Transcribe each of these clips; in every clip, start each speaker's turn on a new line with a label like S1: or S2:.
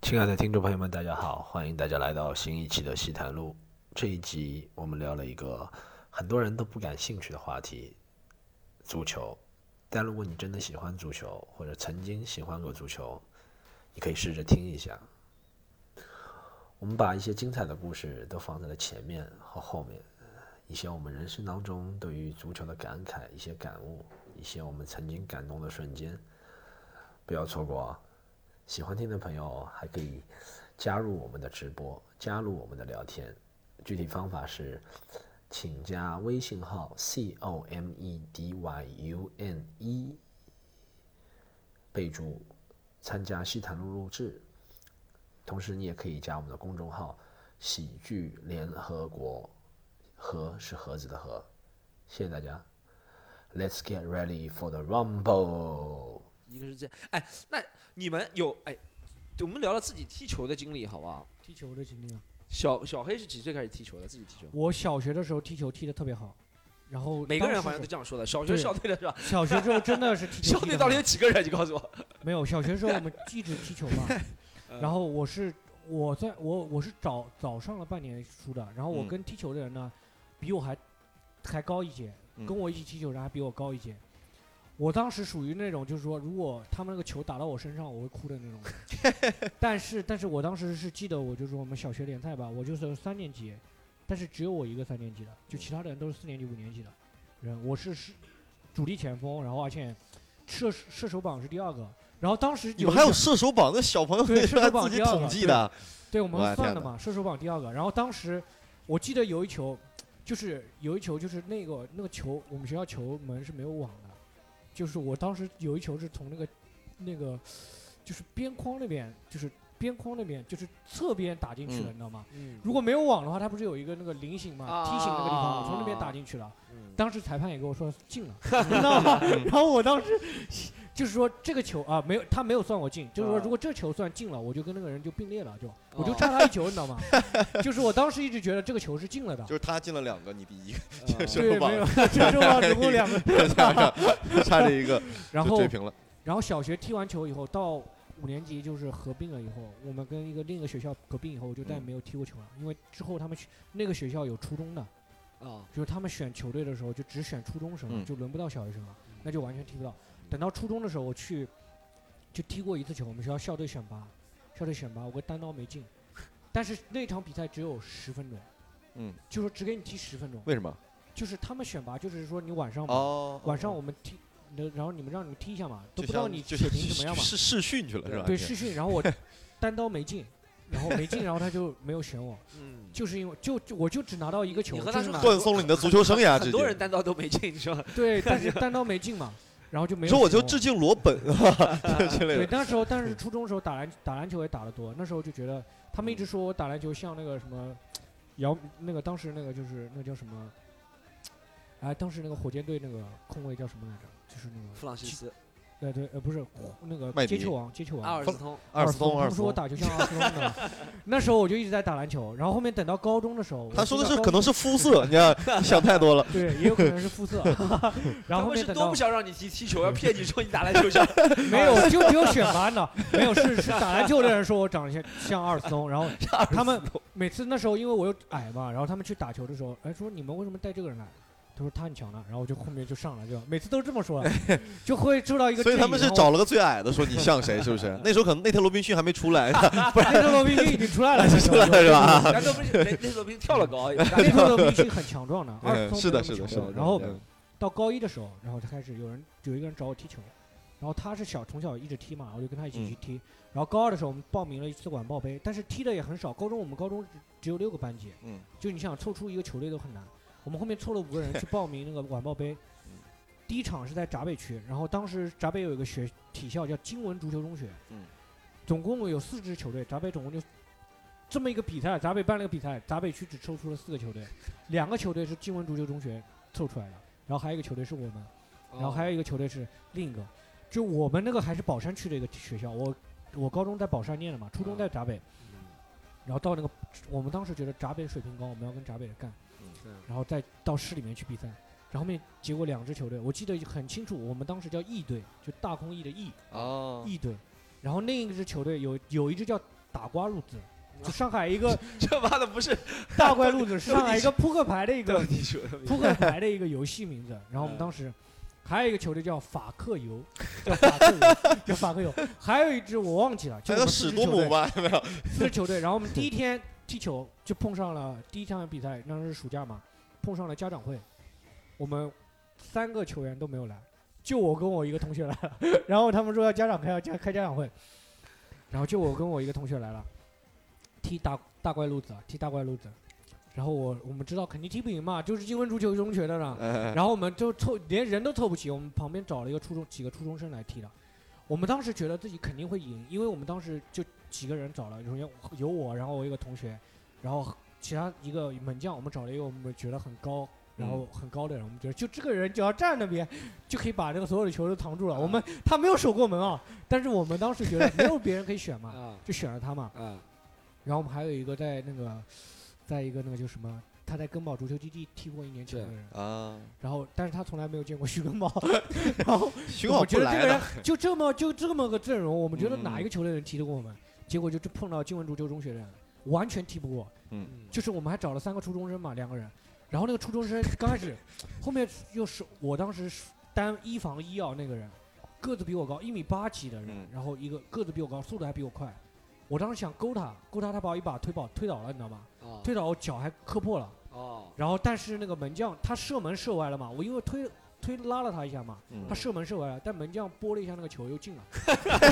S1: 亲爱的听众朋友们，大家好，欢迎大家来到新一期的西谈录。这一集我们聊了一个很多人都不感兴趣的话题——足球。但如果你真的喜欢足球，或者曾经喜欢过足球，你可以试着听一下。我们把一些精彩的故事都放在了前面和后面，一些我们人生当中对于足球的感慨、一些感悟、一些我们曾经感动的瞬间，不要错过啊！喜欢听的朋友还可以加入我们的直播，加入我们的聊天。具体方法是，请加微信号 c o m e d y u n 一，备注参加西坦路录制。同时，你也可以加我们的公众号“喜剧联合国”，和是盒子的和。谢谢大家，Let's get ready for the rumble。
S2: 一个是这样，哎，那你们有哎，对我们聊聊自己踢球的经历，好不好？
S3: 踢球的经历啊。
S2: 小小黑是几岁开始踢球的？自己踢球？
S3: 我小学的时候踢球踢得特别好，然后
S2: 每个
S3: 当
S2: 人
S3: 时
S2: 好像都
S3: 是
S2: 这样说的。小学校队的是吧？
S3: 小学之后真的是踢球
S2: 校
S3: 踢
S2: 队
S3: 得
S2: 到
S3: 好
S2: 底有几个人？你告诉我。
S3: 没有，小学时候我们一直踢球嘛
S2: 嗯，
S3: 然后我是我在我我是早早上了半年出的，然后我
S2: 嗯
S3: 跟踢球的人呢，比我还还高一届，
S2: 嗯
S3: 跟我一起踢球的人还比我高一届。我当时属于那种，就是说，如果他们那个球打到我身上，我会哭的那种 人。但是，但是我当时是记得，我就说我们小学联赛吧，我就是三年级，但是只有我一个三年级的，就其他的人都是四年级、五年级的人。我是是主力前锋，然后而且射射手榜是第二个。然后当时
S4: 你
S3: 有
S4: 们
S3: 一
S4: 还有
S3: 个
S4: 射手榜，那小朋友
S3: 对
S4: 那
S3: 射手
S4: 是
S3: 榜
S4: 自己
S3: 第二个
S4: 统计的，
S3: 对我啊们
S4: 我的
S3: 算
S4: 天
S3: 的
S4: 哪
S3: 嘛，射手榜第二个。然后当时我记得有一球，就是有一球就是那个那个球，我们学校球门是没有网的，就是我当时有一球是从那个那个就是边框那边，就是边框那边就是侧边打进去的，你
S4: 嗯
S3: 知道吗？
S2: 嗯
S3: 如果没有网的话，它不是有一个那个菱形嘛，梯形那个地方，我从那边
S2: 啊
S3: 打进去了。
S2: 嗯
S3: 当时裁判也跟我说进了，你知道吗？然后我当时就是说这个球啊，没有他没有算我进，就是说
S2: 啊
S3: 如果这球算进了，我就跟那个人就并列了，就我
S4: 哦
S3: 就差
S2: 哦
S3: 他一球，你知道吗？就是我当时一直觉得这个球是进了的
S4: 就，是他进了两个，你第一个，
S2: 嗯
S4: 射
S3: 对，
S4: 手榜
S3: 没有，这是我只过两 个。
S4: 差着差着一个
S3: 然
S4: 就
S3: 后
S4: 追平了。
S3: 然后小学踢完球以后，到五年级就是合并了以后，我们跟一个另一个学校合并以后，我就再也
S4: 嗯
S3: 没有踢过球了，因为之后他们去那个学校有初中的，
S2: 啊，
S3: 就是他们选球队的时候就只选初中生，
S4: 嗯
S3: 就轮不到小学生了，
S2: 嗯
S3: 那就完全踢不到。等到初中的时候，我去就踢过一次球，我们学校校队选拔，校队选拔我个单刀没进，但是那场比赛只有十分钟，
S4: 嗯，
S3: 就说只给你踢十分钟，
S4: 为什么？
S3: 就是他们选拔就是说你晚上嘛，
S4: 哦，
S3: 晚上我们踢，那然后你们让你们踢一下嘛，都
S4: 就
S3: 不知道
S4: 像
S3: 你
S4: 就
S3: 水
S4: 像
S3: 平怎么样嘛，
S4: 试试训去了是吧？
S3: 对试训，然 后我单刀没进。然后没进，然后他就没有选我，
S2: 嗯，
S3: 就是因为就就我就只拿到一个球，
S2: 你和
S3: 就
S2: 他
S3: 是
S2: 说
S3: 拿
S4: 断送了你的足球生涯，
S2: 很
S4: 直
S2: 多人
S4: 接。
S2: 单刀都没进，你 说
S3: 对，但是单刀没进嘛，然后就没有
S4: 你说
S3: 选。
S4: 我就致敬罗本啊 之 类
S3: 对，
S4: 的，
S3: 那时候但 是初中时候打篮打篮球也打得多，那时候就觉得他们一直说我打篮球像那个什么姚那个当时那个就是那个叫什么，哎，当时那个火箭队那个控卫叫什么来着？就是那个
S2: 弗朗西斯、
S3: 对对呃不是那个
S4: 麦迪
S3: 接球王接球
S2: 阿
S3: 王。
S2: 尔斯通，
S4: 二
S3: 尔
S4: 十通
S3: 他
S4: 二
S3: 们
S4: 十
S3: 说我
S4: 通。
S3: 打球像阿尔斯通的， 那时候我就一直在打篮球，然后后面等到高中的时候，
S4: 他说的是
S3: 我
S4: 可能是肤色，你看你想太多了。
S3: 对，也有可能是肤 色，然后
S2: 他
S3: 后
S2: 们
S3: 面
S2: 是
S3: 等
S2: 多
S3: 到
S2: 不想让你踢踢球，要骗你说你打篮球像
S3: 没 有，就只有选拔呢，没有是是打篮球的人说我长得像像阿尔斯 通，然后他们每次那时候因为我又矮嘛，然后他们去打球的时候，哎说你们为什么带这个人来？他说他很强的，然后我就后面就上来就每次都这么 说了，就会受 到一个
S4: 所以
S3: 质疑。
S4: 他们是
S3: 然后
S4: 找了个最矮的，说你像谁是不是？那时候可能内特罗宾逊还没出来呢，
S3: 内特罗宾逊已经出来了，
S4: 就 出来了是吧？
S2: 咱都不是那那时候不是跳了高，
S3: 内特罗宾逊很强壮的，阿尔斯
S4: 嗯，
S3: 通
S4: 是
S3: 没那
S4: 的，
S3: 么
S4: 是的，
S3: 强
S4: 是的
S3: 壮。。然后
S4: 嗯
S3: 到高一的时候，然后他开始有人有一个人找我踢球，然后他是小从小一直踢嘛，我就跟他一
S4: 嗯
S3: 起去踢。然后高二的时候，我们报名了一次晚报杯，但是踢的也很少。高中我们高中只只有六个班级，
S4: 嗯，
S3: 就你想凑出一个球队都很难。我们后面凑了五个人去报名那个晚报 杯，
S4: 嗯
S3: 第一场是在闸北区，然后当时闸北有一个学体校叫金文足球中学，
S4: 嗯，
S3: 总共有四支球队，闸北总共就这么一个比赛，闸北办了个比赛，闸北区只抽出了四个球队，两个球队是金文足球中学凑出来的，然后还有一个球队是我们，
S2: 哦
S3: 然后还有一个球队是另一个，就我们那个还是宝山区的一个学校，我我高中在宝山念的嘛，初中在闸北，然后到那个我们当时觉得闸北水平高，我们要跟闸北人干，
S2: 对
S3: 然后再到市里面去比赛，然后面结果两支球队我记得很清楚，我们当 E 时叫义队，就大空翼的义
S4: 哦，
S3: 义队，然后另一支球队有有一支叫打瓜路子，就上海一个
S2: 这妈的不是
S3: 大怪路子，是上海一个扑克牌的一
S2: 斗
S3: 个
S2: 地主的名字
S3: 扑克牌的一个游戏名字。然后我们当时还有一个球队叫法克游，叫法克游， 叫法克游。还有一支我忘记了，就
S4: 那
S3: 我
S4: 叫
S3: 们四
S4: 史
S3: 支
S4: 多
S3: 球
S4: 姆
S3: 队，
S4: 吧？有没有？
S3: 四支球队。然后我们第一天踢球就碰上了第一场比赛，那是暑假嘛，碰上了家长会，我们三个球员都没有来，就我跟我一个同学来了。 然后他们说要家长开要家开家长会，然后就我跟我一个同学来了，踢大大怪路子，啊，踢大怪路子。然后我我们知道肯定踢不赢嘛，就是金文足球中学的呢。
S4: 嗯
S3: 然后我们就凑连人都凑不齐，我们旁边找了一个初中几个初中生来踢的。我们当时觉得自己肯定会赢，因为我们当时就几个人找了，有有我，然后我一个同学，然后其他一个门将，我们找了一个我们觉得很高，然后很高的人，我们觉得就这个人只要站那边，就可以把这个所有的球都扛住了。我们他没有守过门啊，但是我们当时觉得没有别人可以选嘛，
S2: 啊
S3: 就选了他嘛。
S2: 啊
S3: 然后我们还有一个在那个，在一个那个叫什么，他在根宝足球基地踢过一年球的
S2: 对
S3: 人，
S4: 啊，
S3: 然后，但是他从来没有见过徐 根宝，然后
S4: 徐
S3: 我
S4: 好
S3: 觉
S4: 不
S3: 得这
S4: 来
S3: 个人
S4: 了，
S3: 就这么就这么个阵容，我们觉得
S4: 嗯
S3: 哪一个球队能踢得过我们？结果就就碰到金文足球中学的人，完全踢不过。
S2: 嗯
S3: 就是我们还找了三个初中生嘛，两个人，然后那个初中生刚开 始，后面又是我当时是单一防一啊，那个人个子比我高，一米八几的人，
S4: 嗯
S3: 然后一个个子比我高，速度还比我快，我当时想勾他，勾他，他把我一把推倒推倒了，你知道吗？
S2: 啊
S3: 推倒我脚还磕破了。
S2: 哦
S3: 然后但是那个门将他射门射歪了嘛，我因为推推拉了他一下嘛，
S4: 嗯
S3: 他射门射歪了，但门将拨了一下那个球又进 了，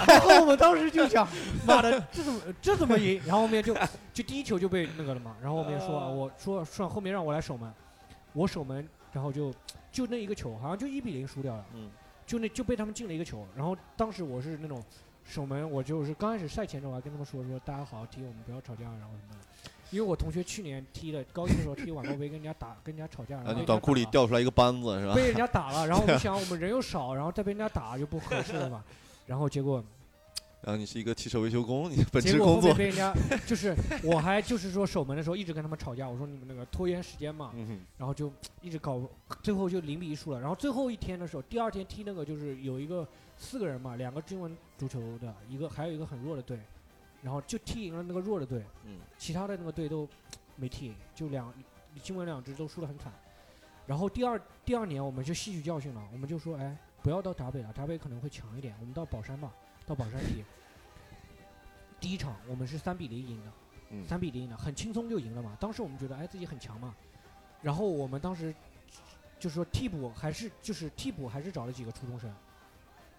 S3: 然后我们当时就想，妈的，这怎么这怎么赢？然后后面就就第一球就被那个了嘛，然后后面说
S4: 嗯
S3: 啊，
S2: 啊
S3: 我说说后面让我来守门，我守门，然后就就那一个球，好像就一比零输掉了。
S4: 嗯
S3: 就那就被他们进了一个球，然后当时我是那种守门，我就是刚开始赛前的时候我还跟他们说说大家好好踢，我们不要吵架，然后什么的，因为我同学去年踢的高一的时候踢晚高杯跟人家打跟人家吵架，然
S4: 啊，
S3: 后被
S4: 你
S3: 人家
S4: 短裤里
S3: 打了
S4: 掉出来一个扳子是吧？
S3: 嗯被人家打了，然后 我们想我们人又少，然后再被人家打就不合适了嘛，然后结果
S4: 然后你是一个汽车维修工，你本
S3: 结
S4: 职
S3: 果
S4: 工
S3: 后面
S4: 作，
S3: 被人 家就是我还就是说守门的时候一直跟他们吵架，我说你们那个拖延时间嘛，
S4: 嗯
S3: 然后就一直搞，最后就零比一输了。然后最后一天的时候，第二天踢那个就是有一个四个人嘛，两个中文足球的，一个还有一个很弱的队，然后就踢赢了那个弱的队，
S4: 嗯
S3: 其他的那个队都没踢赢，就两中文两支都输得很惨。然后第二第二年我们就吸取教训了，我们就说，哎，不要到闸北了，闸北可能会强一点，我们到宝山吧，到宝山踢。第一场我们是三比零赢的，
S4: 嗯
S3: 三比零赢的，很轻松就赢了嘛。当时我们觉得，哎，自己很强嘛。然后我们当时就是说替补还是就是替补还是找了几个初中生，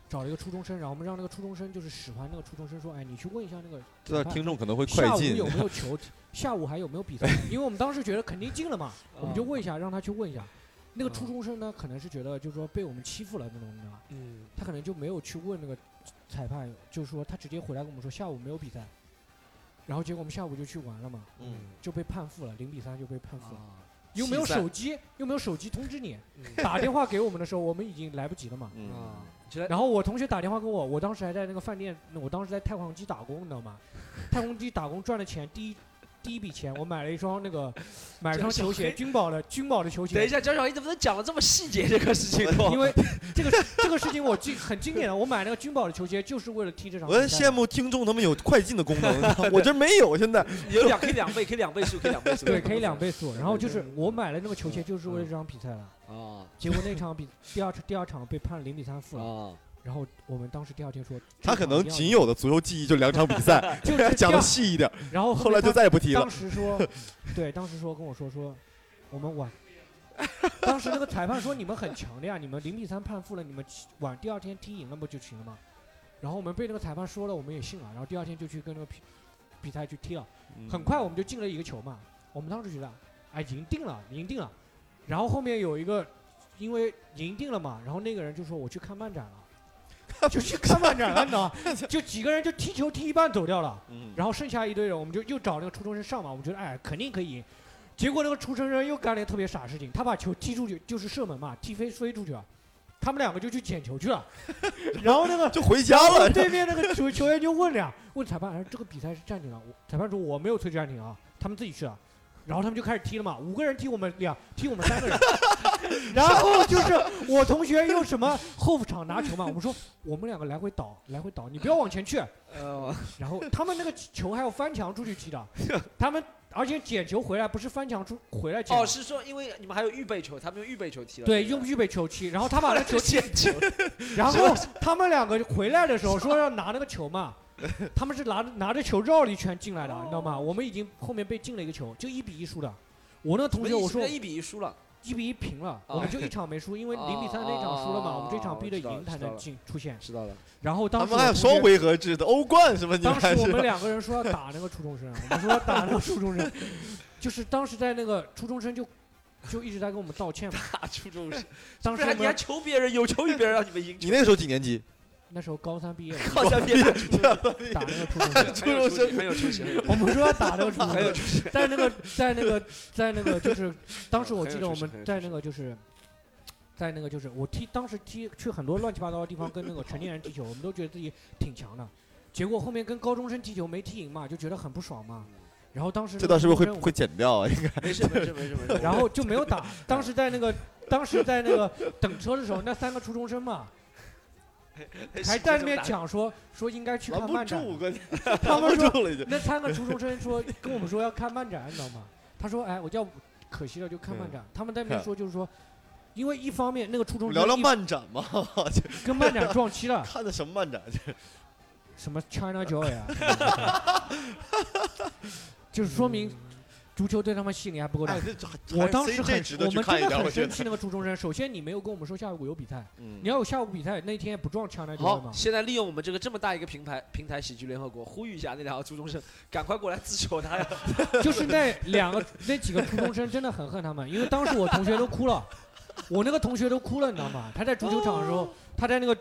S3: 找了一个初中生，然后我们让那个初中生就是使唤那个初中生说，哎，你去问一下那个
S4: 这段
S3: 裁判
S4: 听众可能会快
S3: 下午
S4: 进，
S3: 有 没有球，下午还有没有比赛？因为我们当时觉得肯定进了嘛，我们就问一下，让他去问一下。那个初
S4: 嗯
S3: 中生呢，可能是觉得就是说被我们欺负了那种，你知道吗？
S2: 嗯
S3: 他可能就没有去问那个裁判，就是说他直接回来跟我们说下午没有比赛，然后结果我们下午就去玩了嘛，
S4: 嗯
S3: 就被判负了，零比三就被判负了。
S2: 啊
S3: 又没有
S4: 弃赛
S3: 手机，又没有手机通知 你，
S2: 嗯
S3: 打电话给我们的时候，我们已经来不及了嘛。
S4: 嗯
S2: 啊，起来
S3: 然后我同学打电话跟我，我当时还在那个饭店，我当时在太黄鸡打工，你知道吗？太黄鸡打工赚的钱，第一第一笔钱，我买了一双那个，买了一双球鞋，君宝的君宝的球
S2: 等一
S3: 鞋。
S2: 下，江小一怎么能讲的这么细节这个事 情？
S3: 因为这个这个事情我记很经典的，我买那个君宝的球鞋就是为了踢这场比赛。
S4: 我很羡慕听众他们有快进的功能，我这没有现在。
S2: 有两可以两倍，可以两倍数，可以两倍数，
S3: 对，可以 两倍速。然后就是我买了那个球鞋就是为了这场比赛了，
S4: 嗯
S2: 啊
S3: 结果那场比第二第二场被判零比三负了。
S2: 啊！
S3: 然后我们当时第二天说，
S4: 哦他可能仅有的足球记忆就两场比 赛，
S3: 就
S4: 讲的细一点，
S3: 然后
S4: 后来就再也不踢了
S3: 当。时说， 对，当时说跟我说说，我们晚， 当时那个裁判说你们很强的啊呀，你们零比三判负了，你们晚第二天踢赢了不就行了吗？然后我们被那个裁判说了，我们也信了，然后第二天就去跟那个比比赛去踢了，
S4: 嗯
S3: 很快我们就进了一个球嘛。我们当时觉得，哎，赢定了，赢定了。然后后面有一个，因为赢定了嘛，然后那个人就说我去看漫展了， 就去看漫展了，你知道吗？就几个人就踢球踢一半走掉了。
S4: 嗯，
S3: 然后剩下一堆人，我们就又找那个初中生上嘛，我们觉得哎肯定可以赢。结果那个初中生又干了一个特别傻事情，他把球踢出去，就是射门嘛，踢飞飞出去了。他们两个就去捡球去了，然后那个
S4: 就回家了。
S3: 对面那个球球员就问了呀，问裁判，哎这个比赛是暂停了？我裁判说我没有吹暂停啊，他们自己去了。然后他们就开始踢了嘛，五个人踢我们俩，踢我们三个人，然后就是我同学用什么后场拿球嘛，我们说我们两个来回倒，来回倒，你不要往前去。
S2: 呃，
S3: 然后他们那个球还要翻墙出去踢的，他们而且捡球回来不是翻墙出回来捡的，
S2: 哦，是说因为你们还有预备球，他们用预备球踢了。
S3: 对，
S2: 吧
S3: 用预备球踢，然后他把那球
S2: 就捡球，
S3: 然后他们两个回来的时候说要拿那个球 嘛，他们是拿着拿着球绕了一圈进来的，你知道吗？我们已经后面被进了一个球，就一比一输的。我那个同学
S2: 我们一
S3: 我说
S2: 一比一输了，
S3: 一比一平了，
S2: 哦
S3: 我们就一场没 输，因为零比三那场输了嘛，我们这场必须得赢才能进出线。
S2: 知道了。
S3: 然后当
S4: 他
S3: 时
S4: 们
S3: 我
S4: 还有
S3: 同
S4: 双
S3: 学
S4: 回合制的欧冠是吧？你们
S3: 当时
S4: 还
S3: 我们
S4: 是
S3: 两个人说 要打那个初中生，我们说要打那个初中生，就是当时在那个初中生就就一直在跟我们 道歉嘛。
S2: 打初中生，
S3: 当
S2: 不
S3: 时
S2: 是
S3: 我
S2: 啊你还
S3: 们
S2: 求别人，有求于别人，让你们赢球。
S4: 你那个时候几年级？
S3: 那时候高三毕业嘛，
S2: 靠 下别打初中生，
S3: 打那个初 中生，
S2: 初中生很有出息，
S3: 我们说要打那个初 中
S2: 很有
S3: 生。
S2: 出息。
S3: 在那个，在那个，在 那个，就是当时我记得我
S2: 很有
S3: 们
S2: 出息
S3: 在那个就是，在那个就是我踢，当时踢去很多乱七八糟的地方跟那个成年人踢球，我们都觉得自己挺强的，结果后面跟高中生踢球没踢赢嘛，就觉得很不爽嘛。然后当时
S4: 这段是不是会
S3: 那个高中生
S4: 会剪掉啊？应该
S2: 没事没事没事没事。
S3: 然后就没有打。当时在那个，当时在那个等车的时候，那三个初中生嘛，
S4: 哎
S3: 还在那边讲说说应该去看
S4: 拦不
S3: 漫展，
S4: 住，关键
S3: 他
S4: 拦
S3: 们
S4: 不
S3: 说
S4: 住了已经。
S3: 那三个初中生说跟我们说要看漫展，你知道吗？他说哎，我叫可惜了就看
S4: 嗯
S3: 漫展。他们在那边说就是说，因为一方面那个初中
S4: 聊聊
S3: 生
S4: 漫展嘛， 这
S3: 一跟漫展撞期了，
S4: 看的什么漫展？这
S3: 什么 China Joy 啊， 就是说明
S4: 嗯
S3: 足球对他们吸引力还不够大
S4: 哎。这
S3: 我当时
S4: 这
S3: 很
S4: 值，得
S3: 我
S4: 去
S3: 们
S4: 看一
S3: 真的
S4: 下，我
S3: 很
S4: 觉
S3: 生
S4: 得。
S3: 气那个初中生。首先，你没有跟我们说下午有比赛，
S4: 嗯
S3: 你要有下午比赛，那天也不撞墙那就会
S2: 好，
S3: 嘛。
S2: 现在利用我们这个这么大一个平台平台，喜剧联合国呼吁一下那两个初中生，赶快过来自首他呀！
S3: 就是那两个那几个初中生真的很恨他们，因为当时我同学都哭了， 我那个同学都哭了，你知道吗？他在足球场的时候，他在那个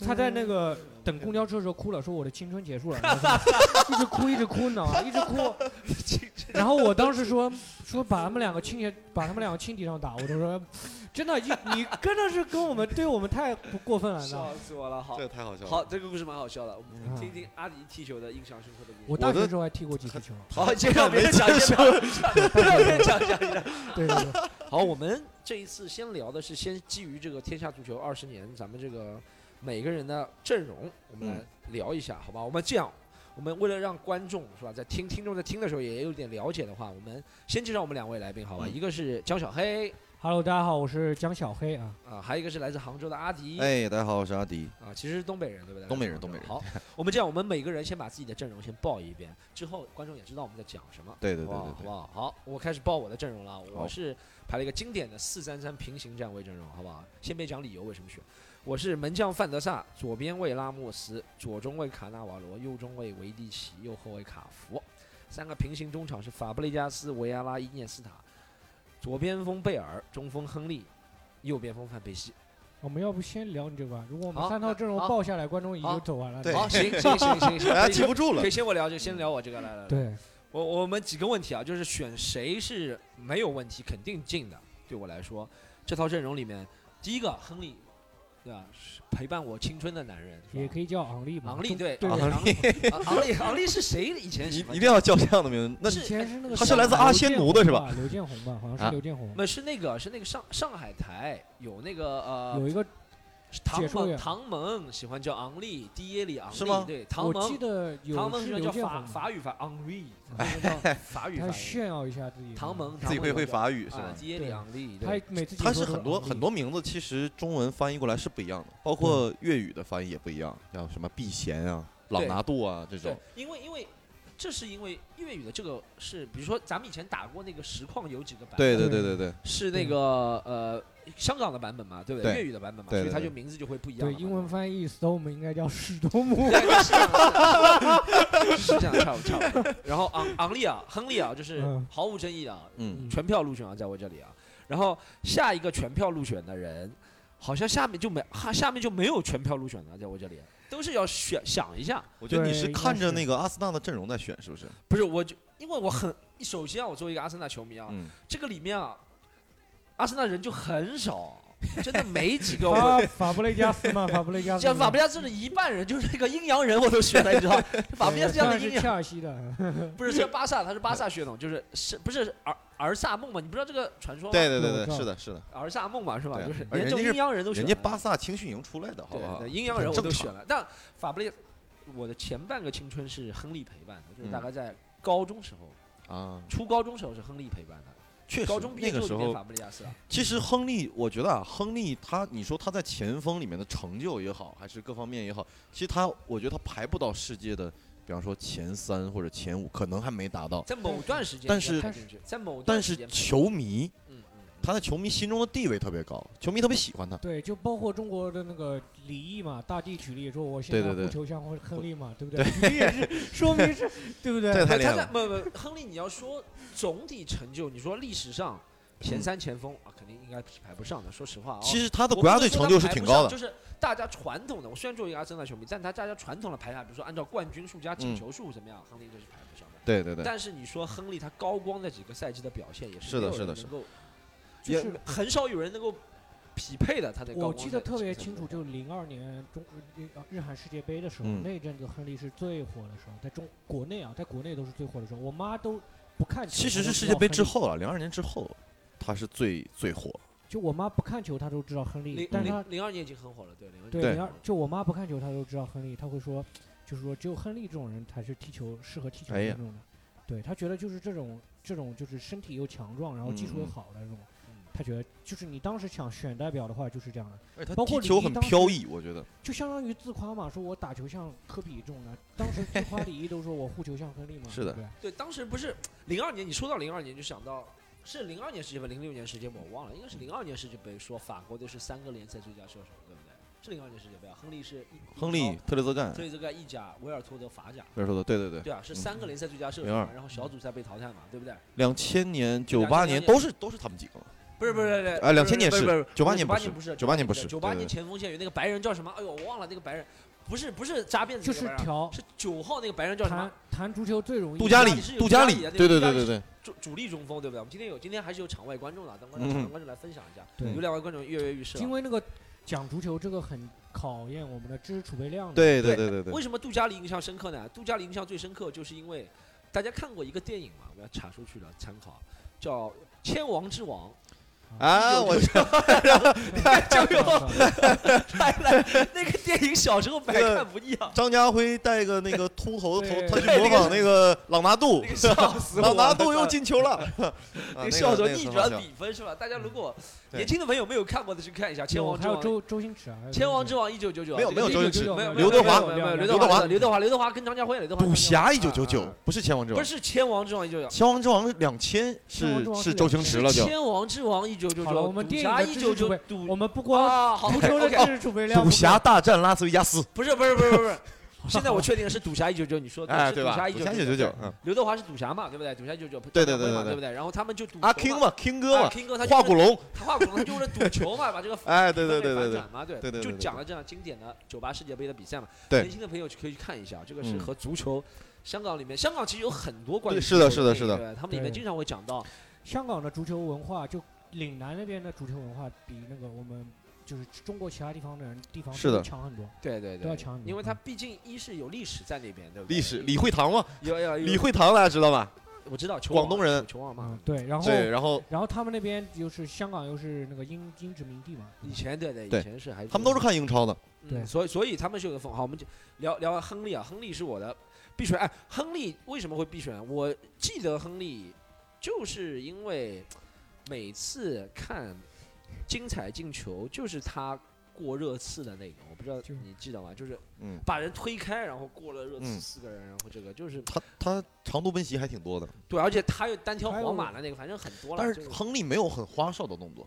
S3: 他在那个等公交车的时候哭了，说我的青春结束了，然后一直哭一直哭，你知道吗？一直 哭。然后我当时说说把他们两个亲也把他们两个亲敌上打，我都说真的，你你真的是跟我们对我们太不过分了，你知道吗
S2: 笑？死我了，好
S4: 这。个太好笑了。
S2: 好，，这个故事蛮好笑的，我们
S3: 嗯
S2: 听听阿迪踢球的印象深刻的故
S3: 我
S2: 事。
S3: 大学时候还踢过几次球，
S2: 好，先让别人讲，先让别 人讲讲一下。
S3: 对对对，
S2: 好，我们这一次先聊的是先基于这个天下足球二十年，咱们这个每个人的阵容，我们来聊一下，好吧？我们这样，我们为了让观众是吧，在听听众在听的时候也有点了解的话，我们先介绍我们两位来宾，好吧？
S4: 嗯
S2: 一个是江小黑
S3: Hello，大家好，我是江小黑啊。
S2: 啊、还有一个是来自杭州的阿迪。
S4: 哎，大家好，我是阿迪。
S2: 啊，其实是东北人，对不对？
S4: 东北人东北人
S2: 好，我们这样，我们每个人先把自己的阵容先报一遍，之后观众也知道我们在讲什么。
S4: 对对
S2: 好不好好不好？好，我开始报我的阵容了。我
S4: 好
S2: 是排了一个经典的四三三平行站位阵容，好不好？先别讲理由为什么选，我是门将范德萨，左边卫拉莫斯，左中卫卡纳瓦罗，右中卫维蒂奇，右后卫卡福。三个平行中场是法布雷加斯、维埃拉、伊涅斯塔，左边锋贝尔，中锋亨利，右边锋范佩西。
S3: 我们要不先聊你这个吧？如果我
S2: 好
S3: 们三套阵容
S2: 那好
S3: 报下来，观众已
S2: 好
S3: 经走完了。
S4: 对哎
S2: 好，行行行行 行，
S4: 大家
S2: 可以
S4: 记不住了
S2: 可以。先我聊这个，先聊我这个，来来来。
S3: 对，
S2: 我我们几个问题啊，就是选谁是没有问题，肯定进的。对我来说，这套阵容里面，第一个亨利，对吧？是陪伴我青春的男人，
S3: 也可
S2: 以。
S3: 以叫昂利嘛。
S2: 昂
S3: 中
S2: 利对，
S3: 对
S2: 昂
S4: 昂
S2: 昂利，昂利，昂利是谁？以前
S4: 你
S2: 喜欢
S4: 一定要叫这样的名字，那
S2: 是
S3: 以前是那个
S4: 他是
S3: 小
S4: 来自阿仙奴的是吧
S3: 刘建宏吧？好像
S4: 啊
S3: 是刘建宏，
S2: 那是那个是那个上上海台有那个呃
S3: 有一个
S2: 唐
S3: 解说
S2: 蒙
S3: 员
S2: 唐蒙喜欢叫昂利，迪耶里昂
S4: 是吗
S2: 利对唐
S3: 我记
S2: 蒙
S3: 得
S2: 唐
S3: 有
S2: 蒙
S3: 是
S2: 喜欢
S3: 刘
S2: 叫
S3: 建
S2: 法
S3: 宏吧，
S2: 法语发 Henri，他喜欢叫法语发
S3: 他
S2: 音
S3: 炫耀一下自己。
S2: 唐蒙，
S4: 自己
S2: 唐蒙
S4: 会
S2: 有
S4: 会
S2: 叫
S4: 法语是
S2: 啊
S4: 吧？
S2: 迪耶里
S3: 对
S2: 昂利
S3: 他
S2: 对
S3: 每次
S4: 它
S3: 解
S4: 是
S3: 说都
S4: 很多
S3: 昂利
S4: 很多名字，其实中文翻译过来是不一样的，包括粤语的翻译也不一样，像什么避嫌啊、朗拿度啊这
S2: 对
S4: 种。，
S2: 因为因为这是因为粤语的这个是，比如说咱们以前打过那个实况有几个版本，
S4: 对嗯
S3: 对
S4: 对对对对，
S2: 是那
S3: 对
S2: 个呃香港的版本嘛，对不对？
S4: 对
S2: 粤语的版本嘛，
S4: 对
S2: 所以
S4: 对
S2: 它
S4: 对
S2: 就名字就会不一样了
S3: 对
S2: 嘛。
S3: 英文
S2: 对吧
S3: 翻译 Storm 应该叫史多姆。
S2: 对是这 样，是这样，差不多差不多。然后昂昂利啊，亨利啊，就是
S3: 嗯
S2: 毫无争议的啊，
S4: 嗯，
S2: 全票入选啊，在我这里啊。然后下一个全票入选的人，好像下面就没哈，下面就没有全票入选的，在我这里都是要选想一下。
S4: 我觉得你
S3: 对
S4: 是啊
S3: 应该
S4: 看着
S3: 是
S4: 那个阿森纳的阵容在选，是不是？
S2: 不是，我就因为我很，首先啊我作为一个阿森纳球迷啊，
S4: 嗯，
S2: 这个里面啊，阿森纳人就很少，真的 没几个
S3: 啊
S2: 我。，
S3: 法布雷加斯嘛，法布雷加 斯嘛，
S2: 像法布加斯的一半人就是那个阴阳人，我都学了， 你知道 吗？法布加斯这样的
S3: 对
S2: 阴
S3: 当然是
S2: 阳
S3: 切尔西的，
S2: 不是是巴萨，他是巴萨血统，就是是不是尔尔萨梦嘛？你不知道这个传说吗？
S4: 对对
S3: 我
S4: 对
S3: 知
S4: 对，
S3: 道
S4: 是的，是的，
S2: 尔萨梦嘛是吧？
S4: 对
S2: 就是
S4: 而
S2: 连
S4: 人家
S2: 这种
S4: 是
S2: 阴阳人都选
S4: 人
S2: 了。
S4: 家巴萨青训营出来的，好不
S2: 对
S4: 好
S2: 对，？阴阳人我
S4: 很
S2: 都
S4: 正
S2: 选
S4: 常
S2: 了，但法布雷，我的前半个青春是亨利陪伴的，
S4: 嗯
S2: 就是大概在高中时候，
S4: 啊，
S2: 初高中时候是亨利陪伴的，
S4: 确实
S2: 高中毕业
S4: 那
S2: 之
S4: 个
S2: 后
S4: 时
S2: 就变
S4: 候，
S2: 法布雷加斯了。
S4: 其实亨利，我觉得啊，亨利他，你说他在前锋里面的成就也好，还是各方面也好，其实他，我觉得他排不到世界的，比方说前三或者前五，可能还没达到。
S2: 在某段时间，
S4: 但是
S2: 排进去在某段
S4: 但
S2: 时
S4: 是
S2: 间排进去，
S4: 球迷，
S2: 嗯嗯，
S4: 他在球迷心中的地位特别高，球迷特别喜欢他。
S3: 对，就包括中国的那个李毅嘛，大帝举例说，我现
S4: 对
S3: 在
S4: 对
S3: 不
S4: 对
S3: 求像亨利嘛，对不对？举例也是， 说明是，对不对？
S4: 这太厉
S2: 他
S4: 害
S2: 在
S4: 了，
S2: 不不，亨利，你要说总体成就，你说历史上前三前锋啊，肯定应该是排不上的。说实话啊，
S4: 其实他的
S2: 我
S4: 国家
S2: 不
S4: 队
S2: 说
S4: 成
S2: 他
S4: 就
S2: 排
S4: 是
S2: 不
S4: 挺
S2: 上
S4: 高
S2: 就
S4: 的，
S2: 是大家传统的。我虽然作为一个阿森纳球迷，但他大家传统的排法，比如说按照冠军数加进
S4: 嗯
S2: 球数怎么样，亨利就是排不上的。
S4: 对对对。
S2: 但是你说亨利他高光那几个赛季的表现也
S4: 是的
S2: 没有
S4: 是
S2: 人
S4: 的
S2: 能
S4: 是的
S2: 够
S3: 就
S4: 也
S3: 是
S2: 很少有人能够匹配的他的高光
S3: 我记得
S2: 在
S3: 特别
S2: 在
S3: 清楚，就零二年中日日韩世界杯的时候，
S4: 嗯
S3: 那阵子亨利是最火的时候，在中国内啊，在国内都是最火的时候。我妈都不看球，
S4: 其实
S3: 她都
S4: 是
S3: 知
S4: 世界
S3: 道
S4: 杯
S3: 亨
S4: 之
S3: 利，
S4: 后了，零二年之后，他是最最火。
S3: 就我妈不看球，她都知道亨利
S2: 零，
S3: 但她
S2: 零零二年已经很火了，对零二
S3: 对
S4: 对
S3: 零二，就我妈不看球，她都知道亨利，她会说，就是说只有亨利这种人才是踢球适合踢球的
S4: 哎呀
S3: 那种的，对她觉得就是这种这种就是身体又强壮，然后技术又
S4: 嗯嗯
S3: 好的这种，
S2: 嗯
S3: 她觉得就是你当时想选代表的话就是这样的，
S4: 而且
S3: 包
S4: 哎他
S3: 括李
S4: 踢球
S3: 毅
S4: 很
S3: 当时
S4: 飘逸，我
S2: 哦
S4: 觉得。
S3: 就相当于自夸嘛，说我打球像科比这种的，当时自夸李毅都说我护球像亨利嘛，
S4: 是
S3: 对
S4: 的
S3: 不对
S2: 对，当时不是零二年，你说到零二年就想到是零二年世界杯，零六年世界杯我忘了，应该是零二年世界杯，说法国队是三个联赛最佳射手，对不对？是零二年世界杯啊，亨利是一
S4: 亨利、，特雷泽干，
S2: 所以这个意甲、维尔托德法甲，
S4: 别说的，对对对，
S2: 对啊，是三个联赛最佳射手嘛，
S4: 02
S2: 然后小组赛被淘汰嘛，对不对？
S4: 两千年、九
S2: 2000
S4: 八
S2: 年
S4: 年都是都是他们几个。
S2: 不是不是不是，
S4: 啊2000年
S2: 不是不是
S4: 是
S2: 九
S4: 98
S2: 年
S4: 年
S2: 不
S4: 不
S2: 是
S4: 是
S2: 不是
S4: 98年不是
S2: 九八
S4: 对
S2: 年前锋线有那个白人叫什么？哎呦，我忘了那个白人，不是不是扎辫子
S3: 就
S2: 那个
S3: 是
S2: 白人啊，
S3: 调
S2: 是九号那个白人叫什么
S3: 谈？谈足球最容易
S4: 杜嘉
S2: 里
S4: 里
S2: 是有，
S4: 杜
S2: 杜嘉
S4: 嘉
S2: 里
S4: 里
S2: 的那，个
S4: 对对
S2: 杜嘉
S4: 对
S2: 里
S4: 对对，
S2: 主主力中锋对不对？我们今天有今天还是有场外观众的，等观
S4: 嗯
S2: 众场外观众来分享一下，
S3: 对
S2: 有两位观众跃跃欲试啊了
S3: 因。为那个讲足球这个很考验我们的知识储备量的，
S4: 对
S2: 对
S4: 对对对
S2: 为
S4: 对，
S2: 什么杜嘉丽印象深刻呢？杜嘉丽印象最深刻，就是因为大家看过一个电影嘛，我要查出去了参考，叫《千王之王
S4: 啊，我
S3: 对，
S2: 就有
S4: 哎
S3: 有》。
S2: 来来，那个电影小时候百看不厌，
S4: 张家辉戴个那个秃头的头
S3: 对，
S4: 他去
S2: 对
S4: 模
S2: 那个
S4: 仿那个朗拿度
S2: 那，个笑死我
S4: 朗拿
S2: 了。
S4: 度又进球了，啊
S2: 那
S4: 那
S2: 个
S4: 个
S2: 笑
S4: 那
S2: 着
S4: 个
S2: 逆
S4: 很好
S2: 转
S4: 笑
S2: 比分是吧？大家如果
S4: 嗯对
S2: 年轻的朋友没有看过的去看一下《 千王
S3: 还
S2: 之
S3: 有
S2: 王》。
S3: 周周星驰啊，还有
S2: 千王
S3: 周
S2: 之
S3: 星
S2: 王一九九九，
S4: 没有没有周星驰
S2: 没有没有
S4: 刘德华
S2: 没有没有没有
S3: 刘
S2: 刘德
S4: 德
S2: 华
S4: 华
S2: 刘德华刘德华跟张家辉刘德华
S4: 赌侠一九九，
S2: 啊
S4: 九
S2: 啊
S4: 不是千王之
S2: 啊不
S4: 王，
S2: 是千王之王一九九
S4: 千王之王两千
S3: 千王
S4: 是
S3: 之王是
S4: 是周星驰了就，
S2: 千王之王一九九
S3: 好了
S2: 九，
S3: 我们
S2: 赌
S3: 电影
S2: 侠
S3: 的
S2: 一
S3: 知
S2: 九
S3: 识储
S2: 九
S3: 备
S2: 赌
S3: 我们不光
S2: 啊， 好
S3: 足球的
S2: OK，
S3: 知识储备量，
S4: 赌侠，大战拉斯维加斯，
S2: 不是不是不是不 是，现在我确定是赌侠一九九，你说的
S4: 哎
S2: 是
S4: 对
S2: 哦赌
S4: 吧？
S2: 侠
S4: 赌侠一九
S2: 九
S4: 九九，，嗯
S2: 刘德华是赌侠嘛，对不对？赌侠一九九，
S4: 对对对
S2: 张家辉嘛
S4: 对对
S2: 对不对？然后他们就赌
S4: 阿
S2: 球
S4: King
S2: 嘛，
S4: 嘛，King 哥
S2: 啊
S4: 嘛，
S2: ，King 哥他
S4: 画
S2: 就是
S4: 骨龙，
S2: 他画骨龙就是为了赌球嘛，把这个
S4: 哎，对对
S2: 分
S4: 对
S2: 类
S4: 对
S2: 反
S4: 对
S2: 转嘛，对
S4: 对对对
S2: 就
S4: 对
S2: 讲了这样经典的九八世界杯的比赛嘛，
S4: 对
S2: 年轻的朋友可以去看一下，这个是
S4: 嗯
S2: 和足球。香港里面，香港其实有很多关于
S4: 对是的
S2: 足球
S4: 是的
S2: 电影对吧他们里面
S3: 对
S2: 经常会讲到
S3: 香港的足球文化就岭南那边的足球文化比那个我们就是中国其他地方的人地方
S4: 是的
S3: 都强很多，
S2: 对对
S3: 都要嗯强很多
S2: 因为它毕竟一是有历史在那边，对不对？
S4: 历史李惠堂嘛，
S2: 有有有
S4: 李惠堂大家知道吧？
S2: 我知道，球
S4: 广
S2: 王
S4: 东人
S2: 球球王
S3: 嗯
S2: 嘛，，
S3: 对，然后
S4: 对，然后
S3: 然后他们那边就是香港又是那个英英殖民地嘛，
S2: 以前对对，以
S4: 对
S2: 前是还
S4: 他们都是看英超的，
S2: 嗯
S3: 对
S2: 所以所以他们是有个风。好，我们就聊聊亨利啊，亨利是我的必选。哎，亨利为什么会必选？我记得亨利就是因为每次看精彩进球，就是他过热刺的那个，我不知道
S3: 就
S2: 你记得吗？就是
S4: 嗯，
S2: 把人推开，然后过了热刺
S4: 嗯
S2: 四个人，然后这个就是
S4: 他他长途奔袭还挺多的，
S2: 对，而且他又单挑
S3: 还有
S2: 皇马的那个，反正很多了。
S4: 但
S2: 这
S4: 是
S2: 个
S4: 亨利没有很花哨的动作，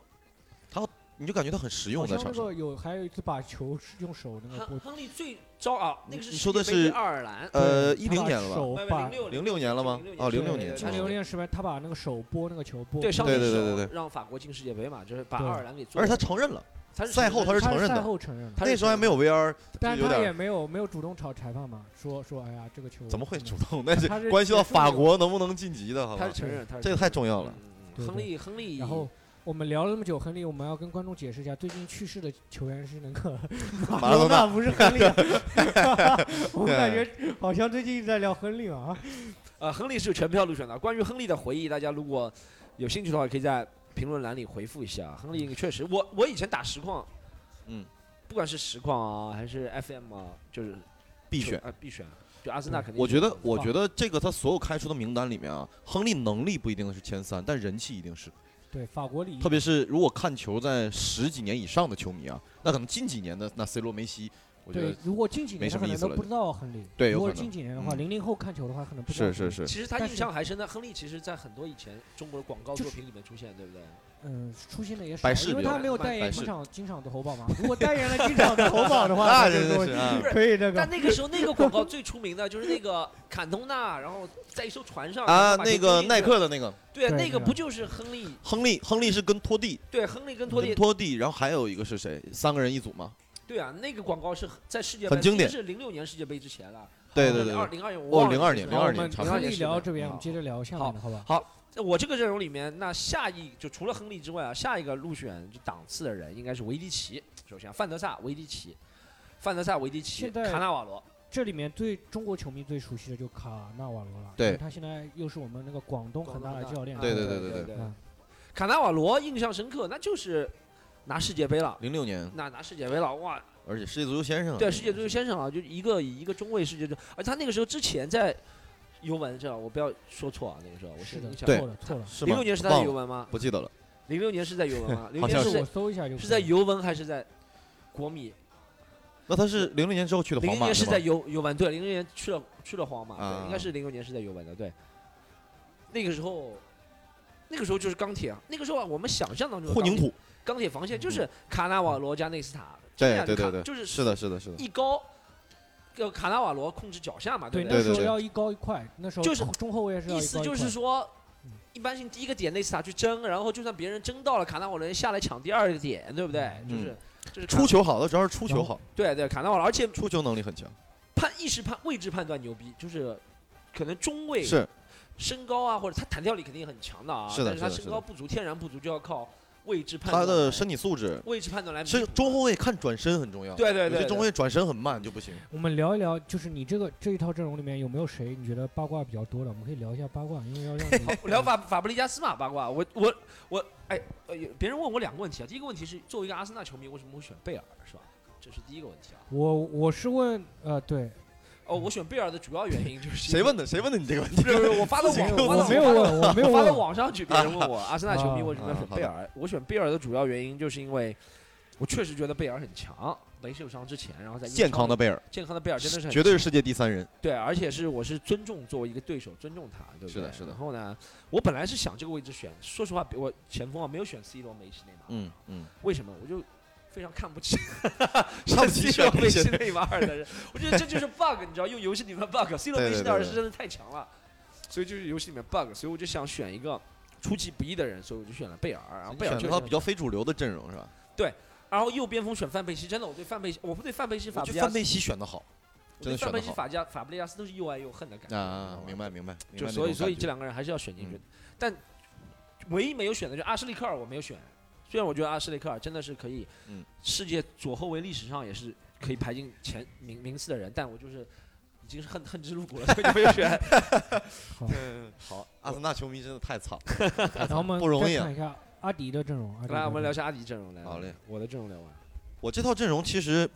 S4: 他你就感觉他很实用
S3: 好
S4: 在
S3: 像那
S4: 场上
S3: 个。有还有一次把球是用手那个
S4: 呃
S2: 亨
S3: 拨，
S2: 亨利最糟啊，那个是
S4: 你说的
S2: 世界杯对
S4: 是
S2: 爱尔兰，
S4: 呃，
S3: 对
S4: 一零年
S3: 他把
S4: 了吧？
S3: 手
S2: 零
S3: 把
S2: 六
S4: 零六年了吗？哦，
S2: 对
S4: 零六年
S2: 对
S4: 是
S3: 他
S2: 06
S4: 吧
S3: 零六年是吧？他把那个手拨那个球拨
S2: 对，上
S4: 对
S2: 帝
S4: 对对
S2: 手
S4: 对对
S2: 让法国进世界杯嘛，就是把爱
S3: 对
S2: 尔兰给做。
S4: 而且他承认了，
S2: 他是
S4: 赛后
S2: 承认
S4: 他是承认的
S3: 赛后承认了，
S2: 他是
S4: 那时候还没有 VR，
S3: 但
S4: 有
S3: 他
S4: 点
S3: 也没有没有主动找裁判嘛，说说哎呀这个球
S4: 怎么会
S3: 嗯
S4: 主动？那是
S3: 他是
S4: 关系
S3: 结
S4: 到
S3: 束以后
S4: 法国能不能晋级的，好
S2: 他
S4: 吧
S2: 是？承认，他是
S4: 这个太重要了
S2: 嗯嗯嗯
S3: 对
S2: 亨利，亨利，
S3: 然后我们聊了那么久，亨利，我们要跟观众解释一下，最近去世的球员是那个
S4: 马
S3: 罗
S4: 拉多纳
S3: 纳，不是亨利 啊。我们感觉好像最近一直在聊亨利啊。
S2: 呃，亨利是全票入选的。关于亨利的回忆，大家如果有兴趣的话，可以在评论栏里回复一下。亨利确实，我我以前打实况，
S4: 嗯，
S2: 不管是实况啊，还是 FM 啊，就是
S4: 必选
S2: 啊、必选，就阿森纳肯定。
S4: 我觉得，我
S3: 哇
S4: 觉得这个他所有开出的名单里面啊，亨利能力不一定是前三，但人气一定是。
S3: 嗯对，法国里
S4: 特别是如果看球在十几年以上的球迷啊，那可能近几年的那 C 罗、梅西，我觉
S3: 对
S4: 得，
S3: 如果近几
S4: 没
S3: 年
S4: 什
S3: 他
S4: 么
S3: 可
S4: 意
S3: 能
S4: 思
S3: 都
S4: 了
S3: 不知道亨利。
S4: 对有
S3: 如果
S4: 可能
S3: 近几年的话，
S4: 嗯
S3: 零零后看球的话，可能不知道。
S4: 是是。是，
S2: 其实他
S3: 但
S2: 印
S3: 是
S2: 象还深的，亨利其实在很多以前中国的广告
S3: 就
S2: 作
S3: 是
S2: 品里面出现，对不对？
S3: 嗯，出现的也少
S4: 百，事
S3: 因为
S4: 比较
S3: 他没有
S2: 慢
S3: 代言
S4: 百事
S3: 经常经常的喉 宝嘛。如果代言了经常的喉宝的话，
S4: 那
S3: 就
S4: 真的是啊
S2: 不，是
S3: 可以那
S2: 但
S3: 个。
S2: 那个时候，那个广告最出名的就是那个坎通纳，然后在一艘船上
S4: 啊，
S2: 然后把球
S4: 那
S2: 丢
S4: 个
S2: 进去
S4: 耐克的那个
S2: 对，
S3: 对
S2: 那个
S3: 那个
S2: 不就是亨利？
S4: 亨利，亨利是跟托蒂，
S2: 对，亨利跟托蒂，
S4: 托蒂，然后还有一个是谁？三个人一组嘛？
S2: 对啊，那个广告是在世界杯
S4: 很经典
S2: 其实是零六年世界杯之前了。
S4: 对对对
S2: 零二
S4: 对，
S2: 零二年，
S4: 哦
S2: 我忘了
S4: 02年
S2: 是
S3: 好，我
S4: 2002
S3: 们
S4: 年差不多
S3: 亨利聊到这边，
S2: 好
S4: 嗯
S3: 我们接着聊下面的，好吧？
S2: 在我这个阵容里面，那下一就除了亨利之外啊，下一个入选就档次的人应该是维迪奇。首先，范德萨、维迪奇、范德萨、维迪奇、
S3: 现在
S2: 卡纳瓦罗。
S3: 这里面最中国球迷最熟悉的就卡纳瓦罗了，
S4: 对
S3: 因为他现在又是我们那个广东恒大的教练，
S2: 啊
S4: 对
S3: 对
S4: 对对
S2: 对对
S4: 对
S3: 嗯
S2: 卡纳瓦罗印象深刻，那就是拿世界杯了。
S4: 零六年，
S2: 那拿世界杯了，哇！
S4: 而且世界足球先生啊，
S2: 对，
S4: 那
S2: 世
S4: 个
S2: 界足球先生啊，就一个以一个中卫世界足，而他那个时候之前在尤文，这样我不要说错啊，那个时候我
S3: 是的，
S2: 印象
S4: 对
S3: 错了错了，
S4: 是
S2: 零
S4: 吗
S2: 六年是他在
S4: 忘
S2: 尤
S4: 了，
S2: 文吗？
S4: 不记得了。
S2: 零六年是在尤文 吗？零六
S4: 好
S2: 年
S4: 像
S2: 是
S3: 是我
S2: 在
S3: 搜一下就是
S2: 在尤文还是在国米？
S4: 那他是零六年之后去的
S2: 零
S4: 皇
S2: 六
S4: 马
S2: 年是
S4: 吗
S2: 在尤尤文，对，零六年去了去了皇马，对，
S4: 啊
S2: 应该是零六年是在尤文的，对。那个时候，那个时候就是钢铁啊，那个时候啊，我们想象当中的
S4: 混凝
S2: 钢铁
S4: 土，
S2: 钢铁防线就是卡纳瓦罗加内斯塔，
S4: 嗯对
S2: 这样
S4: 对对
S2: 卡
S4: 对
S2: 就是
S4: 是的，是的，是的，
S2: 一高，就卡纳瓦罗控制脚下嘛，
S3: 对
S2: 不
S3: 那
S4: 对
S3: 时候
S4: 对
S3: 要一高一快，那时候
S2: 就是
S3: 中后卫是要
S2: 意
S3: 一
S2: 思
S3: 高一
S2: 就
S3: 快
S2: 是说
S3: 嗯，
S2: 一般性第一个点内斯塔去争，然后就算别人争到了，卡纳瓦罗人下来抢第二个点，对不对？
S3: 嗯
S2: 就是就是卡
S4: 出球好，他主要是出
S3: 然
S2: 嗯
S3: 后
S4: 球好，
S2: 对对卡纳瓦罗，而且
S4: 出球能力很强，
S2: 判意识判位置判断牛逼，就是可能中卫
S4: 是
S2: 身高啊，或者他弹跳力肯定很强的啊，
S4: 是的
S2: 但是他
S4: 是的
S2: 身高不足，天然不足就要靠位置判
S4: 他
S2: 断
S4: 的
S2: 来
S4: 身体素质。
S2: 位置判断来弥补
S4: 是
S2: 的。
S4: 中后卫看转身很重要，
S2: 对对
S4: 有
S2: 对
S4: 些
S2: 对
S4: 中卫转身很慢就不行。
S3: 我们聊一聊，就是你这个这一套阵容里面有没有谁你觉得八卦比较多的？我们可以聊一下八卦，因为要让你
S2: 聊法法布利加斯嘛八卦，我我我，哎，呃，别人问我两个问题啊。第一个问题是，作为一个阿森纳球迷，为什么会选贝尔，是吧？这是第一个问题啊。
S3: 我我是问 呃对，
S2: 哦，我选贝尔的主要原因就是
S4: 谁问的？谁问的你这个问
S2: 不
S4: 题？
S2: 是不是，我发到网，
S4: 我
S2: 发到
S3: 我没有
S2: 我
S3: 问，我没有
S2: 发到
S3: 问，
S2: 网上去，别人 问我阿森纳球迷为什么要选
S4: 啊
S2: 贝尔？我选贝尔的主要原因就是因为我确实觉得贝尔很强，没受伤之前，然后在英超
S4: 健康的贝尔，
S2: 健康的贝啊尔真的是很
S4: 绝对是世界第三人。
S2: 对，而且是我是尊重作为一个对手尊重他，对不对？
S4: 是的是的
S2: 然后呢，我本来是想这个位置选，说实话，我前锋啊没有选 C 罗、梅西、内马尔，
S4: 嗯嗯，
S2: 为什么？我就非常看不起
S4: 看不 起
S2: C 罗、
S4: 选
S2: 梅
S4: 内
S2: 西、
S4: 线
S2: 内马尔的人。我觉得这就是 bug，你知道，用游戏里面 bug，C 罗、
S4: 对对
S2: 梅西、内马尔
S4: 对对
S2: 是真的太强了，所以就是游戏里面 bug，所以我就想选一个出其不意的人，所以我就选了贝尔，然后贝尔
S4: 选
S2: 就
S4: 他比较非主流的阵容是吧？
S2: 然后右边锋选范佩西，真的，我对范佩西，我不对范佩西、法
S4: 我
S2: 布
S4: 觉
S2: 利
S4: 得
S2: 亚
S4: 范
S2: 斯，
S4: 佩西选的好，
S2: 我对
S4: 真的选
S2: 范
S4: 的
S2: 佩西、
S4: 好
S2: 法加、法布利亚斯都是又爱又恨的感觉
S4: 啊！明。
S2: 你知道吗
S4: 白明白，明
S2: 就
S4: 白
S2: 所以，
S4: 那种
S2: 所以
S4: 感觉
S2: 这两个人还是要选进去
S4: 嗯，
S2: 但唯一没有选的就是阿什利克尔，我没有选。虽然我觉得阿什利克尔真的是可以
S4: 嗯，
S2: 世界左后卫历史上也是可以排进前名名次的人，但我就是已经是恨恨之入骨了，所以就没有 选。
S4: 好，阿森啊纳球迷真的太惨了。
S3: 然后我们
S4: 不容易
S3: 再
S4: 啊
S3: 看一下阿迪的阵容，阿迪的
S2: 来，我们
S3: 阵
S2: 聊一
S3: 容
S2: 下阿迪阵容，来，
S4: 好嘞，
S2: 我的阵容聊完。
S4: 我这套阵容其实，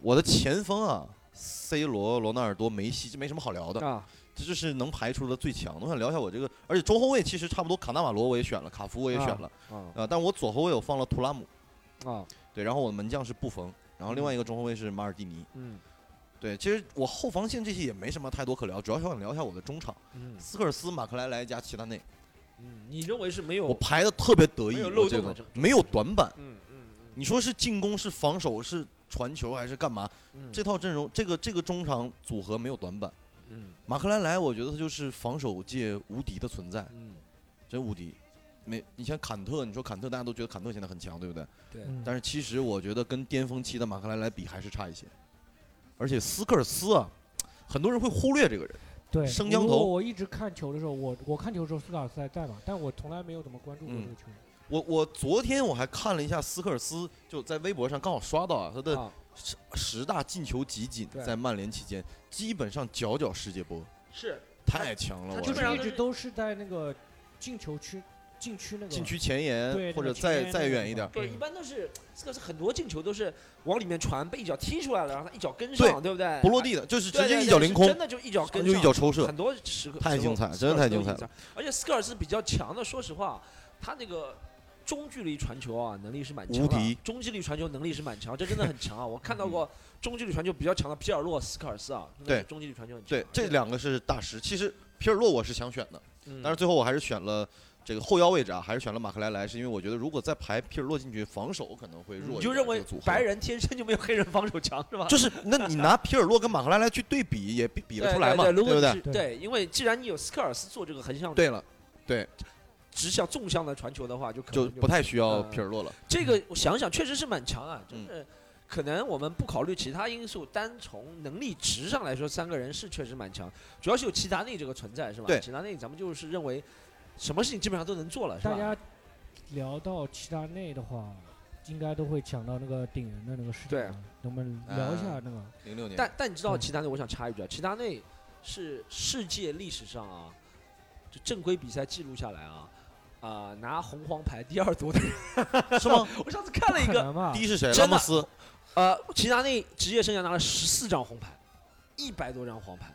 S4: 我的前锋啊，C 罗、罗纳尔多、梅西，这没什么好聊的，
S2: 啊，
S4: 这就是能排除的最强的。我想聊一下我这个，而且中后卫其实差不多，卡纳瓦罗我也选了，卡夫我也选了，
S2: 啊
S4: 啊，但我左后卫我放了图拉姆，
S2: 啊，
S4: 对，然后我的门将是布冯，然后另外一个中后卫是马尔蒂尼。
S2: 嗯
S4: 对，其实我后防线这些也没什么太多可聊，主要想聊一下我的中场，
S2: 嗯
S4: 斯科尔斯、马克莱莱加齐达内，
S2: 嗯，你认为是没
S4: 我
S2: 有？
S4: 排的特别得
S2: 没
S4: 意，
S2: 有
S4: 我
S2: 漏
S4: 这
S2: 洞
S4: 个
S2: 的这
S4: 没有短板。
S2: 嗯嗯嗯
S4: 你说是进攻是防守是传球还是干嘛？
S2: 嗯，
S4: 这套阵容，这个这个中场组合没有短板。
S2: 嗯
S4: 马克莱莱，我觉得他就是防守界无敌的存在，
S2: 嗯，
S4: 真无敌。没，你像坎特，你说坎特，大家都觉得坎特现在很强，对不对？
S2: 对，
S3: 嗯
S4: 但是其实我觉得跟巅峰期的马克莱莱比还是差一些。而且斯科尔斯啊，很多人会忽略这个人。
S3: 对
S4: 生
S3: 如
S4: 姜
S3: 果
S4: 头
S3: 我一直看球的时候，我我看球的时候斯卡尔斯还在嘛，但我从来没有怎么关注过
S4: 嗯
S3: 这个球员。
S4: 我我昨天我还看了一下斯科尔斯，就在微博上刚好刷到啊，他的
S2: 啊
S4: 十十大进球集锦
S2: 对
S4: 在曼联期间，基本上角角世界波，
S2: 是
S4: 太强了。
S2: 他
S4: 我
S2: 基
S3: 就
S2: 本上
S3: 是
S4: 觉
S3: 一
S4: 得
S2: 都
S3: 直
S2: 是
S3: 都是在那个禁球区、禁区那个
S4: 禁区前沿
S3: 对
S4: 或者
S3: 那个前沿
S4: 再
S3: 那
S4: 再
S3: 个
S4: 远
S3: 地
S4: 一点
S3: 方，
S2: 对，
S3: 嗯
S2: 一般都是这个是很多进球都是往里面传，被一脚踢出来了，然后他一脚跟上，对不对？哎
S4: 不落地的，就是
S2: 对，对
S4: 直接
S2: 对
S4: 一脚凌空
S2: 是，真的就一脚跟
S4: 就
S2: 上，
S4: 一脚抽射。
S2: 很多时刻
S4: 太
S2: 时候
S4: 精彩
S2: 斯
S4: 真的
S2: 科尔
S4: 太
S2: 都
S4: 精彩
S2: 是这样。而且斯科尔斯比较强的，说实话，他那个中距离传球啊，能力是蛮强
S4: 无
S2: 的
S4: 敌。嗯
S2: 中距离传球能力是蛮强，这真的很 强啊！我看到过中距离传球比较强的皮尔洛、斯科尔斯啊，真的是
S4: 对
S2: 中距离传球很强。
S4: 对，这两个是大师。其实皮尔洛我是想选的，
S2: 嗯
S4: 但是最后我还是选了这个后腰位置啊，还是选了马克莱莱，是因为我觉得如果再排皮尔洛进去，防守可能会弱一点。
S2: 你就认为
S4: 这个组合
S2: 白人天生就没有黑人防守强是吧？
S4: 就是，那你拿皮尔洛跟马克莱莱去对比，也比比
S2: 对
S4: 得出来嘛，
S2: 对如
S4: 不
S2: 果
S4: 对
S2: 是？
S3: 对
S2: 对，因为既然你有斯科尔斯做这个横向
S4: 对了，
S2: 直向纵向的传球的话，就可
S4: 就
S2: 能
S4: 不太需要
S2: 嗯
S4: 皮尔洛了。
S2: 这个我想想，确实是蛮强啊，
S4: 嗯
S2: 就是可能我们不考虑其他因素，单从能力值上来说，三个人是确实蛮强，主要是有齐达内这个存在是吧？
S4: 对
S2: 齐达内咱们就是认为什么事情基本上都能做了是
S3: 大
S2: 吧？
S3: 家聊到齐达内的话，应该都会讲到那个顶人的那个事情
S2: 对嗯
S3: 啊。我们聊一下那个，
S4: 零六年，
S2: 但但你知道
S3: 嗯
S2: 齐达内，我想插一句啊，齐达内是世界历史上啊，就正规比赛记录下来啊。啊、拿红黄牌第二多的人
S4: 是吗？
S2: 我上次看了一
S3: 可
S2: 个，
S3: 能吧
S4: 第？一是谁？
S2: 真的
S4: 拉莫斯，
S2: 呃，齐达内职业生涯拿了十四张红牌，一百多张黄牌，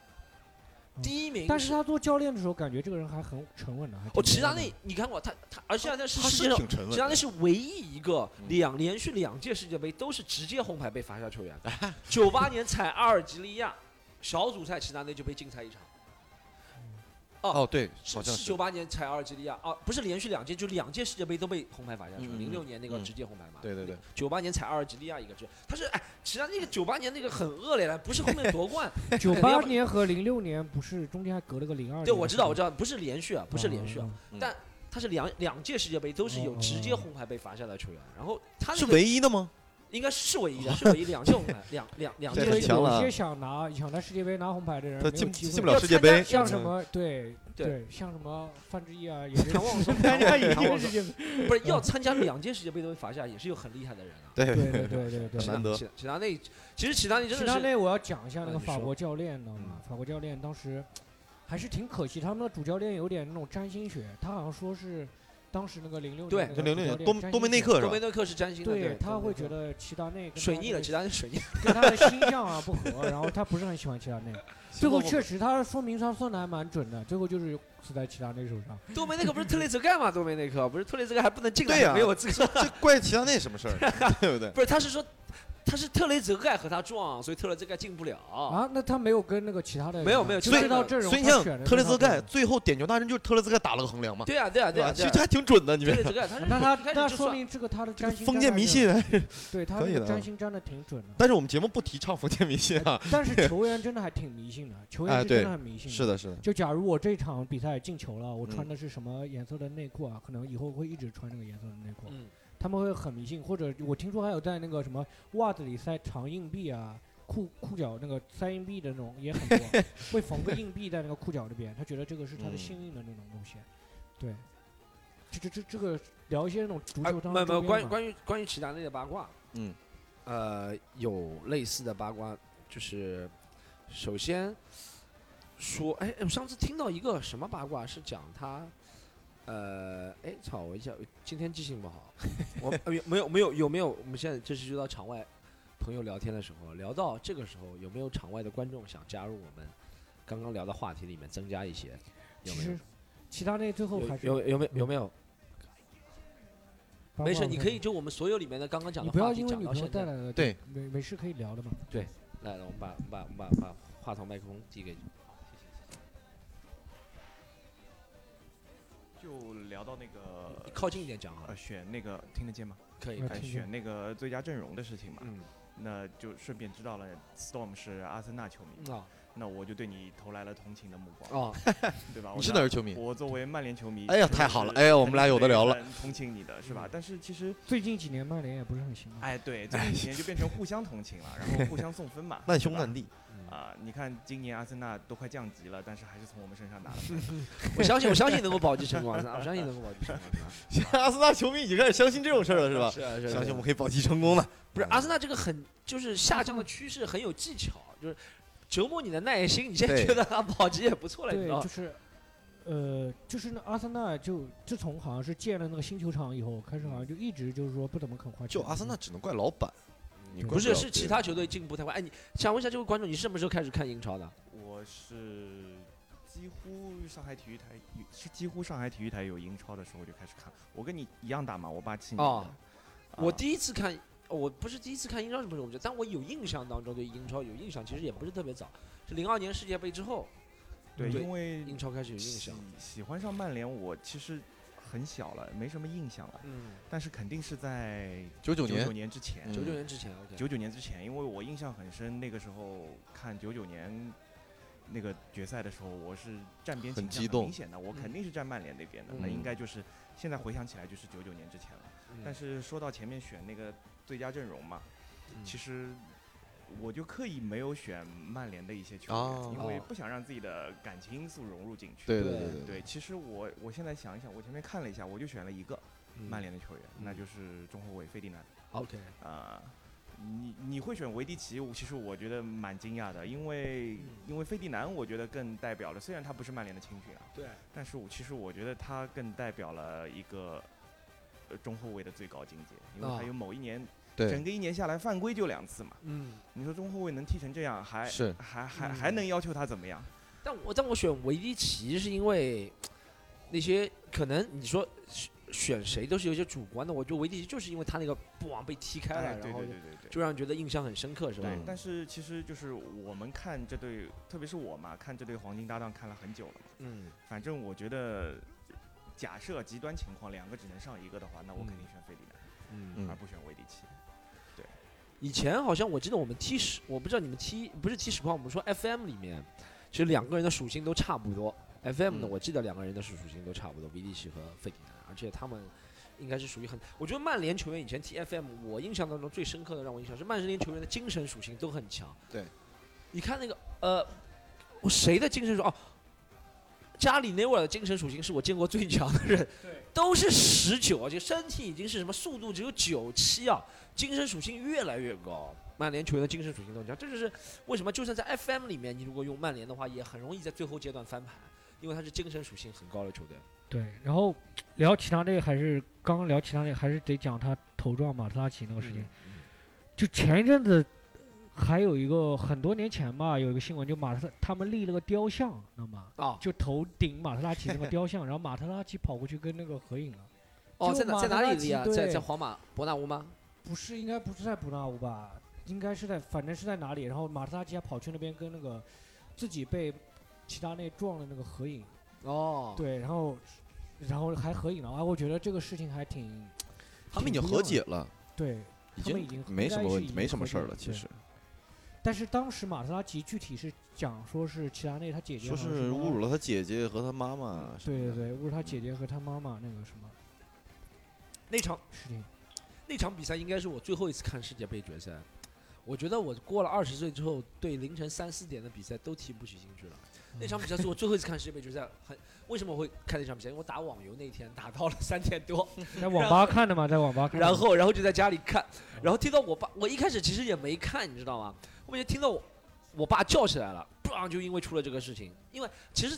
S3: 嗯
S2: 第一名
S3: 但是他做教练的时候，感觉这个人还很沉稳的，还
S2: 哦，
S3: 挺
S2: 齐达
S3: 沉稳
S2: 内
S3: 的，
S2: 你看过他，他而且他是
S4: 他
S2: 世
S4: 是
S2: 界上，
S4: 挺
S2: 齐
S4: 沉稳
S2: 达内
S4: 的。
S2: 是唯一一个
S4: 嗯
S2: 两连续两届世界杯都是直接红牌被罚下球 员。九八年踩阿尔及利亚小组赛，齐达内就被禁赛一场。
S4: 哦，对，好
S2: 是
S4: 像
S2: 是
S4: 是
S2: 九。八年踩阿尔及利亚啊，不是连续两届，就两届世界杯都被红牌罚下球。
S4: 嗯嗯
S2: 零六年那个
S4: 嗯
S2: 直接红牌嘛。
S4: 对对对。
S2: 九八年踩阿尔及利亚一个直，他是哎，齐达内那个九八年那个很恶劣的，不是后面夺冠，
S3: 九
S2: 肯定要
S3: 八
S2: 不
S3: 年和零六年不是中间还隔了个零二？
S2: 对我知道我知道，不是连续啊，
S3: 道
S2: 不是连续啊，但他是两两届世界杯都是有直接
S3: 哦
S2: 红牌被罚下的球员，然后他那
S4: 是
S2: 个
S4: 唯一的吗？
S2: 应该是唯一
S3: 哦
S2: 的，是唯一两届红牌，两两两
S4: 这
S2: 届
S3: 因
S4: 很
S2: 红牌
S3: 为
S4: 强了啊
S3: 嗯有些想拿想在世界杯拿红牌的人，
S4: 他
S3: 没
S4: 进
S3: 有机会
S4: 进不了世界杯
S2: 要参加，
S3: 像什么对
S2: 对
S3: 对，像什么范志毅啊，有些
S2: 唐望说
S3: 参加一
S2: 唐
S3: 个
S2: 望
S3: 世
S2: 说
S3: 界杯，
S2: 不是要参加两届世界杯都被罚下，也是有很厉害的人啊。
S4: 对
S3: 对对对对对
S4: 很
S2: 齐
S4: 是
S2: 达
S4: 难得
S2: 齐齐达内，其实齐达内真
S3: 齐
S2: 的
S3: 达
S2: 是
S3: 内，我要讲一下
S2: 啊
S3: 那
S2: 你
S3: 个法
S2: 说
S3: 国教练，你知道吗？法国教练当时还是挺可惜，他们的主教练有点那种占星学，他好像说是当时那个零六
S2: 对
S3: 年那
S4: 就
S3: 个
S4: 零
S3: 主
S4: 六
S3: 教
S4: 年
S3: 练
S4: 多
S3: 占
S4: 多梅
S3: 星
S4: 内
S3: 学，
S4: 克是
S2: 多
S4: 吧
S2: 梅？内克是占星的，
S3: 对
S2: 对，
S3: 他
S2: 多梅
S3: 会
S2: 内
S3: 觉
S2: 克
S3: 得齐达内跟
S2: 水
S3: 他
S2: 逆
S3: 那
S2: 了，
S3: 个
S2: 齐达内水逆。
S3: 跟他的星象啊不合，然后他不是很喜欢齐达内。最后
S2: 不不
S3: 确实他说明他算的还蛮准的，最后就是死在齐达内手上。
S2: 多梅内克不是特雷泽盖吗？多梅内克不是特雷泽盖还不能进来，
S4: 对呀
S2: 没有资格。
S4: 这怪齐达内什么事儿？对不对？
S2: 不是，他是说他是特雷泽盖和他撞，所以特雷泽盖进不了。
S3: 啊，那他没有跟那个其他的人
S2: 哦没有
S3: 吗
S2: 没有
S3: 就
S4: 所以
S3: 这套阵容
S4: 所以
S3: 他
S4: 你
S3: 选的，
S4: 想
S3: 跟他
S4: 特雷泽盖
S3: 不一样
S4: 最后点球大战就是特雷泽盖打了个横梁嘛，
S2: 对呀，对呀，对
S3: 啊
S4: 吧？
S2: 呀，
S4: 其
S2: 对
S4: 实
S2: 呀。
S4: 还挺准的，你
S2: 特
S4: 别
S2: 雷泽 盖，他是
S3: 那
S2: 他
S3: 他
S2: 一开
S3: 那
S2: 始就
S3: 说
S2: 算
S3: 明这个他的占星
S4: 封
S3: 占
S4: 建
S3: 得
S4: 迷
S3: 很
S4: 信，啊
S3: 对他
S4: 可
S3: 那
S4: 以
S3: 个
S4: 的啊
S3: 占星占的挺准的。
S4: 但是我们节目不提倡封建迷信啊。
S3: 但是球员真的还挺迷 信的，啊球
S4: 哎
S3: 员 是啊
S4: 对
S3: 真的很迷信。
S4: 是
S3: 的。
S4: 的，是的，
S3: 就假如我这场比赛进球了，我穿
S4: 嗯
S3: 的是什么颜色的内裤啊？可能以后会一直穿这个颜色的内裤。
S2: 嗯
S3: 他们会很迷信，或者我听说还有在那个什么袜子里塞长硬币啊，裤裤脚那个塞硬币的那种也很多，会缝个硬币在那个裤脚这边，他觉得这个是他的
S4: 嗯
S3: 幸运的那种东西，对。这这这这个聊一些那种足
S2: 哎
S3: 球当
S2: 没
S3: 中
S2: 有没有
S3: 周边
S2: 关于关
S3: 嘛
S2: 于关于齐达内的八卦，
S4: 嗯，
S2: 呃，有类似的八卦，就是首先说，哎，哎我上次听到一个什么八卦是讲他，呃，哎，操我一下，今天记性不好，我 呃有没有没有有没有，我们现在这是就到场外朋友聊天的时候，聊到这个时候，有没有场外的观众想加入我们刚刚聊的话题里面增加一些？有
S3: 其
S2: 没有
S3: 实齐达内最后还是
S2: 有有有没有有没有？
S3: 八
S2: 没
S3: 卦
S2: 事，你
S3: 会
S2: 可以就我们所有里面的刚刚讲
S3: 嗯你
S2: 的
S3: 不
S2: 话
S3: 要
S2: 题
S3: 因为
S2: 讲
S3: 女
S2: 到
S3: 朋友
S2: 现
S3: 带
S2: 在。
S3: 来了，
S4: 对，
S3: 没没事可以聊的嘛。
S2: 来了，我们把我们把我们把把话筒麦克风递给你。
S5: 就聊到那
S4: 嗯
S5: 个
S2: 靠近一点讲好
S5: 呃
S2: 了，
S5: 选那个听得见吗？
S2: 可以
S3: 呃
S2: 可
S5: 哎，
S2: 以。
S3: 听得
S5: 选
S3: 见
S5: 那个最佳阵容的事情嘛。
S2: 嗯，
S5: 那就顺便知道了，Storm 是阿森纳球
S4: 嗯
S5: 迷，
S2: 啊
S5: 那我就对你投来了同情的目光，
S2: 哦，
S5: 对吧？
S4: 你
S5: 我
S4: 是
S5: 当
S4: 哪儿球迷？
S5: 我作为曼联球迷，
S4: 哎呀
S5: 确实
S4: 太好了
S5: 是
S4: 哎呀我
S5: 肯
S4: 们俩
S5: 定
S4: 有
S5: 是
S4: 得聊了
S5: 很同情你的是吧
S2: 嗯？
S5: 但是其实，
S3: 最近几年曼联也不是很行啊。
S5: 哎，对，这几年就变成互相同情了，然后互相送分嘛
S4: 。难兄
S5: 对吧
S4: 难弟，
S2: 嗯
S5: 啊、你看今年阿森纳都快降级了，但是还是从我们身上拿了分。
S2: 我相信，我相信能够保级成功，啊我相信能够保级成功。
S4: 现在阿森纳球迷已经开始相信这种事儿了，是吧？
S2: 是啊，是啊。
S4: 相信我们可以保级成功了。
S2: 不是
S4: 嗯
S2: 阿森纳这个很就是下降的趋势很有技巧，就是折磨你的耐心。你现在
S4: 对
S2: 觉得他保级也不错了，你
S3: 对
S2: 知道，
S3: 就
S2: 吗？
S3: 是，呃，就是那阿森纳就自从好像是建了那个新球场以后，开始好像就一直就是说不怎么肯花钱。
S4: 就阿森纳只能怪老板，你
S3: 对
S4: 怪
S2: 嗯不是
S4: 了
S2: 是
S4: 别
S2: 其
S4: 人
S2: 他球队进步太快。哎，你想问一下这位观众，你是什么时候开始看英超的？
S5: 我是几乎上海体育台是几乎上海体育台有英超的时候我就开始看。我跟你一样大嘛，我八七年的。
S2: 哦我
S5: 啊
S2: 第一次看，哦我不是第一次看英超什么时候我不知道，但我有印象当中对英超有印象，其实也不是特别早，是零二年世界杯之后，
S5: 啊对，
S2: 对
S5: 因为
S2: 英超开始有印
S5: 喜
S2: 象。
S5: 喜欢上曼联，我其实很小了，没什么印象了，
S2: 嗯，
S5: 但是肯定是在
S4: 九九
S5: 九九
S4: 年
S5: 年之前
S4: 嗯，
S2: 九九年之前，OK。
S5: 九九年之前，因为我印象很深，那个时候看九九年那个决赛的时候，我是站边
S4: 很
S5: 倾向
S4: 激动
S5: 明显的，我肯定是站曼联那边的，那
S2: 嗯
S5: 应该就是现在回想起来就是九九年之前了。
S4: 嗯
S5: 但是说到前面选那个最佳阵容嘛，
S2: 实
S4: 嗯
S5: 其实我就刻意没有选曼联的一些球
S4: 哦
S5: 员，因为
S2: 哦
S5: 不想让自己的感情因素融入进去。
S4: 对
S2: 对
S4: 对对
S5: 对，其实我我现在想一想，我前面看了一下，我就选了一个曼联的球员，那
S2: 嗯
S5: 就是中后卫费迪南。
S2: OK，
S5: 啊、你你会选维迪奇，我其实我觉得蛮惊讶的，因
S2: 嗯
S5: 为因为费迪南，我觉得更代表了，虽然他不是曼联的青训啊，
S2: 对，
S5: 但是我其实我觉得他更代表了一个呃中后卫的最高境界，因为
S2: 啊
S5: 他有某一年、整
S4: 对，
S5: 个一年下来犯规就两次嘛，
S2: 嗯，
S5: 你说中后卫能踢成这样，还
S4: 是
S5: 还还
S2: 嗯
S5: 还能要求他怎么样？
S2: 但我但我选维迪奇是因为那些可能你说选选谁都是有一些主观的，我觉得维迪奇就是因为他那个不往被踢开了，
S5: 哎对
S2: 然后
S5: 对对对对。
S2: 就让人觉得印象很深刻，是吧
S5: 对
S4: 嗯，？
S5: 但是其实就是我们看这对，特别是我嘛，看这对黄金搭档看了很久了嘛。
S2: 嗯，
S5: 反正我觉得，假设极端情况两个只能上一个的话，那我肯定选费迪南，
S2: 嗯，
S4: 嗯
S5: 而不选维迪奇。
S2: 以前好像我记得我们踢实，我不知道你们踢不是踢实况，我们说 FM 里面，其实两个人的属性都差不多。FM 呢，
S4: 嗯
S2: 我记得两个人的属属性都差不多，维迪奇和费迪南，而且他们应该是属于很，我觉得曼联球员以前踢 FM，我印象当中最深刻的让我印象是曼联球员的精神属性都很强。
S4: 对，
S2: 你看那个呃，我谁的精神属哦，加里内维尔的精神属性是我见过最强的人，
S3: 对
S2: 都是十九，而且身体已经是什么速度只有九七啊，精神属性越来越高。曼联球员的精神属性都很强，这就是为什么就算在 FM 里面，你如果用曼联的话，也很容易在最后阶段翻盘，因为它是精神属性很高的球队。
S3: 对，然后聊其他这个还是刚刚聊其他这个还是得讲他头撞马特拉齐那个事
S2: 嗯
S3: 情。就前一阵子还有一个很多年前吧，有一个新闻，就马特他们立了个雕像，知道吗？
S2: 啊，
S3: 就头顶马特拉齐那个雕像，然后马特拉齐跑过去跟那个合影了。
S2: 哦，
S3: 就
S2: 在哪在哪
S3: 马德拉
S2: 里立啊？
S3: 奇
S2: 在
S3: 队
S2: 在皇马伯纳乌吗？
S3: 不是，应该不是在伯纳乌吧？应该是在，反正是在哪里。然后马特拉齐还跑去那边跟那个自己被齐达内撞的那个合影，
S2: 哦，
S3: 对，然后然后还合影了。啊，我觉得这个事情还挺
S4: 他们已经和解了，
S3: 对。
S4: 已
S3: 他们已
S4: 经
S3: 经
S4: 没什么
S3: 应该
S4: 问题，
S3: 是已经
S4: 没什么事儿
S3: 和
S4: 了。
S3: 解
S4: 其
S3: 了
S4: 实
S3: 但是当时马特拉齐具体是讲说是齐达内他姐姐
S4: 说
S3: 好像
S4: 是
S3: 什么
S4: 侮辱了他姐姐和他妈妈。
S3: 对对，对，侮辱他姐姐和他妈妈那个什么
S2: 那场
S3: 事情。
S2: 那场比赛应该是我最后一次看世界杯决赛。我觉得我过了二十岁之后，对凌晨三四点的比赛都提不起兴趣了。
S3: 嗯
S2: 那场比赛是我最后一次看世界杯决赛，很为什么我会看那场比赛？因为我打网游那天打到了三点多，
S3: 在网吧看的嘛，在网吧看的。
S2: 然后然后就在家里看，然后听到我爸，我一开始其实也没看，你知道吗？后面就听到我我爸叫起来了，然就因为出了这个事情，因为其实，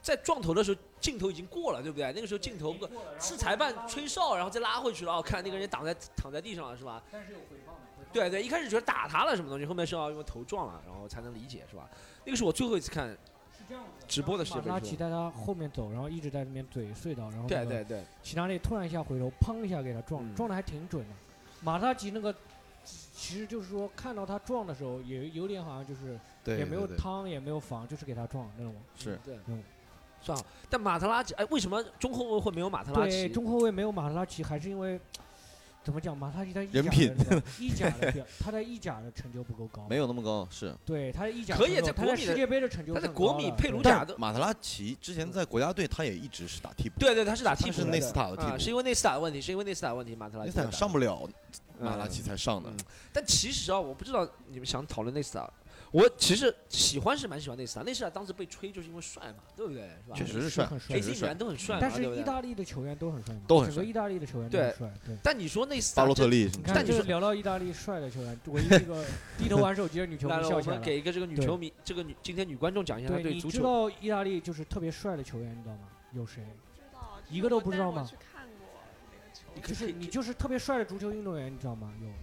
S2: 在撞头的时候镜头已经过了，对不对？那个时候镜头不是裁判吹哨，然后再拉回去了，哦，看那个人躺在躺在地上了，是吧？
S3: 但是有回放的。
S2: 对对，一开始觉得打他了什么东西，后面是要因为头撞了，然后才能理解，是吧？那个是我最后一次看直播的世界
S3: 马
S2: 杯
S3: 特拉
S2: 是
S3: 齐
S2: 吧，
S3: 在他后面走，然后一直在那边怼隧道，然后
S2: 对对对，
S3: 齐达内突然一下回头，砰一下给他撞，
S2: 嗯
S3: 撞的还挺准的。马特拉齐那个其实就是说看到他撞的时候，也有点好像就是
S4: 对
S3: 也没有
S4: 对对
S3: 趟也没有防，就是给他撞那种。
S4: 是
S2: 对
S3: 嗯。
S2: 算了，但马特拉齐，哎，为什么中后卫会没有马特拉齐？
S3: 对，中后卫没有马特拉齐，还是因为怎么讲？马特拉齐在意甲
S4: 人品
S3: 的那个意甲的表，他在意甲的成就不够高。
S4: 没有那么高是。
S3: 对，他在意甲
S2: 可以
S3: 成就
S2: 在
S3: 他
S2: 国
S3: 在
S2: 米
S3: 世
S2: 的
S3: 界杯的成就
S2: 他
S3: 是
S2: 在
S3: 很
S2: 国
S3: 高
S2: 米
S3: 的
S2: 佩鲁
S3: 对
S2: 贾
S4: 但
S2: 都
S4: 马特拉齐之前在国家队他也一直是打替补，
S2: 对对，他是打替
S4: 他
S2: 补
S4: 是
S2: 的，
S4: 内斯塔的替
S2: 啊，是
S4: 补，
S2: 因为内斯塔的问题，是因为内斯塔的问题，马特拉
S4: 内
S2: 齐
S4: 斯塔上不了，马特拉
S2: 齐。
S4: 齐才上的
S2: 嗯。但其实啊，我不知道你们想讨论内斯塔，我其实喜欢是蛮喜欢内斯塔，内斯塔当时被吹就是因为帅嘛，对不对？是吧？
S4: 确实
S3: 是
S4: 是帅，
S3: 很帅
S2: ，AC
S4: 确实
S2: 米兰
S4: 帅。
S2: 都很帅嘛，
S3: 但是
S2: 对不
S3: 意
S2: 对？
S3: 大利的球员都很帅嘛，
S4: 都很
S3: 整个
S4: 帅
S3: 意大利的球员都
S2: 对
S3: 很帅，对。
S2: 但你说内斯塔
S4: 巴洛特
S2: 真，
S4: 利什
S3: 你
S4: 么
S3: 看，
S4: 的，
S2: 但你
S3: 就是
S2: 说
S3: 聊到意大利帅的球员，唯一一个低头玩手机的女球迷
S2: 来了，
S3: 笑
S2: 我
S3: 起来
S2: 们
S3: 了。
S2: 给一个这个女
S3: 对
S2: 球迷，这个女今天女观众讲一下她
S3: 对，你
S2: 足
S3: 知
S2: 球。
S3: 道意大利就是特别帅的球员，你知道吗？有谁？
S6: 知道，
S3: 一个都不知道
S6: 但我
S3: 吗
S6: 去看过那个球
S2: 你可
S3: 就
S2: 以
S3: 是
S2: 可以
S3: 你就是特别帅的足球运动员，你知道吗？有吗？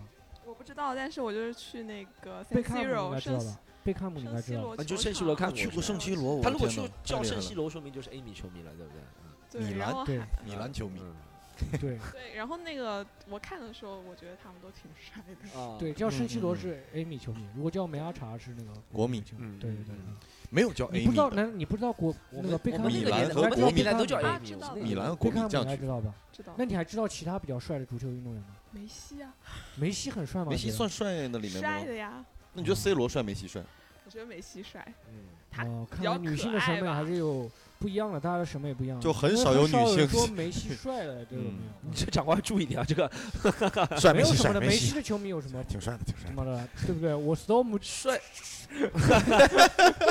S6: 我不知道，但是我就是去那个
S3: 贝
S6: San
S3: 克汉姆你应
S6: Siro
S3: 该知道
S6: 圣
S3: 吧？贝克汉姆你应该
S6: 圣
S3: 知
S6: 西
S3: 道吧。
S6: 罗
S2: 啊
S6: 球
S2: 就
S6: 场，
S2: 圣西罗看
S4: 我
S2: 过
S4: 去过圣西罗，我
S2: 他如果
S4: 天
S2: 去
S4: 哪太
S2: 叫
S4: 厉
S2: 圣
S4: 害
S2: 西
S4: 了
S2: 罗，说明就是 A 米球迷了，对不对？嗯
S6: 对，
S4: 米
S6: 然
S4: 兰
S6: 后
S3: 对
S6: 还
S4: 米兰球迷，
S2: 嗯
S3: 对
S6: 对，然后那个我看的时候，我觉得他们都挺帅的。
S2: 啊，
S3: 对，叫圣西罗
S4: 嗯嗯嗯
S3: 是 A 米球迷，如果叫梅阿查是那个
S4: 国米
S3: 球
S2: 嗯
S3: 迷。对对对
S2: 嗯，
S3: 嗯
S4: 没有叫 A
S3: 你不
S4: 米
S3: 知道？
S4: 的，
S3: 难道你不知道国
S2: 我
S3: 那
S2: 们
S3: 个贝克
S2: 我
S3: 汉姆
S2: 们那
S4: 米
S2: 个
S4: 兰
S2: 年代，
S4: 和
S2: 我们那
S4: 国
S2: 个
S4: 米
S2: 年代都叫 A
S6: 啊
S2: 米，
S6: 知
S2: 我
S6: 道
S2: 们那个
S6: 的
S4: 米兰和
S3: 贝
S4: 国
S3: 克
S4: 米
S3: 汉姆
S4: 降
S3: 你还
S4: 级
S3: 知。道吧？
S6: 知道
S3: 那你还知道其他比较帅的足球运动员吗？
S6: 梅西啊，
S3: 梅西很帅吗？
S4: 梅西
S3: 你觉
S4: 算帅的里面
S6: 帅
S4: 吗？
S6: 的呀，
S4: 那你觉得 C 罗帅，梅西帅？
S6: 我觉得梅西帅。
S2: 嗯
S3: 得
S6: 他
S3: 哦，看
S6: 较
S3: 来女
S6: 可
S3: 性的审
S6: 爱
S3: 美
S6: 吧
S3: 还是有不一样的，大家的审美不一样的。
S4: 就很
S3: 因为
S4: 少有女性
S3: 说梅西帅 的，对有
S4: 嗯
S3: 没有？
S2: 你这讲话要注意点啊，这个
S4: 帅
S3: 没有什么的，梅西，的球迷有 什么
S4: 挺帅的，挺帅
S3: 他。妈的，对不对？我 storm
S2: 帅，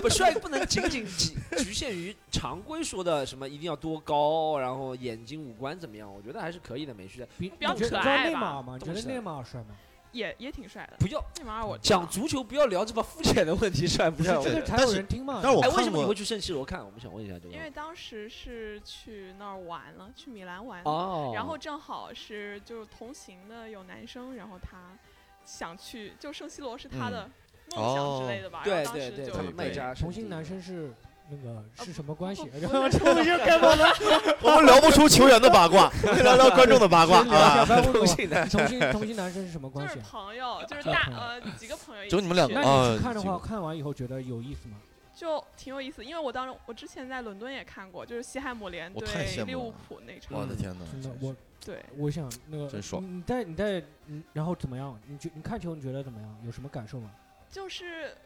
S2: 不帅不能仅仅局局限于常规说的什么一定要多高，然后眼睛五官怎么样，我觉得还是可以的，没事的。
S3: 比
S6: 比较
S3: 你觉你
S6: 可
S3: 知道
S6: 爱
S3: 内
S6: 吧
S3: 马尔吗？你觉
S2: 懂
S3: 得
S2: 事
S3: 内马尔帅吗？
S6: 也也挺帅的。
S2: 不要
S6: 内马尔我知
S2: 讲
S6: 道
S2: 足球，不要聊这么肤浅的问题，帅不帅？
S4: 不
S3: 这
S2: 我
S4: 是
S3: 个
S4: 对对
S3: 才
S4: 但
S3: 有
S4: 是
S3: 人听嘛。
S4: 但是我
S2: 哎，为
S4: 看
S2: 什么
S4: 过
S2: 你会去圣西罗看？我们想问一下这个
S6: 因。为当时是去那儿玩了，去米兰玩，
S2: 哦，
S6: 然后正好是就是同行的有男生，然后他想去，就圣西罗是他的梦想之类的吧。然
S2: 对嗯
S6: 后当
S2: 哦对
S6: 时
S2: 对，
S6: 就
S2: 他们卖家
S3: 重庆男生是那个
S6: 呃
S3: 是什么关系？
S6: 不
S3: 然
S6: 不
S3: 后
S6: 是
S3: 这不就该问了？
S4: 我们聊不出球员的 八卦，聊聊观众的八卦
S3: 先聊一下
S4: 啊。
S3: 不然问
S2: 重
S3: 我
S2: 庆男，
S3: 重庆同性男生是什么
S6: 就
S3: 关
S6: 是
S3: 系啊？
S6: 朋友，就是
S3: 这
S6: 大
S3: 朋友
S6: 呃几个朋友一起去，
S4: 就你们两个
S3: 那
S4: 啊
S3: 你去看的话，
S4: 几
S3: 看完以后觉得有意思吗？
S6: 就挺有意思。因为我当时我之前在伦敦也看过，就是西汉姆联
S4: 我太羡
S6: 对
S4: 慕
S6: 利物
S4: 了
S6: 浦那场，
S4: 我的天哪！
S3: 真的，我
S6: 对，
S3: 我想那个，
S4: 真爽
S3: 你你在你在，嗯然后怎么样？你觉你看球你觉得怎么样？有什么感受吗？
S6: 就是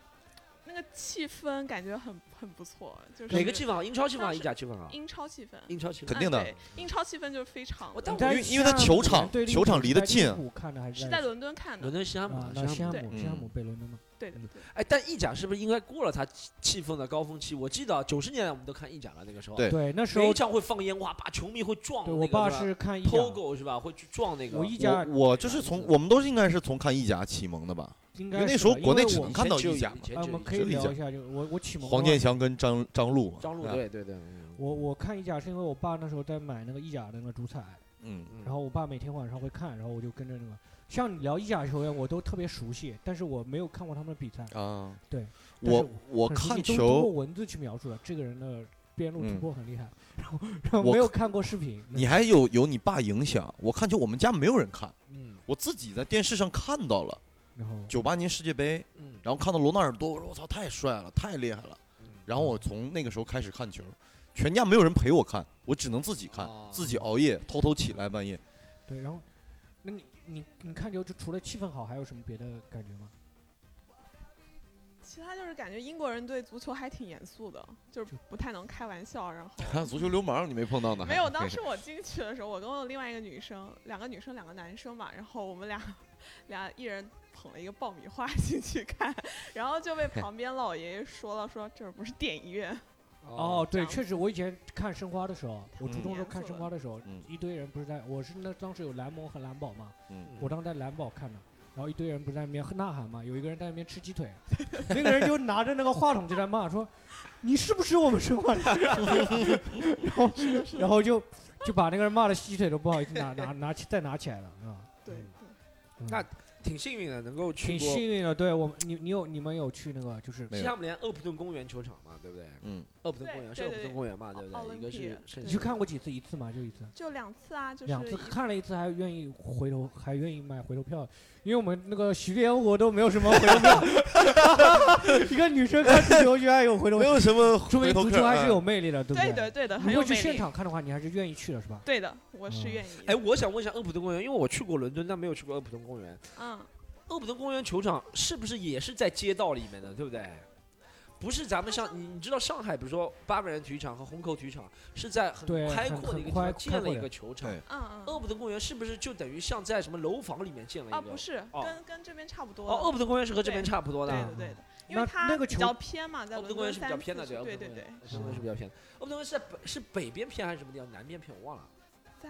S6: 那个气氛感觉很很不错，就是
S2: 哪个气氛好？英超气氛好，
S6: 当时
S2: 意甲气氛好？
S6: 英超气氛，
S2: 英超气氛
S4: 肯定的
S6: 啊对英超气氛就是非常
S2: 我
S6: 的。
S2: 但
S3: 你
S2: 我
S3: 在
S4: 因为因为他
S3: 西汉姆
S4: 球场
S3: 联对利
S4: 球
S3: 物浦
S4: 场
S3: 你
S4: 离得
S3: 在利
S4: 近
S3: 物浦看的还
S6: 是
S3: 在
S6: 在伦敦看的
S2: 伦，敦西汉姆
S3: 啊，，那西汉
S6: 对
S3: 姆西汉
S4: 嗯
S3: 姆被伦敦吗？
S6: 对的，对的
S2: 哎，但意甲是不是应该过了它气气氛的高峰期？我记得九十年代我们都看意甲了，那个时候，
S4: 对
S3: 对，那时
S2: 每
S3: 候
S2: 一场会放烟花，把球迷会撞
S3: 对
S2: 那
S3: 我
S2: 个
S3: 爸
S2: 吧
S3: 是看意甲，
S2: Pogo 是吧？会去撞那个。
S3: 我意
S4: 我
S3: 甲
S4: 我就是
S3: 嗯
S4: 从我们都是应该是从看意甲启蒙的吧？
S3: 应
S4: 因
S3: 该
S4: 为那
S3: 是
S4: 时候
S3: 的
S4: 国内
S3: 因为
S4: 只
S3: 我
S4: 能看到
S2: 以前
S4: 意甲
S2: 只有以前
S3: 哎，
S2: 只有
S3: 我们
S2: 一
S3: 可以
S4: 是意
S3: 聊
S4: 甲
S3: 一下这个，我我启蒙
S4: 黄
S3: 的
S4: 健
S3: 话
S4: 翔跟张张璐嘛，
S2: 张璐，
S4: 啊，
S2: 对对对，嗯
S3: 我我看意甲是因为我爸那时候在买那个意甲的那个主彩，
S4: 嗯，
S2: 嗯
S3: 然后我爸每天晚上会看，然后我就跟着那个。像你聊意甲球员，我都特别熟悉，但是我没有看过他们的比赛。
S4: 啊，
S3: 对，但是
S4: 我 我
S3: 很熟悉都
S4: 看
S3: 是通过
S4: 球，
S3: 文字去描述的，这个人的边路突
S4: 嗯
S3: 破很厉害，然后然后
S4: 我
S3: 没有
S4: 看
S3: 看过视频。
S4: 你还有有你爸影响。我看球，我们家没有人看，
S2: 嗯
S4: 我自己在电视上看到了
S3: 然后
S4: 九八年世界杯，
S2: 嗯
S4: 然后看到罗纳尔多，我说我操，太帅了，太厉害了。
S2: 嗯，
S4: 然后我从那个时候开始看球，全家没有人陪我看，我只能自己看
S3: 啊
S2: 哦，
S4: 自己熬夜，偷偷起来 半夜。
S3: 对，然后那你你你看球就除了气氛好，还有什么别的感觉吗？
S6: 其他就是感觉英国人对足球还挺严肃的，就是不太能开玩笑。然后
S4: 足球流氓你没碰到呢？
S6: 没有，当时我进去的时候，我跟我另外一个女生，两个女生，两个男生吧，然后我们俩 俩一人捧了一个爆米花进去看， 然后就被旁边老爷爷说了，说这不是电影院，
S3: 哦，对，
S6: 这样
S3: 确实，我以前看申花的时候，我初
S4: 嗯
S3: 中时候看
S6: 严肃
S3: 申
S6: 了
S3: 花的时候，
S4: 嗯
S3: 一堆人不是在，我是那当时有蓝盟和蓝宝嘛，
S4: 嗯
S3: 我当时在蓝宝看的，然后一堆人不是在那边呐喊嘛，有一个人在那边吃鸡腿， 那个人就拿着那个话筒就在骂说，你是不是我们申花的？ 然后然后就就把那个人骂的鸡腿都不好意思拿拿拿起再拿起来了啊。
S6: 对，对
S3: 嗯
S2: 那挺幸运的，能够去
S3: 挺
S2: 过
S3: 幸运的，对我们你你有你们有去那个就是
S4: 没
S2: 西
S4: 有
S2: 汉姆联厄普顿公园球场嘛，对不对？
S4: 嗯，
S2: 厄普顿
S6: 对
S2: 公园是
S6: 对
S2: 厄普
S6: 对
S2: 顿
S6: 对
S2: 公园嘛，
S6: 奥
S2: 对不
S6: 奥
S2: 对？
S6: 林
S2: 一个
S6: 匹
S2: 是
S6: 克
S2: 圣
S3: 你
S6: 对
S3: 去
S2: 西
S3: 看过几次？一次嘛，就一次。
S6: 就两次啊，就是
S3: 两次
S6: 一
S3: 看了一次，还愿意回头，还愿意买回头票，因为我们那个徐联我都没有什么回头票， 一个女生看足球居然有回头
S4: 没
S3: 票，
S4: 有什么
S3: 说明
S4: 回头
S3: 足
S4: 客
S3: 球还
S2: 嗯
S3: 是
S4: 啊
S3: 有魅力的，对不
S6: 对的
S3: 对？
S6: 对的，
S3: 你
S6: 很有
S3: 会去
S6: 魅
S3: 现
S6: 力。
S3: 场看的话，你还是愿意去的是吧？
S6: 对的，我是
S3: 嗯
S6: 愿意。
S2: 哎，我想问一下厄普顿公园，因为我去过伦敦，但没有去过厄普顿公园。
S6: 嗯，
S2: 厄普顿公园球场是不是也是在街道里面的，对不对？不是咱们像你，你知道上海，比如说八百人体育场和虹口体育场是在很
S3: 对
S2: 开
S3: 很
S2: 阔的一个
S3: 很
S2: 地
S3: 宽
S2: 方建了
S3: 开阔
S2: 一
S3: 的
S2: 个球场
S4: 对。
S6: 嗯
S2: 厄
S6: 嗯，
S2: 普顿公园是不是就等于像在什么楼房里面建了一
S6: 啊
S2: 个？
S6: 不是，
S2: 哦
S6: 跟跟这边差不多的。
S2: 哦，厄普顿公园是和这边
S6: 对
S2: 差不多的
S6: 对
S2: 啊。
S6: 的对的，因为
S3: 那
S6: 它
S3: 那个
S6: 比
S3: 球
S6: 较偏嘛，在
S2: 奥布
S6: 伦
S2: 登公园
S6: 敦
S2: 是比较
S6: 三
S2: 偏的，
S6: 四
S2: 对
S6: 区
S2: 奥布
S6: 对
S2: 登
S6: 对
S2: 公园
S6: 对，
S2: 是是比较偏的。奥布登公园是在北是北边偏还是什么地方？南边偏我忘了。
S6: 在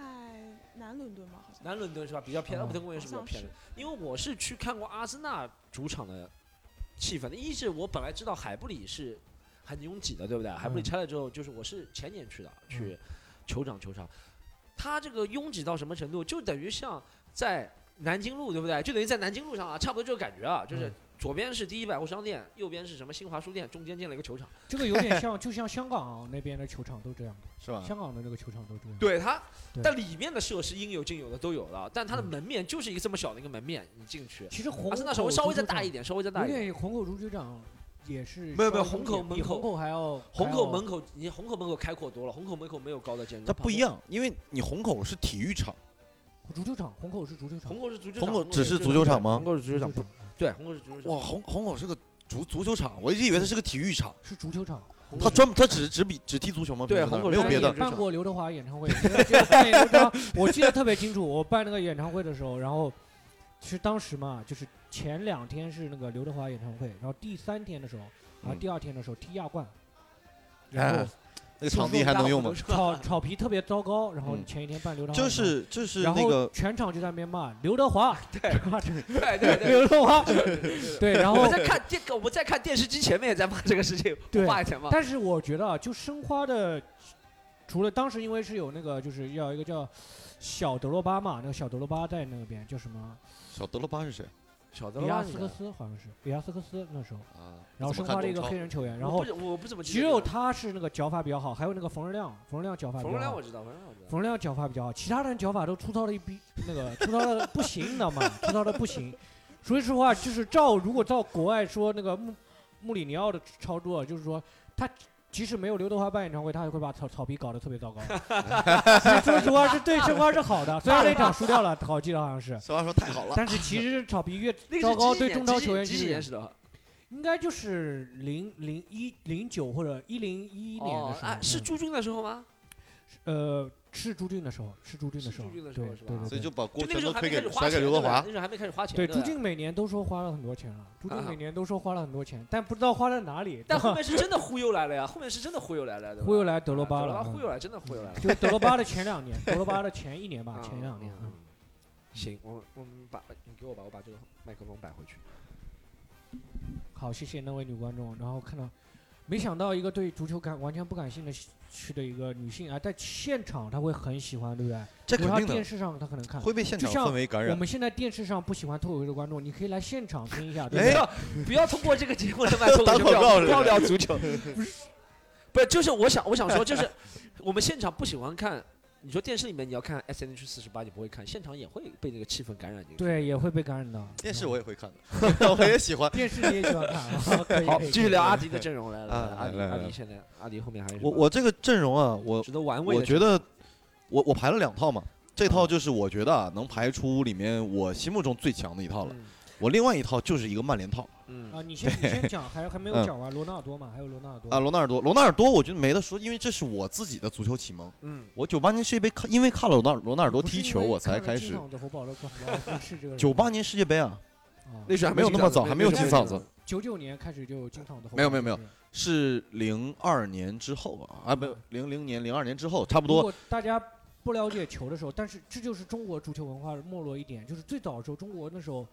S6: 南伦敦吧，好像
S2: 南伦敦是吧？比较偏，
S3: 哦
S2: 奥布登公园是比较
S6: 好像
S2: 偏的
S6: 是。
S2: 因为我是去看过阿森纳主场的气氛的，一是我本来知道海布里是很拥挤的，对不对？海布里
S3: 嗯
S2: 拆了之后，就是我是前年去的，去酋长球场，它这个拥挤到什么程度，就等于像在南京路，对不对？就等于在南京路上啊，差不多这个感觉啊，就是
S3: 嗯
S2: 左边是第一百货商店，右边是什么新华书店，中间建了一个球场。
S3: 这个有点像，就像香港那边的球场都这样，
S4: 是吧？
S3: 香港的那个球场都这样。
S2: 嗯对它，
S3: 对
S2: 但里面的设施应有尽有的都有了，但它的
S3: 嗯
S2: 门面就是一个这么小的一个门面，你进去。
S3: 其实虹
S2: 阿
S3: 口
S2: 森纳稍微稍微再
S3: 足球
S2: 大
S3: 场
S2: 一点，稍微再大
S3: 有
S2: 一点。
S3: 点虹口足球场也是
S2: 没有没有
S3: 稍微
S2: 虹口
S3: 比
S2: 门
S3: 比
S2: 口
S3: 虹口还要
S2: 虹口
S3: 还要
S2: 门口，你虹口门口开阔多了，虹口门口没有高嗯的建筑，
S4: 它不一。样，因为你虹口是体育场，
S3: 足球场，虹口是足球场
S2: 虹，口是足球场，
S4: 虹口
S2: 虹
S4: 只是足球场吗
S2: 虹口是足球场，
S3: 足球场
S2: 对，虹口是足球
S4: 哇，
S2: 场。
S4: 虹虹口是个足足球场，我一直以为它是个体育场，
S3: 是足球场。
S2: 虹口
S4: 它
S2: 是
S4: 专它只只比只踢足球吗？
S2: 对
S4: 平时那
S2: 虹
S4: 儿
S2: 口
S4: 没有
S2: 是
S4: 别的
S2: 体育，
S3: 办过刘德华演唱会，这个办刘德 华我记得特别清楚。我办那个演唱会的时候，然后其实当时嘛，就是前两天是那个刘德华演唱会，然后第三天的时候，然后
S4: 嗯
S3: 第二天的时候踢亚冠，然
S4: 哎
S3: 后，
S4: 那个场地还能用吗？
S3: 草草皮特别糟糕，然后
S4: 嗯
S3: 前一天办刘德华
S4: 这
S3: 演唱会，
S4: 是这是
S3: 然
S4: 那
S3: 后
S4: 个
S3: 全场就在那边骂刘德华，
S2: 对
S3: 是吧
S2: 对对对。
S3: 刘德华，
S2: 对
S3: 对，然后
S2: 我在看电，我们在看电视机前面也在骂这个事情，
S3: 对
S2: 骂钱嘛。
S3: 但是我觉得啊，就申花的，除了当时因为是有那个，就是要一个叫小德罗巴嘛，那个小德罗巴在那边叫什么
S4: 小德罗巴是谁
S2: 小德
S3: 比亚斯科斯，好像是比亚斯科斯那时候，
S4: 啊？
S3: 然后
S4: 怎
S3: 申
S4: 么看
S3: 花的一个
S4: 中超
S3: 黑人球员，然后
S2: 我不我不怎么
S3: 只
S2: 记得
S3: 有
S2: 这个
S3: 他是那个脚法比较好，还有那个冯仁亮，冯仁亮脚法比
S2: 冯
S3: 较
S2: 仁亮
S3: 好
S2: 我。知道，冯仁亮我知道。
S3: 冯仁亮脚法比较好，其他人脚法都粗糙的一逼， 那个粗糙的不行，你知道吗？ 粗糙的不行。所以说实话，就是照如果照国外说那个穆穆里尼奥的操作，就是说他即使没有刘德华办演唱会，他也会把草草皮搞得特别糟糕。 所以说实话是对申花是好的，虽然那场输掉了，好记得好像是，
S4: 小花说太好 了，
S3: 但是其实草皮越
S2: 那个
S3: 糟
S2: 是
S3: 糕，
S2: 几几
S3: 对
S2: 年
S3: 中超球员
S2: 几
S3: 其
S2: 几
S3: 实
S2: 年
S3: 也
S2: 是的？
S3: 应该就是零零一零九或者一零一年的
S2: 哦
S3: 时，候
S2: 啊，，是
S3: 嗯
S2: 朱军的时候吗？
S3: 呃是朱军的时候，是朱军的
S2: 是
S3: 时候，
S2: 朱军的时
S3: 对
S2: 候
S3: 对
S2: 是吧
S3: 对对，
S4: 所以就把锅
S2: 就那个
S4: 全
S2: 时候
S4: 都
S2: 还没
S4: 推
S2: 开始花钱
S4: 给甩给
S2: 呢，
S4: 刘德华
S2: 那。时候还没开始花钱。
S3: 对，
S2: 吧
S3: 朱静每年都说花了很多钱了，朱静
S2: 啊
S3: 每年都说花了很多钱，但不知道花在哪里。
S2: 但后面是真的忽悠来了呀，后面是真的忽悠来了，对吧
S3: 忽悠来德罗
S2: 啊
S3: 巴
S2: 德罗
S3: 了，
S2: 巴忽
S3: 嗯
S2: 悠来，真的忽悠来了。
S3: 就德罗巴的前两年，德罗巴的前一年吧
S2: 啊，
S3: 前两年。嗯
S2: 嗯行，我我们把你给我吧，我把这个麦克风摆回去。
S3: 好，谢谢那位女观众。然后看到，没想到一个对足球感完全不感兴趣的一个女性啊，在现场她会很喜欢，对不对？
S4: 这
S3: 比如
S4: 肯
S3: 她
S4: 定
S3: 电
S4: 的，
S3: 视上她可能看。
S4: 会被现场氛围感
S3: 我
S4: 染。
S3: 们现在电视上不喜欢脱口秀的观众，你可以来现场听一下，对
S2: 不
S3: 不对？
S2: 要不要通过这个节目来卖脱口
S4: 打
S2: 秀，
S4: 哎
S2: 不要
S4: 广告
S2: 不
S4: 是
S2: 要
S4: 吧
S2: 聊足球。不是，就是我想我想说，就是我们现场不喜欢看。你说电视里面你要看 S N H 四十八，你不会看，现场也会被那个气氛感染进去。
S3: 对，也会被感染到。
S4: 电视
S3: 嗯
S4: 我也会看的，我也喜欢。
S3: 电视你也喜欢看 啊？可以
S2: 好，
S3: 可以
S2: 继续聊阿迪的阵容来了。
S4: 啊
S2: 阿迪，
S4: 来来
S2: 阿
S4: 来
S2: 迪现在，阿迪后面还有什
S4: 我
S2: 么
S4: 我这个阵容啊，我
S2: 值得玩味的阵
S4: 我觉
S2: 容。
S4: 得我我排了两套嘛，这套就是我觉得啊，能排出里面我心目中最强的一套了。我另外一套就是一个曼联套
S2: 嗯，
S3: 啊，你先你先讲，还还没有
S4: 嗯
S3: 讲完罗纳尔多嘛？还有罗纳尔多
S4: 啊，罗纳尔多，罗纳尔多，我觉得没得说，因为这是我自己的足球启蒙。
S2: 嗯
S4: 我九八年世界杯看，因为看了罗纳罗纳尔多
S3: 不是
S4: 踢
S3: 因
S4: 球，
S3: 为
S4: 我才
S3: 看了
S4: 开
S3: 金
S4: 始。
S3: 嗓子喉宝的广告 不是这个人
S4: 九八年世界杯啊，
S3: 啊
S2: 那时候还
S4: 没有那么早还没有
S3: 金
S2: 进
S3: 嗓
S4: 子
S3: 九九年开始就有金嗓子喉宝
S4: 没有没有没有
S3: 这个人
S4: 是零二年之后啊，啊不，零零年零二年之后，差不
S3: 如
S4: 多。
S3: 果大家不了解球的时候，但是这就是中国足球文化的没落一点，就是最早的时候，中国那时候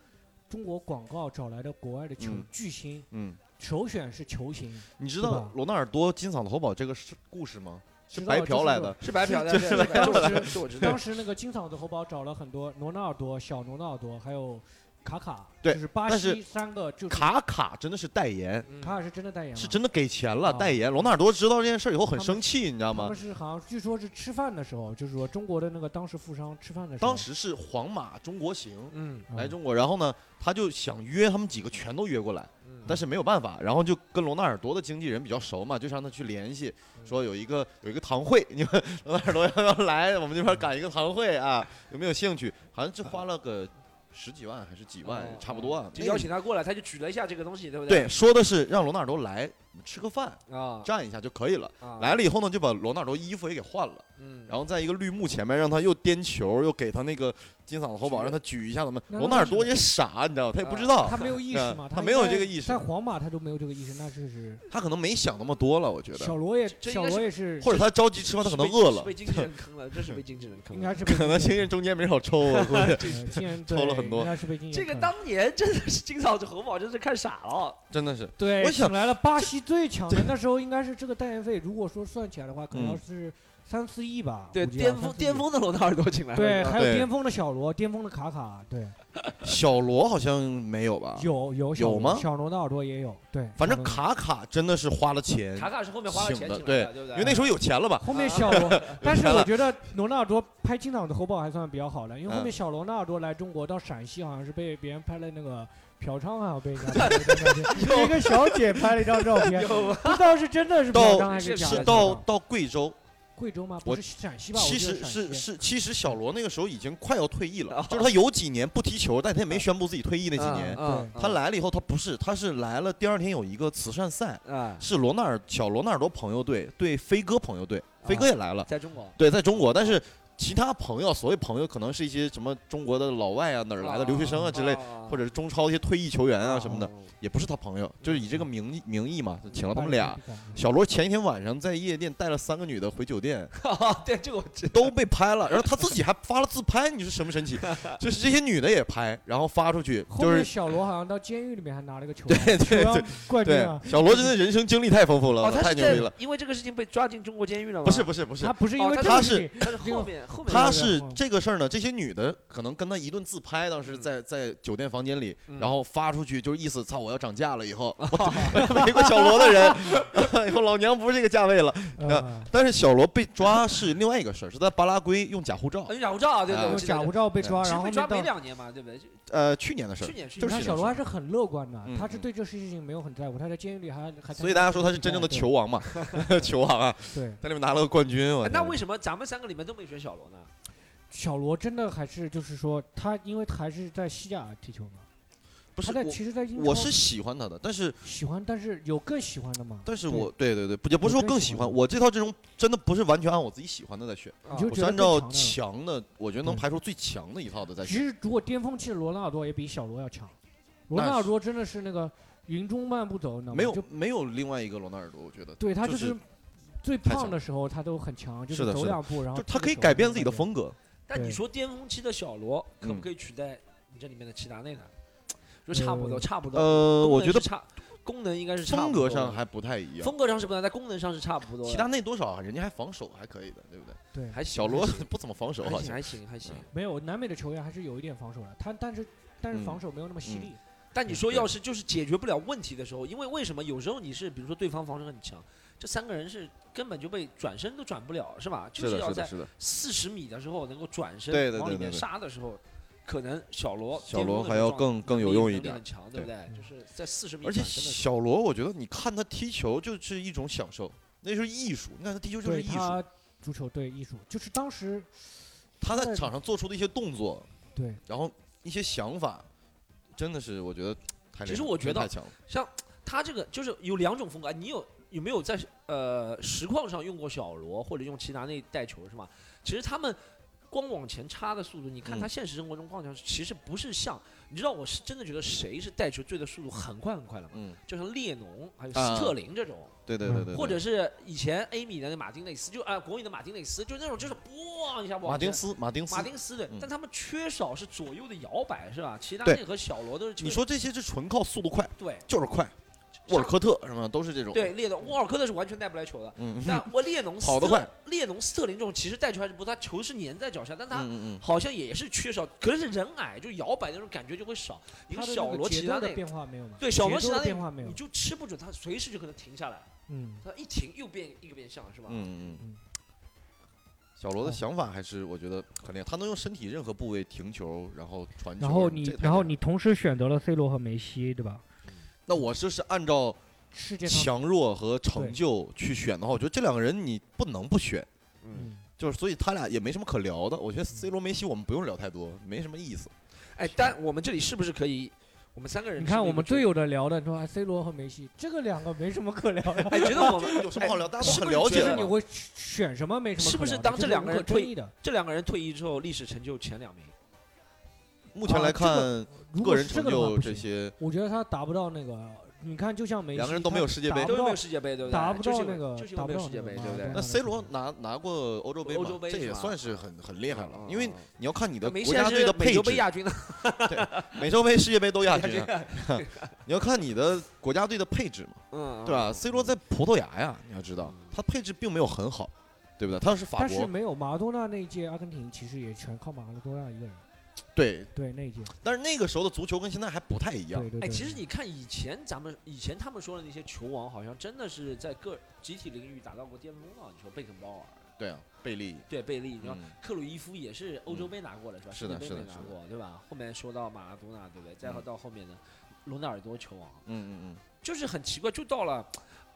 S3: 中国广告找来的国外的球
S4: 嗯
S3: 巨星，
S4: 嗯，
S3: 首选是球星，
S4: 你知
S3: 对
S4: 道
S3: 吧
S4: 罗纳尔多金嗓子喉宝这个是故事吗？是
S3: 知道
S4: 白
S3: 这
S4: 嫖
S3: 是
S4: 来
S3: 个
S4: 的。
S2: 是白嫖 的，
S3: 就
S2: 对
S3: 是
S2: 对对
S3: 就
S2: 这我知
S3: 是
S2: 道，这我知道
S3: 当。时那个金嗓子喉宝找了很多罗纳尔多、小罗纳尔多，还有卡卡，
S4: 对
S3: 就是巴
S4: 但是
S3: 西三个，就是
S4: 卡卡真的是代言，
S2: 嗯
S3: 卡卡是真的代言吗？
S4: 是真的给钱了
S3: 啊
S4: 代言。罗纳尔多知道这件事以后很
S3: 他们
S4: 生气，你知道
S3: 他
S4: 吗
S3: 们？是好像据说是吃饭的时候，就是说中国的那个当时富商吃饭的时候，
S4: 当时是皇马中国行
S2: 嗯
S3: 嗯
S4: 来中国，然后呢，他就想约他们几个全都约过来，
S2: 嗯，
S4: 但是没有办法，然后就跟罗纳尔多的经纪人比较熟嘛，就让他去联系，说有一个有一个堂会，你们罗纳尔多要不要来？我们这边赶一个堂会啊，有没有兴趣？好像就花了个十几万还是几万
S2: 哦，
S4: 差不多啊。
S2: 就
S4: 那个
S2: 邀请他过来，他就举了一下这个东西，对不
S4: 对，？说的是让罗纳尔多来，吃个饭，
S2: 啊
S4: 站一下就可以了。
S2: 啊
S4: 来了以后呢，就把罗纳尔多衣服也给换了，
S2: 嗯，
S4: 然后在一个绿幕前面让他又颠球，又给他那个金嗓子后
S2: 举
S4: 膀，让他举一下，怎么？
S3: 那
S4: 罗纳尔多也傻，你知道吗？他也
S2: 呃
S4: 不知道，
S3: 他没有意识嘛，
S4: 嗯他没有
S3: 应该
S4: 这个意识
S3: 在皇马他都没有这个意识，那确实。
S4: 他可能没想那么多了，我觉
S3: 小
S4: 得，
S3: 罗也，
S2: 这应该
S3: 小罗也是，
S4: 或者他着急吃饭，他可能饿了
S2: 被，经纪人坑了，这是被经纪人坑了。
S3: 应该是被
S4: 可能经纪人中间没少抽，我估 计
S3: 呃竟然
S4: 抽了
S3: 对
S4: 很多
S3: 应该是被经纪
S2: 这
S3: 人
S2: 个
S3: 坑
S2: 当年真的是金嫂子侯宝真是看傻了，
S4: 真的是。
S3: 对，
S4: 我想
S3: 请来了巴西最强的，那时候应该是这个代言费，如果说算起来的话，可能要
S4: 嗯
S3: 是三四亿吧。
S2: 对
S3: 估计啊
S2: 巅峰
S3: 3-4亿
S2: 巅峰的罗纳尔多进来了，
S3: 对，
S2: 是吧
S3: 还有
S4: 对
S3: 巅峰的小罗，巅峰的卡卡，对，
S4: 小罗好像没有吧？，
S3: 有有小
S4: 啊有
S3: 罗
S4: 吗
S3: 小罗的耳朵也有，对，
S4: 反正
S3: 小罗
S4: 卡卡真的是花了钱，
S2: 卡卡是后面花了钱
S4: 嗯请的
S2: 进来
S4: 对
S2: 的，对不对？
S4: 因为那时候有钱了吧？
S3: 后面小罗，但是
S4: 钱
S3: 我
S4: 了
S3: 觉得罗纳尔多拍金嗓子喉宝还算比较好的，因为后面
S4: 嗯
S3: 小罗纳尔多来中国到陕西，好像是被别人拍了那个嫖娼，好像被人家拍了一张照片，被一个小姐拍了一张照片，
S2: 有
S3: 不知道是真的是嫖娼
S4: 到
S3: 还是假的。
S4: 是
S2: 是
S4: 到到贵州，
S3: 贵州吗？不
S4: 我
S3: 是陕西吧？我
S4: 其
S3: 记得
S4: 实
S3: 陕
S4: 是
S3: 西
S4: 是，其实小罗那个时候已经快要退役了
S2: 哦，
S4: 就是他有几年不踢球，但他也没宣布自己退役那几年。
S2: 嗯
S3: 对
S4: 他来了以后，他不是，他是来了第二天有一个慈善赛，
S2: 啊，
S4: 是罗纳尔小罗纳尔多朋友队对飞哥朋友队，飞
S3: 哦
S4: 哥也来了，
S2: 在中国
S4: 对，在中国，但是其他朋友，所谓朋友可能是一些什么中国的老外啊，哪儿来的留学生啊之类，或
S2: 者
S4: 者是中超一些退役球员啊什么的，，
S2: 哦
S4: 也不是他朋友，就是以这个名义名义嘛，请了他们
S3: 巴黎
S4: 俩
S3: 比。赛
S4: 小罗前一天晚上在夜店带了三个女的回酒店，
S2: 哦对，这个我知道。
S4: 都被拍了，然后他自己还发了自拍，你说神不神奇？就是这些女的也拍，然后发出去，
S3: 后
S4: 就
S3: 面
S4: 是
S3: 小罗好像到监狱里面还拿了个球，
S4: 对对
S3: 球
S4: 对
S3: 冠军
S4: 对
S3: 啊。，
S4: 小罗真的人生经历太丰富了，
S2: 哦，他
S4: 太
S2: 是
S4: 牛逼
S2: 在
S4: 了。
S2: 因为这个事情被抓进中国监狱了吗？
S4: 不是，不是不是
S3: 他，不是因
S2: 哦
S3: 为
S2: 他
S3: 这个
S4: 他
S3: 事
S4: 是
S3: 情，
S2: 他是后面后面
S4: 他
S3: 对
S4: 是
S3: 嗯
S4: 这个事儿呢，这些女的可能跟他一顿自拍，当时
S2: 嗯
S4: 在在酒店房间里，
S2: 嗯
S4: 然后发出去，就是意思，操，我要涨价了，以后我没过小罗的人，以 后老娘不是这个价位了。
S3: 呃，
S4: 但是小罗被抓是另外一个事儿，是在巴拉圭用假护照，
S2: 嗯，假护照啊，对对，
S4: 啊
S2: 我
S3: 用
S2: 记得
S3: 假护照被抓，
S2: 其实
S3: 然后
S2: 被
S3: 面
S2: 抓
S3: 到
S2: 没两年嘛，对不对？就
S4: 呃，去年的事儿
S2: 去。年去
S4: 就
S3: 你看
S4: 是
S2: 年
S4: 去
S3: 小
S4: 年
S3: 罗还
S4: 事
S3: 是很乐观的，
S4: 嗯
S3: 他是
S4: 嗯
S3: 对这事情没有很在乎，他在监狱里还还，
S4: 所以大家说他是真正的
S3: 对
S4: 球王嘛，球王啊，
S3: 对
S4: 在里面拿了个冠军，我
S2: 哎那
S4: 天
S2: 为什么咱们三个里面都没选小罗呢？
S3: 小罗真的还是就是说他，因为还是在西甲踢球嘛，
S4: 不是
S3: 他在
S4: 我，
S3: 其实，在英
S4: 我
S3: 超
S4: 是喜欢他的，但是
S3: 喜欢，但是有更喜欢的嘛，
S4: 但是
S3: 对
S4: 我对对对，不也不是说
S3: 更
S4: 更
S3: 喜
S4: 喜
S3: 欢
S4: 欢，我这套阵容真的不是完全按我自己喜欢的在选，
S3: 你就
S4: 我
S3: 觉
S4: 是
S3: 得
S4: 按
S3: 更
S4: 照
S3: 强的
S4: 强的，我觉得能
S3: 对
S4: 排出最强的一套的在
S3: 其
S4: 选。
S3: 实如果巅峰期的罗纳尔多也比小罗要强，罗纳尔多真的是那个云中漫步走，你知道吗？
S4: 没有
S3: 就
S4: 没有另外一个罗纳尔多，我觉得
S3: 对他
S4: 就
S3: 就是
S4: 是
S3: 最
S4: 太
S3: 胖
S4: 强
S3: 的时候他都很强，就是
S4: 的
S3: 走
S4: 是的
S3: 两步，然后
S4: 就
S3: 踢
S4: 他
S3: 个
S4: 可以
S3: 球
S4: 改
S3: 那
S4: 变
S3: 种
S4: 自己的
S3: 感觉。
S4: 风格，
S2: 但你
S3: 对
S2: 说巅峰期的小罗可不
S4: 嗯
S2: 可以取代你这里面的齐达内呢？就差不多，
S3: 嗯
S2: 差不多。
S4: 呃，
S2: 功
S4: 我
S2: 能
S4: 觉
S2: 是
S4: 得
S2: 差，功能应该是差
S4: 风
S2: 不
S4: 格
S2: 多
S4: 上
S2: 的
S4: 还不太一样。
S2: 风格上是不能，在功能上是差不多的。
S4: 齐达内多少啊？人家还防守还可以的，对不对？
S3: 对，
S2: 还行
S4: 小罗
S2: 还行
S4: 不怎么防守，好
S2: 还行
S4: 像
S2: 还行还行。
S3: 没有南美的球员还是有一点防守的，他但是但是
S4: 嗯
S3: 防守没有那么犀
S4: 嗯
S3: 利。
S2: 但你说
S4: 对
S2: 要是就是解决不了问题的时候，因为为什么有时候你是比如说对方防守很强，这三个人是根本就被转身都转不了，是吧？就是是
S4: 的，
S2: 要
S4: 是的，
S2: 在
S4: 是的。
S2: 四十米的时候能够转身
S4: 对对
S2: 往
S4: 对
S2: 里面
S4: 对对
S2: 杀的时候，可能小罗
S4: 小
S2: 巅峰
S4: 罗
S2: 的
S4: 还
S2: 时候
S4: 要
S2: 状
S4: 更更有
S2: 能力
S4: 用一
S2: 能力
S4: 点
S2: 很强，对不对？
S3: 对
S2: 就是在四十米
S4: 而
S2: 转
S4: 且
S2: 身的时候，
S4: 小罗，我觉得你看他踢球就是一种享受，那就是艺术。你看他踢球就是
S3: 对
S4: 艺术，
S3: 他足球对艺术，就是当时
S4: 他
S3: 在
S4: 在场上做出的一些动作，
S3: 对
S4: 然后一些想法，真的是我觉得太厉害了
S2: 其实我觉得
S4: 真的太强了。
S2: 像他这个就是有两种风格，你有有没有在呃实况上用过小罗或者用齐达内带球是吗？其实他们光往前插的速度，你
S4: 嗯
S2: 看他现实生活中光往前插其实不是像，你知道我是真的觉得谁是带球追的速度很快很快的吗？
S4: 嗯，
S2: 就像列侬还有
S4: 啊
S2: 斯特林这种，
S4: 对对对对对，
S2: 或者是以前 A 米的那马丁内斯，就啊、国米的马丁内斯，就那种就是咣一下往
S4: 马丁
S2: 前
S4: 斯，马丁斯
S2: 马，丁斯对，
S4: 嗯
S2: 但他们缺少是左右的摇摆是吧？齐达
S4: 对
S2: 内和小罗都是就
S4: 嗯你
S2: 是
S4: 说这些是纯靠速度快，
S2: 对
S4: 就是快，沃尔科特什么的都是这种。
S2: 对，列侬沃尔科特是完全带不来球的。
S4: 嗯，嗯，
S2: 但我列侬斯
S4: 跑得快，
S2: 列侬斯特林这种其实带球还是不错，他球是粘在脚下，但他
S4: 嗯嗯嗯，
S2: 好像也是缺少，可是人矮就摇摆那种感觉就会少。你
S3: 他
S2: 看
S3: 的
S2: 小
S3: 那个
S2: 罗
S3: 节
S2: 齐达
S3: 奏的
S2: 内，
S3: 变化没有嘛？
S2: 对小罗
S3: 节
S2: 齐
S3: 奏
S2: 达
S3: 的
S2: 内
S3: 变化没有
S2: 你，就吃不准，他随时就可能停下来，
S3: 嗯，
S2: 他一停又变一个变向是吧？
S4: 嗯嗯
S3: 嗯
S4: 嗯。小罗的
S3: 哦
S4: 想法还是我觉得很厉害，他能用身体任何部位停球，然后传球。
S3: 然后
S4: 这
S3: 你
S4: 个太
S3: 然后
S4: 厉害
S3: 你同时选择了 C 罗和梅西，对吧？
S4: 了，那我这是按照
S3: 世界上
S4: 强弱和
S3: 对
S4: 成就去选的话，我觉得这两个人你不能不选。
S3: 嗯
S4: 就是，所以他俩也没什么可聊的。我觉得 C 罗、梅西我们不用聊太多，没什么意思。
S2: 哎，但我们这里是不是可以？我们三个人，
S3: 你看我们队，友的聊的，你说哎 C 罗和梅西，这个两个没什么可聊的。
S2: 哎，觉得我们
S4: 这有什么好聊？大家
S2: 是不
S4: 都很
S2: 是
S4: 了
S2: 觉
S4: 解
S3: 就
S2: 得
S3: 是
S4: 了
S3: 你会选什么没什么可聊的？
S2: 是不是当
S3: 这
S2: 这两个人
S3: 是无可争
S2: 退
S3: 议的？
S2: 这两个人退役之后，历史成就前两名。
S4: 目前
S3: 啊
S4: 来
S3: 这个
S4: 看，个人
S3: 成
S4: 成就这，些，
S3: 我觉得他达不到那个。你看，就像梅西，
S4: 两个人都没有世界杯
S3: 他
S2: 都
S3: 达
S2: 没
S3: 不
S2: 有
S3: 到
S2: 世界杯，对不对？
S3: 达不
S2: 就是
S3: 到
S2: 因为
S3: 那个
S2: 就是因
S3: 达
S2: 为
S3: 不
S2: 没有
S3: 到
S2: 世界
S3: 那个
S2: 杯，
S3: 嘛
S2: 对不对
S3: 对
S4: 那 C 罗拿拿过欧洲杯
S2: 欧
S4: 嘛
S2: 洲，杯
S4: 这
S2: 是
S4: 也
S2: 吧
S4: 算是很很厉害了
S2: 嗯，
S4: 因为
S2: 嗯嗯
S4: 你要看你的
S2: 梅
S4: 国
S2: 西
S4: 家
S2: 还
S4: 队
S2: 是
S4: 的
S2: 美
S4: 配
S2: 洲杯
S4: 置，
S2: 亚军呢，
S4: 美洲杯、世界杯都亚
S2: 亚
S4: 军
S2: 军
S4: 啊，你要看你的国家队的配置嘛，
S2: 嗯，
S4: 对吧？C 罗在葡萄牙呀，你要知道
S2: 嗯
S4: 他配置并没有很好，对不对？他要是法
S3: 但是
S4: 国，
S3: 没有马拉多纳那一届，阿根廷其实也全靠马拉多纳一个人。
S4: 对，
S3: 对那一届，
S4: 但是那个时候的足球跟现在还不太一样
S3: 对。对
S2: 哎，
S3: 对。
S2: 其实你看以前咱们以前他们说的那些球王，好像真的是在个集体领域达到过巅峰啊。你说贝肯鲍尔，
S4: 对啊，贝利，
S2: 对贝利，你说
S4: 嗯
S2: 克鲁伊夫也是欧洲杯拿过了是吧？
S4: 是
S2: 世
S4: 的
S2: 界杯没
S4: 是的
S2: 拿
S4: 是的
S2: 过对吧？后面说到马拉多纳对不对？再
S4: 嗯
S2: 到后面的罗纳尔多球王，
S4: 嗯嗯
S2: 就是很奇怪，就到了。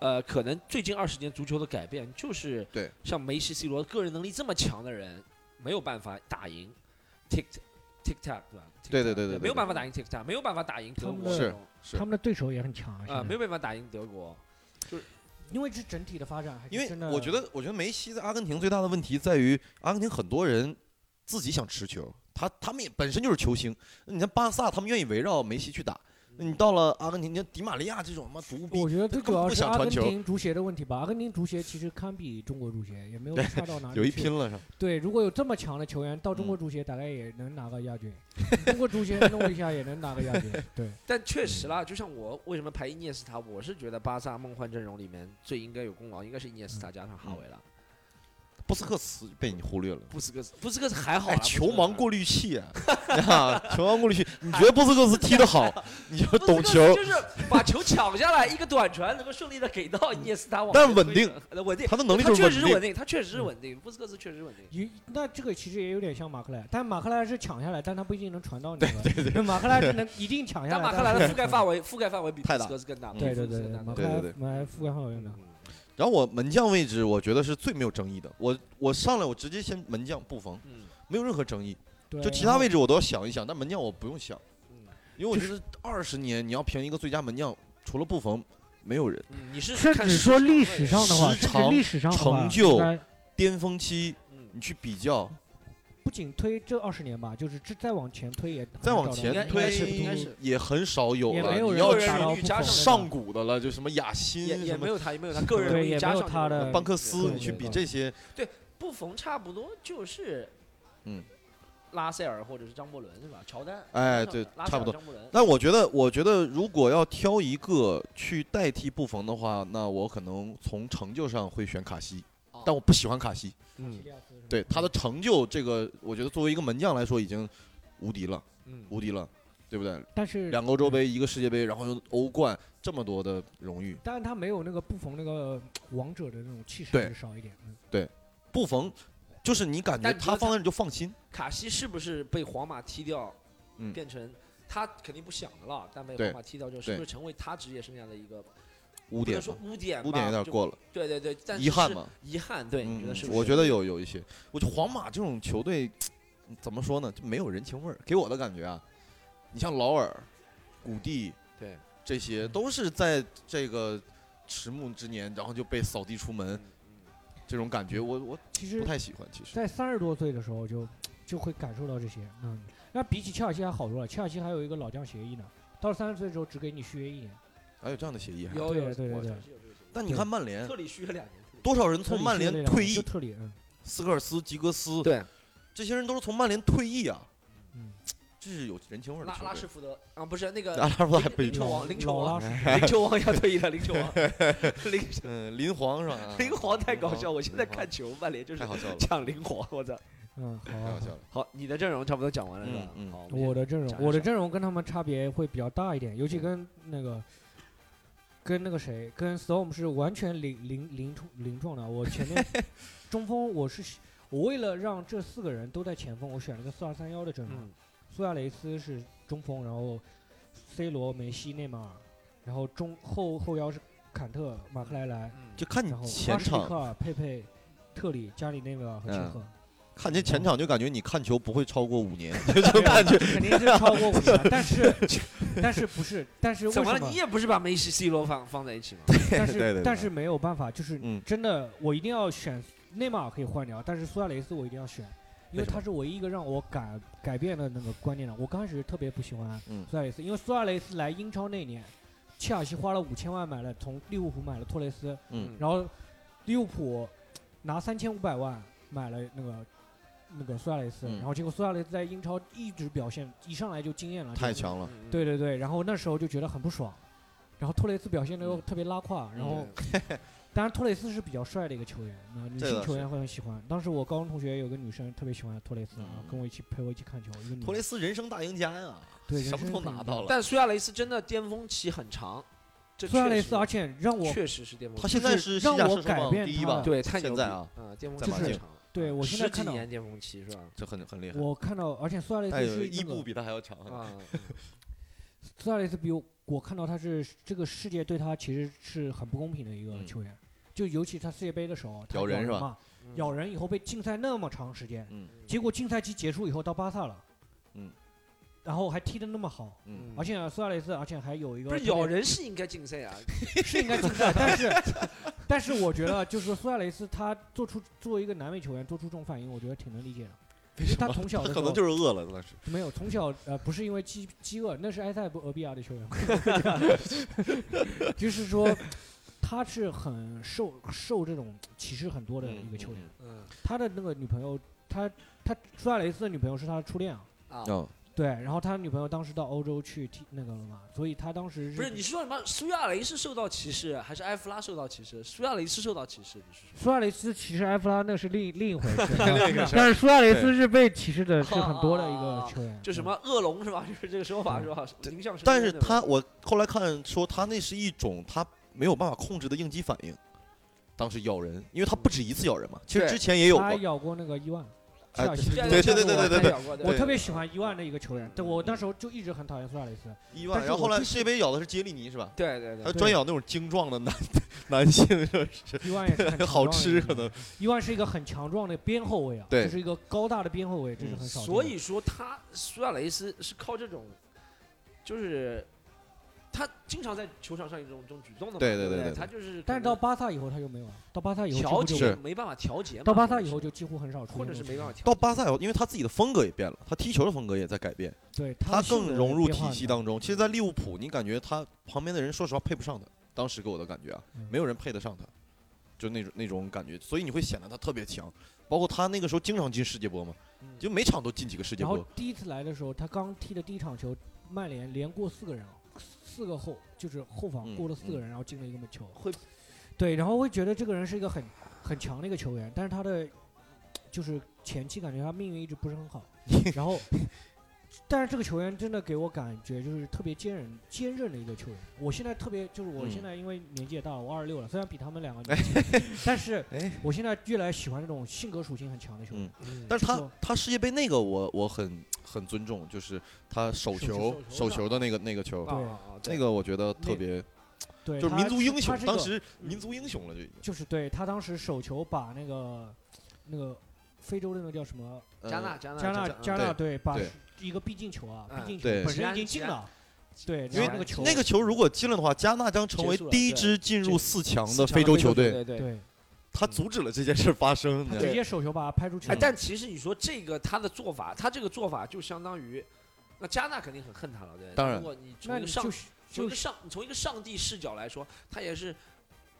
S2: 呃，可能最近二十年足球的改变，就是
S4: 对
S2: 像梅西、C 罗个人能力这么强的人，没有办法打赢 Tik Tik Tac 对吧？
S4: 对
S2: Tic-Tac，
S4: 对对对对
S2: 没有
S4: 对
S2: 办法打赢 Tik Tac，没有办法打赢德
S3: 他们
S2: 国
S3: 的
S2: 这
S4: 是
S2: 种，
S4: 是
S3: 他们的对手也很强
S2: 啊，
S3: 啊，
S2: 没
S3: 现
S2: 有办法打赢德国。
S3: 在因为这整体的发展还是
S4: 因为
S3: 哎真的
S4: 我觉得，我觉得梅西在阿根廷最大的问题在于，阿根廷很多人自己想持球，他他们也本身就是球星。你像巴萨，他们愿意围绕梅西去打。那你到了阿根廷，你像迪玛利亚这种妈独臂
S3: 我，觉得最
S4: 根
S3: 主
S4: 本
S3: 要
S4: 不
S3: 是
S4: 想
S3: 阿根
S4: 传球
S3: 廷足协的问题吧。阿根廷足协其实堪比中国足协，也没有
S4: 对
S3: 差到哪里去。
S4: 有一拼了是吧？
S3: 对，如果有这么强的球员到中国足协，大概也能拿个亚 军。中国足协弄一下也能拿个亚军。对，
S2: 但确实
S3: 嗯
S2: 啦，就像我为什么排伊涅斯塔，我是觉得巴萨梦幻阵容里面最应该有功劳应该是伊涅斯塔加上哈维了，
S4: 嗯布斯克茨被你忽略了。
S2: 布斯克斯，布斯克斯还好
S4: 哎
S2: 啦，，
S4: 球盲过滤器啊！啊，球盲过滤器，你觉得布斯克茨踢得好，你就
S2: 布斯克
S4: 懂
S2: 斯
S4: 球
S2: 就；是把球抢下来，一个短传能够顺利的给到伊涅斯塔往前
S4: 但
S2: 推，
S4: 稳定
S2: 呃，稳定，
S4: 他的能力
S2: 他
S4: 就是
S2: 确
S4: 稳
S2: 实是
S4: 定
S2: 稳。定，他确实是稳定，布斯克斯确实稳定。
S3: 有那这个其实也有点像马克莱，但马克莱是抢下来，但他不一定能传到你。对对对，马克莱是能一定抢下
S2: 但
S3: 来。
S2: 马克莱的覆盖范围覆盖范围比布
S4: 太大
S2: 斯克斯更大，
S4: 嗯
S3: 对对
S2: 布斯
S3: 对
S2: 克斯更
S3: 对，
S2: 大嗯
S3: 马克
S4: 对
S3: 莱
S4: 对对
S3: 马覆盖范围很大。
S4: 然后我门将位置，我觉得是最没有争议的。我我上来我直接先门将布冯，
S2: 嗯
S4: 没有任何争议。
S3: 对，啊
S4: 就其
S3: 然
S4: 他
S3: 后
S4: 位置我都要想一想，但门将我不用想，
S2: 嗯
S4: 因为我觉得二十年你要评一个最佳门将，除了布冯，没有人
S2: 嗯，你是
S3: 甚
S2: 看
S3: 至
S2: 时
S3: 说
S2: 长
S3: 历
S2: 位
S3: 史上的话，甚
S4: 时
S3: 至
S4: 长
S3: 历史上的话
S4: 成就
S3: 应该
S4: 巅峰期，
S2: 嗯
S4: 你去比较，
S3: 不仅推这二十年吧，就是这再往前推也很
S4: 再往
S3: 少的
S4: 前
S2: 应该
S4: 推
S2: 是应该是
S4: 也很少有
S3: 也没
S4: 了。
S3: 有
S4: 你
S3: 人
S4: 要
S2: 个人
S3: 达
S2: 能
S3: 到
S2: 力
S3: 不
S2: 加
S3: 可
S2: 上
S3: 能
S4: 上古的了，就什么雅辛
S2: 也也
S4: 什
S2: 没
S4: 么
S2: 有他，也没有他个人
S3: 对
S2: 能力
S3: 也
S2: 加
S3: 没有
S2: 上
S3: 他
S2: 这个
S3: 的
S2: 能力
S4: 班克
S3: 对
S4: 斯，
S3: 对
S4: 你去
S3: 对
S4: 比这些，
S2: 布冯差不多就是，
S4: 嗯，
S2: 拉塞尔或者是张伯伦是吧？乔丹，拉
S4: 哎
S2: 塞尔
S4: 对
S2: 拉
S4: 差不
S2: 塞尔
S4: 多
S2: 张伯伦，
S4: 但我觉得，我觉得如果要挑一个去代替布冯的话，那我可能从成就上会选卡西，
S2: 哦
S4: 但我不喜欢卡西。
S2: 嗯
S4: 对他的成就，这个我觉得作为一个门将来说已经无敌了，
S2: 嗯，
S4: 无敌了，对不对？
S3: 但是
S4: 两个欧洲杯，一个世界杯，然后又欧冠，这么多的荣誉。
S3: 但是他没有那个布冯那个王者的那种气势，
S4: 对
S3: 还是少一点。嗯
S4: 布冯，就是你感觉
S2: 但你
S4: 他
S2: 说
S4: 放
S2: 他
S4: 那儿你就放心，
S2: 卡西是不是被皇马踢掉，
S4: 嗯
S2: 变成他肯定不想的了，但被
S4: 对
S2: 皇马踢掉之后，是
S4: 对
S2: 不是成为他职业生涯的一个
S4: 污
S2: 不
S4: 点
S2: 能说
S4: 嘛
S2: 污点吧，
S4: 污点有点
S2: 就
S4: 过了，
S2: 对对对，但是
S4: 遗憾
S2: 是
S4: 嘛。嗯
S2: 遗憾，对，你觉得是不是？
S4: 我觉得有有一些，我觉得皇马这种球队嗯怎么说呢，就没有人情味儿。给我的感觉啊，你像劳尔、古蒂
S2: 对，
S4: 这些，
S2: 嗯
S4: 都是在这个迟暮之年，然后就被扫地出门
S2: 嗯，嗯
S4: 这种感觉，我我
S3: 其
S4: 不
S3: 实，
S4: 太喜欢。其实，
S3: 在三十多岁的时候就就会感受到这些。嗯，那比起切尔西还好多了，切尔西还有一个老将协议呢，到三十岁的时候只给你续约一年。
S4: 还有这样的协议啊，
S2: 有有
S3: 对对
S2: 有
S3: 对
S2: 有有有
S4: 但你看曼联
S2: 特，里续了两年，
S4: 多少人
S3: 特
S4: 从
S3: 里
S4: 曼
S3: 续约
S4: 联
S3: 了两
S4: 退
S3: 年就
S4: 役，
S3: 特里，嗯
S4: 斯科尔斯、吉格斯，
S2: 对，
S4: 这些人都是从曼联退役啊，
S3: 嗯，
S4: 这是有人情味儿的
S2: 拉
S4: 球
S2: 拉
S4: 队
S2: 什。福德啊，不是那个
S4: 阿拉伯还
S2: 林
S4: 被
S2: 林球王，林球
S3: 老
S2: 王
S3: 拉，什
S4: 哎
S2: 林球王要退役了，林球王，林
S4: 嗯，林皇是吧？ 啊
S2: 林皇太搞
S4: 林
S2: 笑，
S4: 皇
S2: 我现在
S4: 林皇
S2: 看球曼联就是
S4: 太好笑了，
S2: 讲林皇，我操！
S3: 嗯，好
S4: 太
S3: 啊。
S4: 好笑
S3: 好
S4: 了。
S2: 好，你的阵容差不多讲完了是吧？
S4: 嗯嗯
S2: 好，们
S3: 我的阵容
S2: 讲，一
S3: 我的
S2: 下
S3: 阵容跟他们差别会比较大一点，尤其跟那个。跟那个谁，跟 Storm 是完全零零零冲零撞的。我前 面中锋，我是我为了让这四个人都在前锋，我选了个四二三幺的阵容。
S2: 嗯
S3: 苏亚雷斯是中锋，然后 C 罗、梅西、内马尔，然后中后后腰是坎特、马克莱莱，
S2: 嗯
S4: 就看你
S3: 然后
S4: 前
S3: 阿什利
S4: 场
S3: 克尔、佩佩、特里、加里内维尔和切
S4: 嗯
S3: 赫。
S4: 看这前场就感觉你看球不会超过 五年， 就就感觉
S3: 肯定是超过五十 了，但是但是不是？但是为
S2: 怎
S3: 什
S2: 么
S3: 么
S2: 了？你也不是把梅西、C 罗放放在一起吗？
S3: 但
S4: 对对
S3: 是
S4: 对
S3: 但是没有办法，就是
S4: 嗯
S3: 真的，我一定要选内马尔可以换掉，但是苏亚雷斯我一定要选，因为他是唯一一个让我改改变的那个观念的。我刚开始特别不喜欢
S4: 嗯
S3: 苏亚雷斯，因为苏亚雷斯来英超那年，切尔西花了五千万买了从利物浦买了托雷斯，
S4: 嗯
S3: 然后利物浦拿三千五百万买了那个。那个苏亚雷斯，
S4: 嗯
S3: 然后结果苏亚雷斯在英超一直表现，一上来就惊艳了，
S4: 太
S3: 就是
S4: 强了。
S2: 嗯，
S3: 对对对，然后那时候就觉得很不爽，然后托雷斯表现的又特别拉
S4: 嗯
S3: 胯，然后当然托雷斯是比较帅的一个球员，那女
S4: 这倒
S3: 性球
S4: 是
S3: 员会很喜欢。当时我高中同学有个女生特别喜欢托雷斯，然后
S4: 嗯
S3: 跟我一起陪我一起看球，一个女
S4: 托
S3: 的
S4: 雷斯人生大赢家呀，
S3: 嗯对
S4: 什么
S3: 人
S4: 都
S3: 生大赢
S4: 拿
S3: 家
S4: 到了。
S2: 但苏亚雷斯真的巅峰期很长，这
S3: 苏亚
S2: 确
S3: 雷
S2: 实
S3: 斯，而且让我
S2: 确实是巅峰
S4: 他
S2: 期，
S4: 现在
S3: 就是
S4: 是
S3: 让
S4: 西甲
S3: 我
S4: 射手
S3: 改
S4: 榜
S3: 变
S4: 第一
S3: 他
S4: 吧
S3: 了？
S2: 对，太
S4: 现
S2: 牛逼
S4: 在啊，
S2: 嗯，巅峰
S4: 在
S2: 期
S3: 马
S2: 很
S3: 竞
S2: 长了，嗯
S3: 对我现在
S2: 十几
S3: 看到
S2: 年巅峰期是吧？
S4: 这很很厉害。
S3: 我看到，而且苏亚雷
S4: 哎
S3: 斯
S4: 呦，
S3: 是
S4: 伊
S3: 那
S4: 布
S3: 个
S4: 比他还要强。
S2: 啊，
S3: 苏亚雷斯比我我看到他是这个世界对他其实是很不公平的一个
S4: 嗯
S3: 球员，就尤其他世界杯的时候，他
S4: 咬人是吧
S3: 嘛？
S2: 嗯
S3: 咬人以后被禁赛那么长时间，
S4: 嗯
S3: 结果竞赛期结束以后到巴萨了，
S4: 嗯，
S3: 然后还踢得那么好，
S4: 嗯，
S3: 而且啊苏亚雷斯，而且还有一个
S2: 不是
S3: 特别
S2: 咬人是应该竞赛啊，
S3: 是应该竞赛，但是但是我觉得就是苏亚雷斯他做出作为一个南美球员做出这种反应，我觉得挺能理解的，因为他从小的时
S4: 可能
S3: 候
S4: 就是饿了，那是。
S3: 没有从小呃不是因为饥饥饿，那是埃塞俄比亚的球员，就是说。他是很受受这种歧视很多的一个球员，
S2: 嗯
S3: 他的那个女朋友，他他苏亚雷斯的女朋友是他的初恋啊，
S2: 啊，
S4: 嗯，
S3: 对，然后他女朋友当时到欧洲去踢那个了嘛，所以他当时
S2: 不是你说什么苏亚雷是受到歧视，还是埃弗拉受到歧视？苏亚雷是受到歧视，你是说？
S3: 苏亚雷斯歧视埃弗拉那是另另一回
S4: 另一
S3: 事
S4: 个，
S3: 但是苏亚雷斯是被歧视的是很多的一个球员，
S2: 啊就什么恶龙是吧？ 就是这个说法
S3: 嗯
S2: 是吧？影响深
S4: 嗯但
S2: 渊
S4: 是
S2: 的
S4: 他
S2: 吧
S4: 我后来看说他那是一种他没有办法控制的应激反应，当时咬人，因为他不止一次咬人嘛，其实
S2: 对
S4: 之前也
S3: 嗯
S4: 有
S3: 他
S4: 过。
S3: 咬过那个伊万，
S4: 哎
S3: 切尔西
S2: 这样
S4: 对
S2: 这
S4: 对
S2: 样
S4: 对
S2: 我
S4: 对对
S2: 还
S4: 对
S2: 咬过
S3: 我
S4: 对
S3: 特别喜欢伊万的一个球员
S2: 嗯，
S3: 但我那时候就一直很讨厌苏亚雷斯，
S4: 伊万，
S3: 但是
S4: 然后后
S3: 我
S4: 来
S3: 最
S4: 世界杯咬的是杰里尼是吧？
S2: 对对
S4: 他
S2: 对，
S4: 专咬那种精壮的男 男性，是
S3: 伊万也 是很
S4: 好
S3: 强壮的
S4: 吃
S3: 一个
S4: 可能。
S3: 伊万是一个很强壮的边后卫啊，
S4: 对
S3: 就是一个高大的边后卫，这是
S4: 嗯
S3: 很少见的。
S2: 所以说他苏亚雷斯是靠这种，就是他经常在球场上有这种这种举动的嘛，
S4: 对
S2: 对
S4: 对对
S2: 不
S4: 对对
S2: 他就是可
S3: 但是到
S2: 能
S3: 巴萨以后他就没有了，到巴萨以后
S2: 调
S3: 几乎
S4: 是
S3: 就
S2: 节没办法调节嘛，
S3: 到巴
S2: 或
S3: 萨
S2: 者
S3: 以后
S2: 是
S3: 就几乎很少
S2: 或
S3: 出现
S2: 者
S3: 这
S2: 是
S3: 种
S2: 没
S3: 情
S2: 办法
S3: 况，
S2: 调
S4: 到巴萨以后，因为他自己的风格也变了，他踢球的风格也在改变，
S3: 对
S4: 他
S3: 的性
S4: 更
S3: 格
S4: 融入
S3: 变化
S4: 体系
S3: 呢
S4: 当中。其实，在利物浦，你感觉他旁边的人，说实话配不上他。当时给我的感觉啊
S3: 嗯，
S4: 没有人配得上他，就那种那种感觉，所以你会显得他特别强。包括他那个时候经常进世界波嘛，
S2: 嗯
S4: 就每场都进几个世界
S3: 然后
S4: 波。
S3: 第一次来的时候，他刚踢的第一场球，曼联连过四个人啊，四个后就是后防
S4: 嗯
S3: 过了四个
S4: 嗯
S3: 人，然后进了一个门球。
S2: 会
S3: 对，然后会觉得这个人是一个很很强的一个球员，但是他的就是前期感觉他命运一直不是很 好，然后。但是这个球员真的给我感觉就是特别坚韧、坚韧的一个球员。我现在特别就是我
S4: 嗯
S3: 现在因为年纪也大了，我二十六了，虽然比他们两个 年轻，但是
S4: 哎
S3: 我现在越来越喜欢这种性格属性很强的球员
S4: 嗯。但是
S3: 没
S4: 他
S3: 错
S4: 他世界杯那个我我很很尊重，就是他手
S3: 手球
S4: 球
S2: 手球
S4: 手
S2: 的
S4: 球的那个那个球
S2: 啊，啊啊
S4: 那
S2: 对
S4: 个我觉得
S3: 那
S4: 特别
S3: 对，
S4: 就是
S3: 他
S4: 民族英
S3: 他
S4: 雄
S3: 是，
S4: 当
S3: 个
S4: 时民族英雄了就已经。
S3: 就是对他当时手球把那个那个非洲的那个叫什么
S4: 呃
S2: 加纳加纳
S3: 嗯加纳
S2: 纳
S3: 加纳队把
S4: 对
S3: 一个必进球啊，
S2: 嗯
S3: 必进球
S4: 对
S3: 本身
S2: 吉
S3: 已
S2: 安
S3: 经进
S2: 吉安
S3: 了，对，
S2: 因为
S3: 然后那个球
S4: 那个球如果进了的话，加纳将成为
S2: 结束了
S4: 第一
S2: 对
S4: 支进入
S2: 这
S4: 四强
S2: 四
S4: 的
S2: 强
S4: 非洲球队。
S2: 对对。
S3: 对
S4: 他
S2: 嗯
S4: 阻止了这件事发生。
S3: 他
S4: 你知道
S3: 直
S4: 吗
S3: 接手球把他拍出去
S2: 哎
S3: 了，，
S2: 但其实你说这个他的做法，他这个做法就相当于，那加纳肯定很恨他了，对。
S4: 当然
S2: 如果你从
S3: 那
S2: 一个
S3: 你
S2: 上
S3: 就是
S2: 从一
S3: 就
S2: 个上从一个上帝视角来说，他也是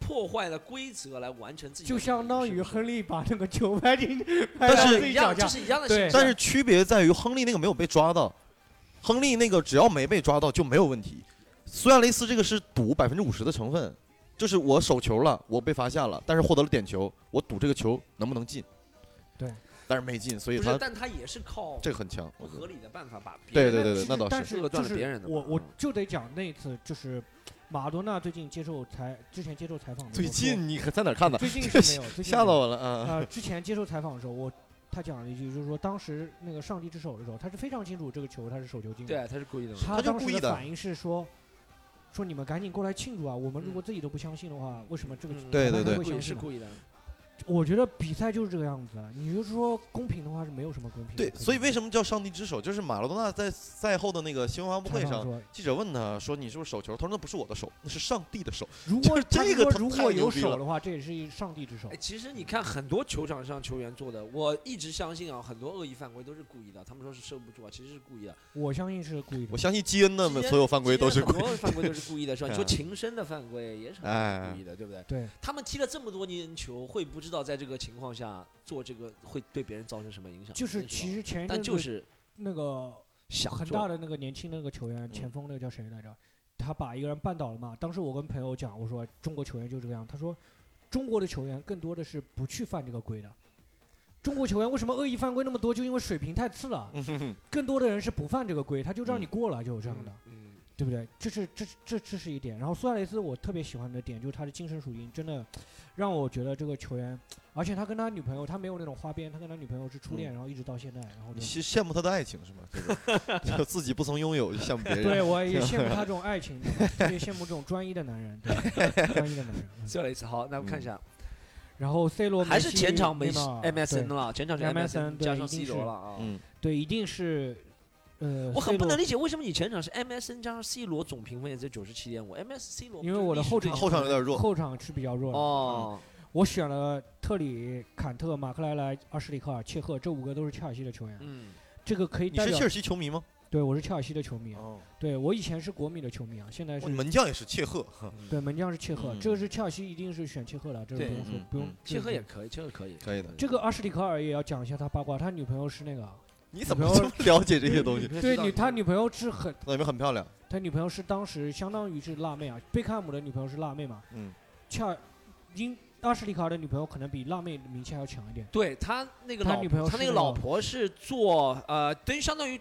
S2: 破坏了规则来完成自己的
S3: 就
S2: 目的，
S3: 相当于
S2: 是不是
S3: 亨利把那个球拍进，拍
S4: 但
S3: 到
S4: 是
S3: 自
S2: 一
S3: 己脚
S2: 样，
S3: 下
S2: 这，是一样的
S3: 对
S2: 事情。
S4: 但是区别在于亨利那个没有被抓到，亨利那个只要没被抓到就没有问题。苏亚雷斯这个是赌百分之五十的成分，就是我手球了，我被罚下了，但是获得了点球，我赌这个球能不能进。
S3: 对，
S4: 但是没进，所以
S2: 不是
S4: 他，
S2: 但他也是靠
S4: 这个很强。
S2: 不合理的办法把别
S4: 对
S2: 人
S4: 对
S2: 的
S4: 对对，那倒
S3: 但
S4: 是。
S3: 是
S2: 这个
S3: 就
S2: 断了别
S3: 是
S2: 人的
S3: 我
S2: 嘛
S3: 我
S2: 嗯
S3: 就得讲那一次就是马多纳最近接受采之前接受采访的时候
S4: 最
S3: 说
S4: 近你可在哪儿看的？
S3: 最近是没有，最近
S4: 吓
S3: 没有
S4: 到我了啊！
S2: 嗯
S3: 呃，之前接受采访的时候，我他讲了一句，就是说当时那个上帝之手的时候，他是非常清楚这个球他是手球进的，
S2: 对，他是故意的嘛。
S3: 他
S4: 他就
S3: 当
S4: 故
S3: 时
S4: 意
S3: 的
S4: 的
S3: 反应是说，说你们赶紧过来庆祝啊！我们如果自己都不相信的话，为什么这个？
S2: 嗯
S4: 对对
S3: 裁判
S4: 对
S2: 故
S3: 会
S2: 意
S3: 相
S2: 是
S3: 信的
S2: 故意的，
S3: 我觉得比赛就是这个样子。啊你就说公平的话是没有什么公平的
S4: 对
S3: 可，言。
S4: 所以为什么叫上帝之手？就是马拉多纳在赛后的那个新闻发布会
S3: 采访
S4: 上，
S3: 说，
S4: 记者问他说：“你是不是手球？”他说：“那不是我的手，那是上帝的手。
S3: 如
S4: 就
S3: 果
S4: 是这
S3: 他说
S4: 个他
S3: 如
S4: 太
S3: 果
S4: 牛
S3: 有
S4: 逼
S3: 手
S4: 了
S3: 的话，这也是一上帝之手
S2: 哎，。其实你看很多球场上球员做的，我一直相信啊，很多恶意犯规都是故意的。他们说是收不住啊，其实是故意的。
S3: 我相信是故意”的
S4: 我。相信基恩的
S2: 基恩
S4: 所有犯规都
S2: 其
S4: 是
S2: 实
S4: 故
S2: 很
S4: 意
S2: 多犯规都是故意的，是吧？你说
S4: 嗯
S2: 情深的犯规也是很
S4: 哎
S2: 故意的，对不对？
S3: 对，
S2: 他们踢了这么多年球，会不知道在这个情况下做这个会对别人造成什么影响？
S3: 就是
S2: 真
S3: 其
S2: 不知
S3: 实前
S2: 道
S3: 一
S2: 但
S3: 阵
S2: 就
S3: 子
S2: 是
S3: 那个
S2: 想
S3: 恒
S2: 做
S3: 大的那个年轻那个球员前锋，那个叫谁来着？他把一个人绊倒了嘛。当时我跟朋友讲，我说中国球员就这个样。他说，中国的球员更多的是不去犯这个规的。中国球员为什么恶意犯规那么多？就因为水平太次了。
S2: 嗯
S3: 更多的人是不犯这个规，他就让你过了，就有这样的，
S2: 嗯，
S3: 对不对？这是这这这是一点。然后苏亚雷斯我特别喜欢的点就是他的精神属性，真的让我觉得这个球员，而且他跟他女朋友，他没有那种花边，他跟他女朋友是初
S2: 嗯
S3: 恋，然后一直到现在，然后
S4: 你
S3: 就。
S4: 是羡慕他的爱情是吗？ 这个就自己不曾拥有，就羡慕别
S3: 对，
S4: 人。
S3: 我也羡慕他这种爱情，对吧特别羡慕这种专一的男人，对专一的男人。嗯
S2: 最后一次好，那我们看一下，
S3: 然后 C 罗
S2: 还是前场没
S3: 梅西内马尔
S2: MSN 了，前场是
S3: MSN 对
S2: 加上
S3: 一
S2: C
S3: 定
S2: 罗
S3: 是
S2: 了啊。
S4: 嗯，
S3: 对，一定是，呃，
S2: 我很不能
S3: C
S2: 理解为什么你前场是 MSN 加上 C 罗总评分也只九十七点五，MSC 罗
S3: 因为我的后场
S4: 后场有点
S3: 罗
S4: 弱，
S3: 后场是比较弱的。
S2: 哦，
S3: 我选了特里、坎特、马克莱莱、阿什里克尔、切赫这五个都是切尔西的球员，
S2: 嗯，
S3: 这个可以
S4: 你
S3: 代
S4: 是
S3: 表
S4: 切。尔西球迷吗？
S3: 对，我是切尔西的球迷，
S4: 哦，
S3: 对我以前是国米的球迷啊，现在
S4: 哦
S3: 是
S4: 你门将也是切赫，呵
S3: 对门将是切赫，
S4: 嗯
S3: 这个是切尔西一定是选切赫的，这个
S2: 对
S3: 不用说
S4: 嗯，
S3: 不用
S4: 嗯。
S2: 切赫也可以，切赫可以，
S4: 可以的
S3: 这个阿什里克尔也要讲一下他八卦，他女朋友是那个。
S4: 你怎么这么了解这 些嗯东西？
S3: 对女，他女朋友是很，
S4: 那有没有很漂亮？
S3: 他女朋友是当时相当于是辣妹啊，贝克汉姆的女朋友是辣妹嘛，
S4: 嗯，
S3: 恰英阿什利卡尔的女朋友可能比辣妹名气还要强一点，
S2: 对他那个
S3: 他
S2: 老
S3: 女朋友
S2: 他
S3: 是
S2: 那个
S3: 那
S2: 老
S3: 个
S2: 婆是做呃，等于相当于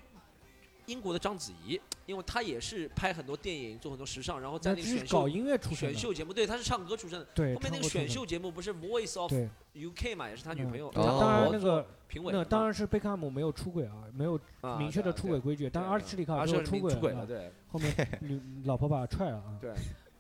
S2: 英国的章子怡，因为她也是拍很多电影，做很多时尚，然后在
S3: 那
S2: 那
S3: 这
S2: 个
S3: 是
S2: 选
S3: 搞
S2: 秀
S3: 音乐出身
S2: 选
S3: 的，
S2: 秀节目，对，她是唱歌出身的。
S3: 对，
S2: 后面那
S3: 唱
S2: 个
S3: 歌出
S2: 选
S3: 身
S2: 秀节目不是 Voice of
S3: 对，
S2: UK 嘛，也是他女
S3: 嗯
S2: 朋友，
S4: 哦
S3: 当然那
S2: 做
S3: 个
S2: 评委
S3: 那
S2: 嘛
S3: 当然是贝克汉姆没有出轨啊，没有
S2: 啊
S3: 明确的
S2: 对
S3: 出
S2: 对
S3: 轨规矩，但
S2: 对
S3: 阿什利卡
S2: 啊
S3: 尔
S2: 是
S3: 最后
S2: 出
S3: 出
S2: 轨
S3: 轨
S2: 了，
S3: 了，
S2: 对，
S3: 后面 女老婆把他踹了啊，
S2: 对。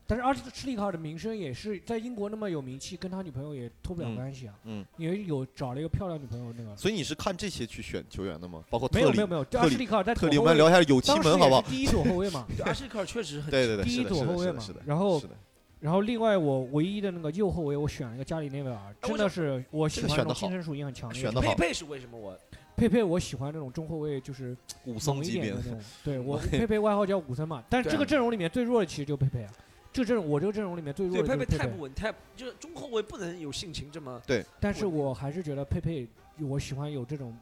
S3: 但是阿什利卡尔的名声也是在英国那么有名气，跟他女朋友也脱不了
S4: 嗯
S3: 干系啊，
S4: 嗯，
S3: 也有找了一个漂亮女朋友
S2: 嗯
S3: 那个。
S4: 所以你是看这些去选球员的吗？包括
S3: 没有
S4: 特
S3: 没有
S4: 里，
S3: 没有，
S4: 特
S3: 阿
S4: 里
S3: 什利卡尔在
S4: 特
S3: 左
S4: 里，我
S3: 后
S4: 们
S3: 卫
S4: 聊一下有
S3: 当
S4: 气
S3: 时
S4: 门好不
S3: 也
S4: 好
S3: 是？第一左后卫嘛，
S2: 阿什利克尔确实很
S4: 对对 对，
S3: 第一
S4: 是的
S3: 左
S4: 是的
S3: 后卫
S4: 是的
S3: 嘛
S4: 是的，
S3: 然后
S4: 是的
S3: 然后另外我唯一的那个右后卫，我选了一个加里内维尔，真的是我喜
S4: 这个
S3: 欢这
S4: 哎选得
S3: 种
S4: 好哎
S3: 精神属性很强烈
S4: 选
S3: 的
S4: 得
S2: 佩
S4: 好，
S2: 佩是为什么我
S3: 佩佩，我喜欢这种中后卫，就是
S4: 武
S3: 猛
S4: 僧
S3: 一
S4: 级别
S3: 点的 那种。对我佩佩外号叫武僧嘛，但是
S2: 对
S3: 这个阵容里面最弱的其实就是佩佩啊。这阵容我这个阵容里面最弱
S2: 对
S3: 的就
S2: 佩
S3: 是
S2: 佩
S3: 佩
S2: 太不稳，太就是中后卫不能有性情这么
S3: 但是我还是觉得佩佩，我喜欢有这种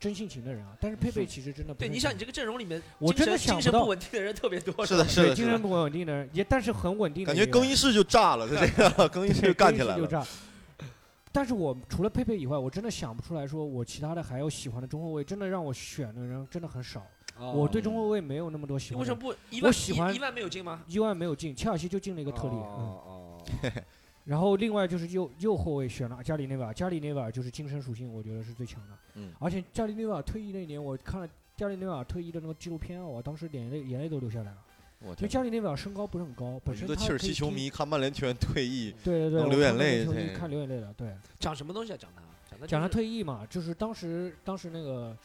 S3: 真性情的人啊。但是佩佩其实真的不
S2: 对。
S3: 太
S2: 你
S3: 喜欢
S2: 想，你这个阵容里面，
S3: 我
S2: 精
S3: 真的
S2: 神精
S3: 想不
S2: 神
S3: 到
S2: 不稳定的人特别多，
S4: 是的，
S2: 吧
S4: 是
S3: 对
S4: 的，
S3: 精
S4: 是
S3: 神
S4: 的，
S3: 不稳定的人，也但是很稳定的
S4: 感
S3: 一
S4: 觉
S3: 个人，
S4: 更衣室就炸了，他这个 更衣室就
S3: 对
S4: 干
S3: 更衣
S4: 起
S3: 室
S4: 来
S3: 就
S4: 了。
S3: 炸。但是我除了佩佩以外，我真的想不出来说我其他的还有喜欢的中后卫，真的让我选的人真的很少。
S2: 哦
S3: 我对中后卫没有那么多喜
S2: 你为
S3: 欢
S2: 什
S3: 的
S2: 么。不一万
S3: 我喜欢
S2: 一一万没有进吗？
S3: 伊万没有进，切尔西就进了一
S2: 一
S3: 个特里。嗯，
S2: 哦
S3: 然后另外就是右右后卫选了加里内维尔，加里内维尔就是精神属性，我觉得是最强的。
S4: 嗯
S3: 而且加里内维尔退役那年，我看了加里内维尔退役的那个纪录片啊，我当时眼泪眼泪都流下来了。
S4: 我
S3: 因为
S4: 天，
S3: 加里内维尔身高不是很高，
S4: 我
S3: 本
S4: 觉
S3: 身
S4: 得
S3: 他
S4: 切尔
S3: 可以
S4: 西球
S3: 踢，
S4: 迷看曼联球员退役，
S3: 对对对，
S4: 能
S3: 我
S4: 流眼
S3: 看那个
S4: 泪
S3: 球迷
S4: 对
S3: 看流眼泪了。对，
S2: 讲什么东西啊？讲他，讲他，
S3: 讲他，退役嘛，就是当时当时那个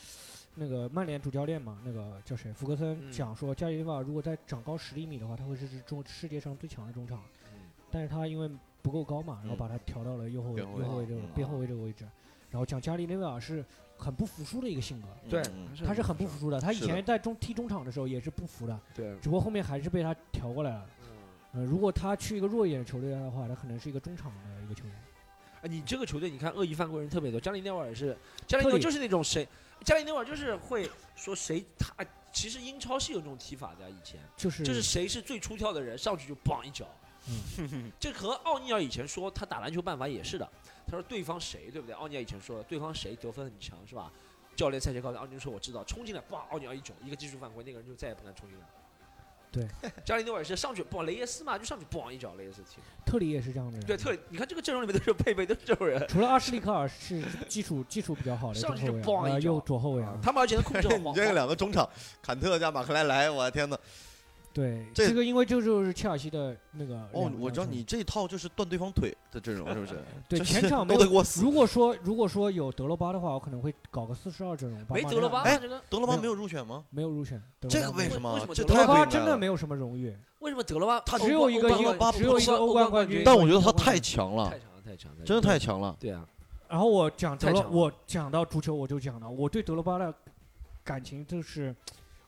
S3: 那个曼联主教练嘛，那个叫谁，福格
S2: 嗯
S3: 森讲说，加里内维尔如果再长高十厘米的话，他会是中世界上最强的中场。
S2: 嗯
S3: 但是他因为不够高嘛，然后
S4: 嗯
S3: 把他调到了右后卫、
S4: 边
S3: 右后
S4: 后卫
S3: 卫这个
S4: 嗯
S3: 边后卫这个位置。然后讲加里内维尔是很不服输的一个性格，
S2: 对
S4: 嗯，
S3: 他是很不服输的。他以
S4: 是的
S3: 前在中踢中场的时候也是不服的，
S2: 对，
S3: 只不过后面还是被他调过来了。
S2: 嗯
S3: 呃，如果他去一个弱一点的球队的话，他可能是一个中场的一个球员。
S2: 哎，你这个球队，你看恶意犯规人特别多。加里内瓦尔也是，加里
S3: 特
S2: 内瓦尔
S3: 里
S2: 就是那种谁，加里内瓦尔就是会说谁他。其实英超是有这种踢法的，啊以前
S3: 就是
S2: 就是谁是最出挑的人，上去就梆一脚。
S3: 嗯
S2: 这和奥尼尔以前说他打篮球办法也是的，他说对方谁对不对？奥尼尔以前说的对方谁得分很强是吧？教练赛前告诉奥尼尔说我知道，冲进来，梆，奥尼尔一脚一个技术犯规，那个人就再也不敢冲进来了。
S3: 对，
S2: 加里内瓦尔是上去，梆，雷耶斯嘛就上去梆一脚，雷耶斯踢。
S3: 特里也是这样的人。
S2: 对，特里，你看这个阵容里面都是佩佩，都是这种人，
S3: 除了阿什利克尔是基础基础比较好的
S2: 上
S3: 中
S2: 去
S3: 后
S2: 就
S3: 卫
S2: 咣
S3: 啊，呃
S2: 一脚
S3: 右左后卫啊。
S2: 他们而且能控制好
S3: 哎
S4: 你这个两个中场，坎特加马克莱莱，我的天呐，
S3: 对，
S4: 这
S3: 这个因为这就是切尔西的那个
S4: 哦
S3: 两，个
S4: 我知道
S3: 球员
S4: 你这套就是断对方腿的阵 容，是不是？
S3: 对
S4: 就是
S3: 前场没
S4: 都
S3: 有
S4: 得给我死。
S3: 如果说如果说有德罗巴的话，我可能会搞个四十二阵容。把
S2: 没
S3: 马
S2: 德
S3: 内
S2: 罗
S3: 拉
S2: 巴，
S4: 哎
S2: 这个
S4: 德罗巴没有入选吗？
S3: 没有入选，德罗
S4: 这
S3: 巴
S4: 个
S3: 没
S4: 为
S3: 有
S4: 什
S2: 为
S4: 么
S2: 什？么
S4: 这
S3: 德
S2: 德
S4: 太
S3: 罗
S4: 不
S3: 巴
S4: 应该
S3: 真的
S4: 了
S3: 没有什么荣誉，
S2: 为什么德罗巴
S4: 他
S3: 只有一个
S4: 德罗
S3: 英
S4: 巴不
S3: 只有一个
S2: 欧
S3: 欧
S2: 冠
S3: 冠冠军
S2: 冠军，
S4: 但我觉得他太
S3: 太
S4: 强了
S2: 太，强了，太强了，
S4: 真的太强了。
S2: 对啊，
S3: 然后我讲德
S2: 太
S3: 罗，
S2: 强了
S3: 我讲到足球我就讲了，我对德罗巴的感情就是，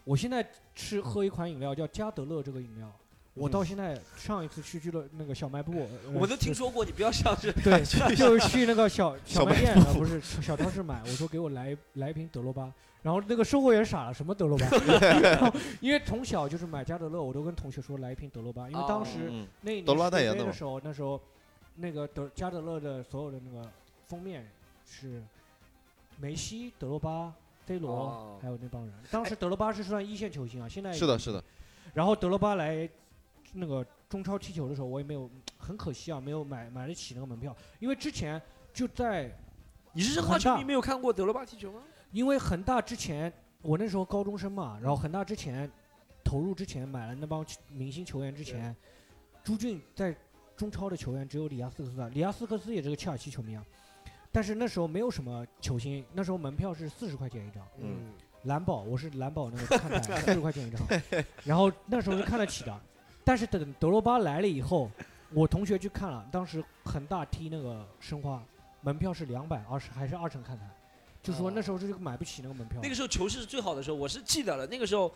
S3: 我现在吃喝一款饮料叫加德乐这个饮料，我
S4: 嗯
S3: 到现在上一次去俱乐那个小卖部，呃
S2: 我们都
S3: 是
S2: 听说过，你不要像 是
S3: 对， 就是去那个小
S4: 小
S3: 小卖
S4: 卖
S3: 店，啊，不是小超市买。我说给我来来一瓶德罗巴，然后那个售货员傻了，什么德 罗巴？ 然后因为从小就是买加德乐，我都跟同学说来一瓶德罗巴，因为当时
S4: 嗯，
S3: 那一年
S4: 德罗巴
S3: 世
S4: 代
S3: 界
S4: 言
S3: 杯
S4: 的
S3: 的
S4: 嘛
S3: 时候，那时候那个德加德乐的所有的那个封面是梅西、德罗巴、C
S2: 哦
S3: 罗，还有那帮人。当时德罗巴是算一线球星啊，现在
S4: 是的，是的，
S3: 然后德罗巴来那个中超踢球的时候，我也没有，很可惜啊，没有买买得起那个门票，因为之前就在，
S2: 你是申花球迷没有看过德罗巴踢球吗？
S3: 因为恒大之前我那时候高中生嘛，然后恒大之前投入之前买了那帮球明星球员之前，朱俊在中超的球员只有里亚斯克斯啊，里亚斯克斯也是个切尔西球迷啊，但是那时候没有什么球星，那时候门票是四十块钱一张。
S4: 嗯，
S3: 蓝宝，我是蓝宝那个看台，四十块钱一张，然后那时候是看得起的。但是等德罗巴来了以后，我同学去看了，当时恒大踢那个申花，门票是两百二十，还是二层看台，就说
S2: 哦
S3: 那时候是买不起那个门票。
S2: 那个时候球市是最好的时候，我是记得了。那个时候，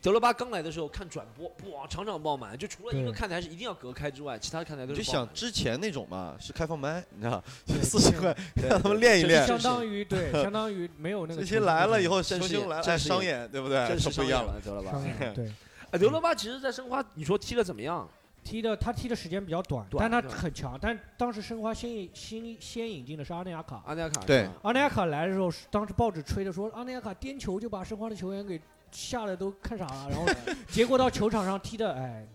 S2: 德罗巴刚来的时候看转播，哇，场场爆满，就除了一个
S3: 对
S2: 看台是一定要隔开之外，其他看台
S4: 你
S2: 都
S4: 就是
S2: 爆
S4: 想
S2: 满的
S4: 之前那种嘛，是开放麦，你知道，就
S3: 对
S4: 四十块，
S2: 对
S4: 让他们练一
S2: 对
S4: 练
S3: 就
S2: 这
S3: 相
S2: 是
S3: 当于对，相当于没有那个。
S4: 这些来了以，后，
S2: 真
S4: 球
S2: 是
S4: 星来了
S2: 真
S4: 哎
S2: 是
S4: 商演，对不对？
S2: 真
S4: 这
S2: 是
S4: 不
S2: 商
S4: 一样
S2: 业
S4: 了。
S2: 了，德罗巴
S3: 商。业 对
S2: 哎，德罗巴其实，在申花，你说踢的怎么样？
S3: 踢的他踢的时间比较短，
S2: 短
S3: 但
S2: 是
S3: 他
S2: 吧
S3: 很强。但当时申花先引先先引进的是阿内亚卡，
S2: 阿内亚卡是
S4: 对
S2: 吧
S3: 阿内亚卡来的时候，当时报纸吹的说阿内亚卡颠球就把申花的球员给吓得都看傻了， 然后结果到球场上踢的哎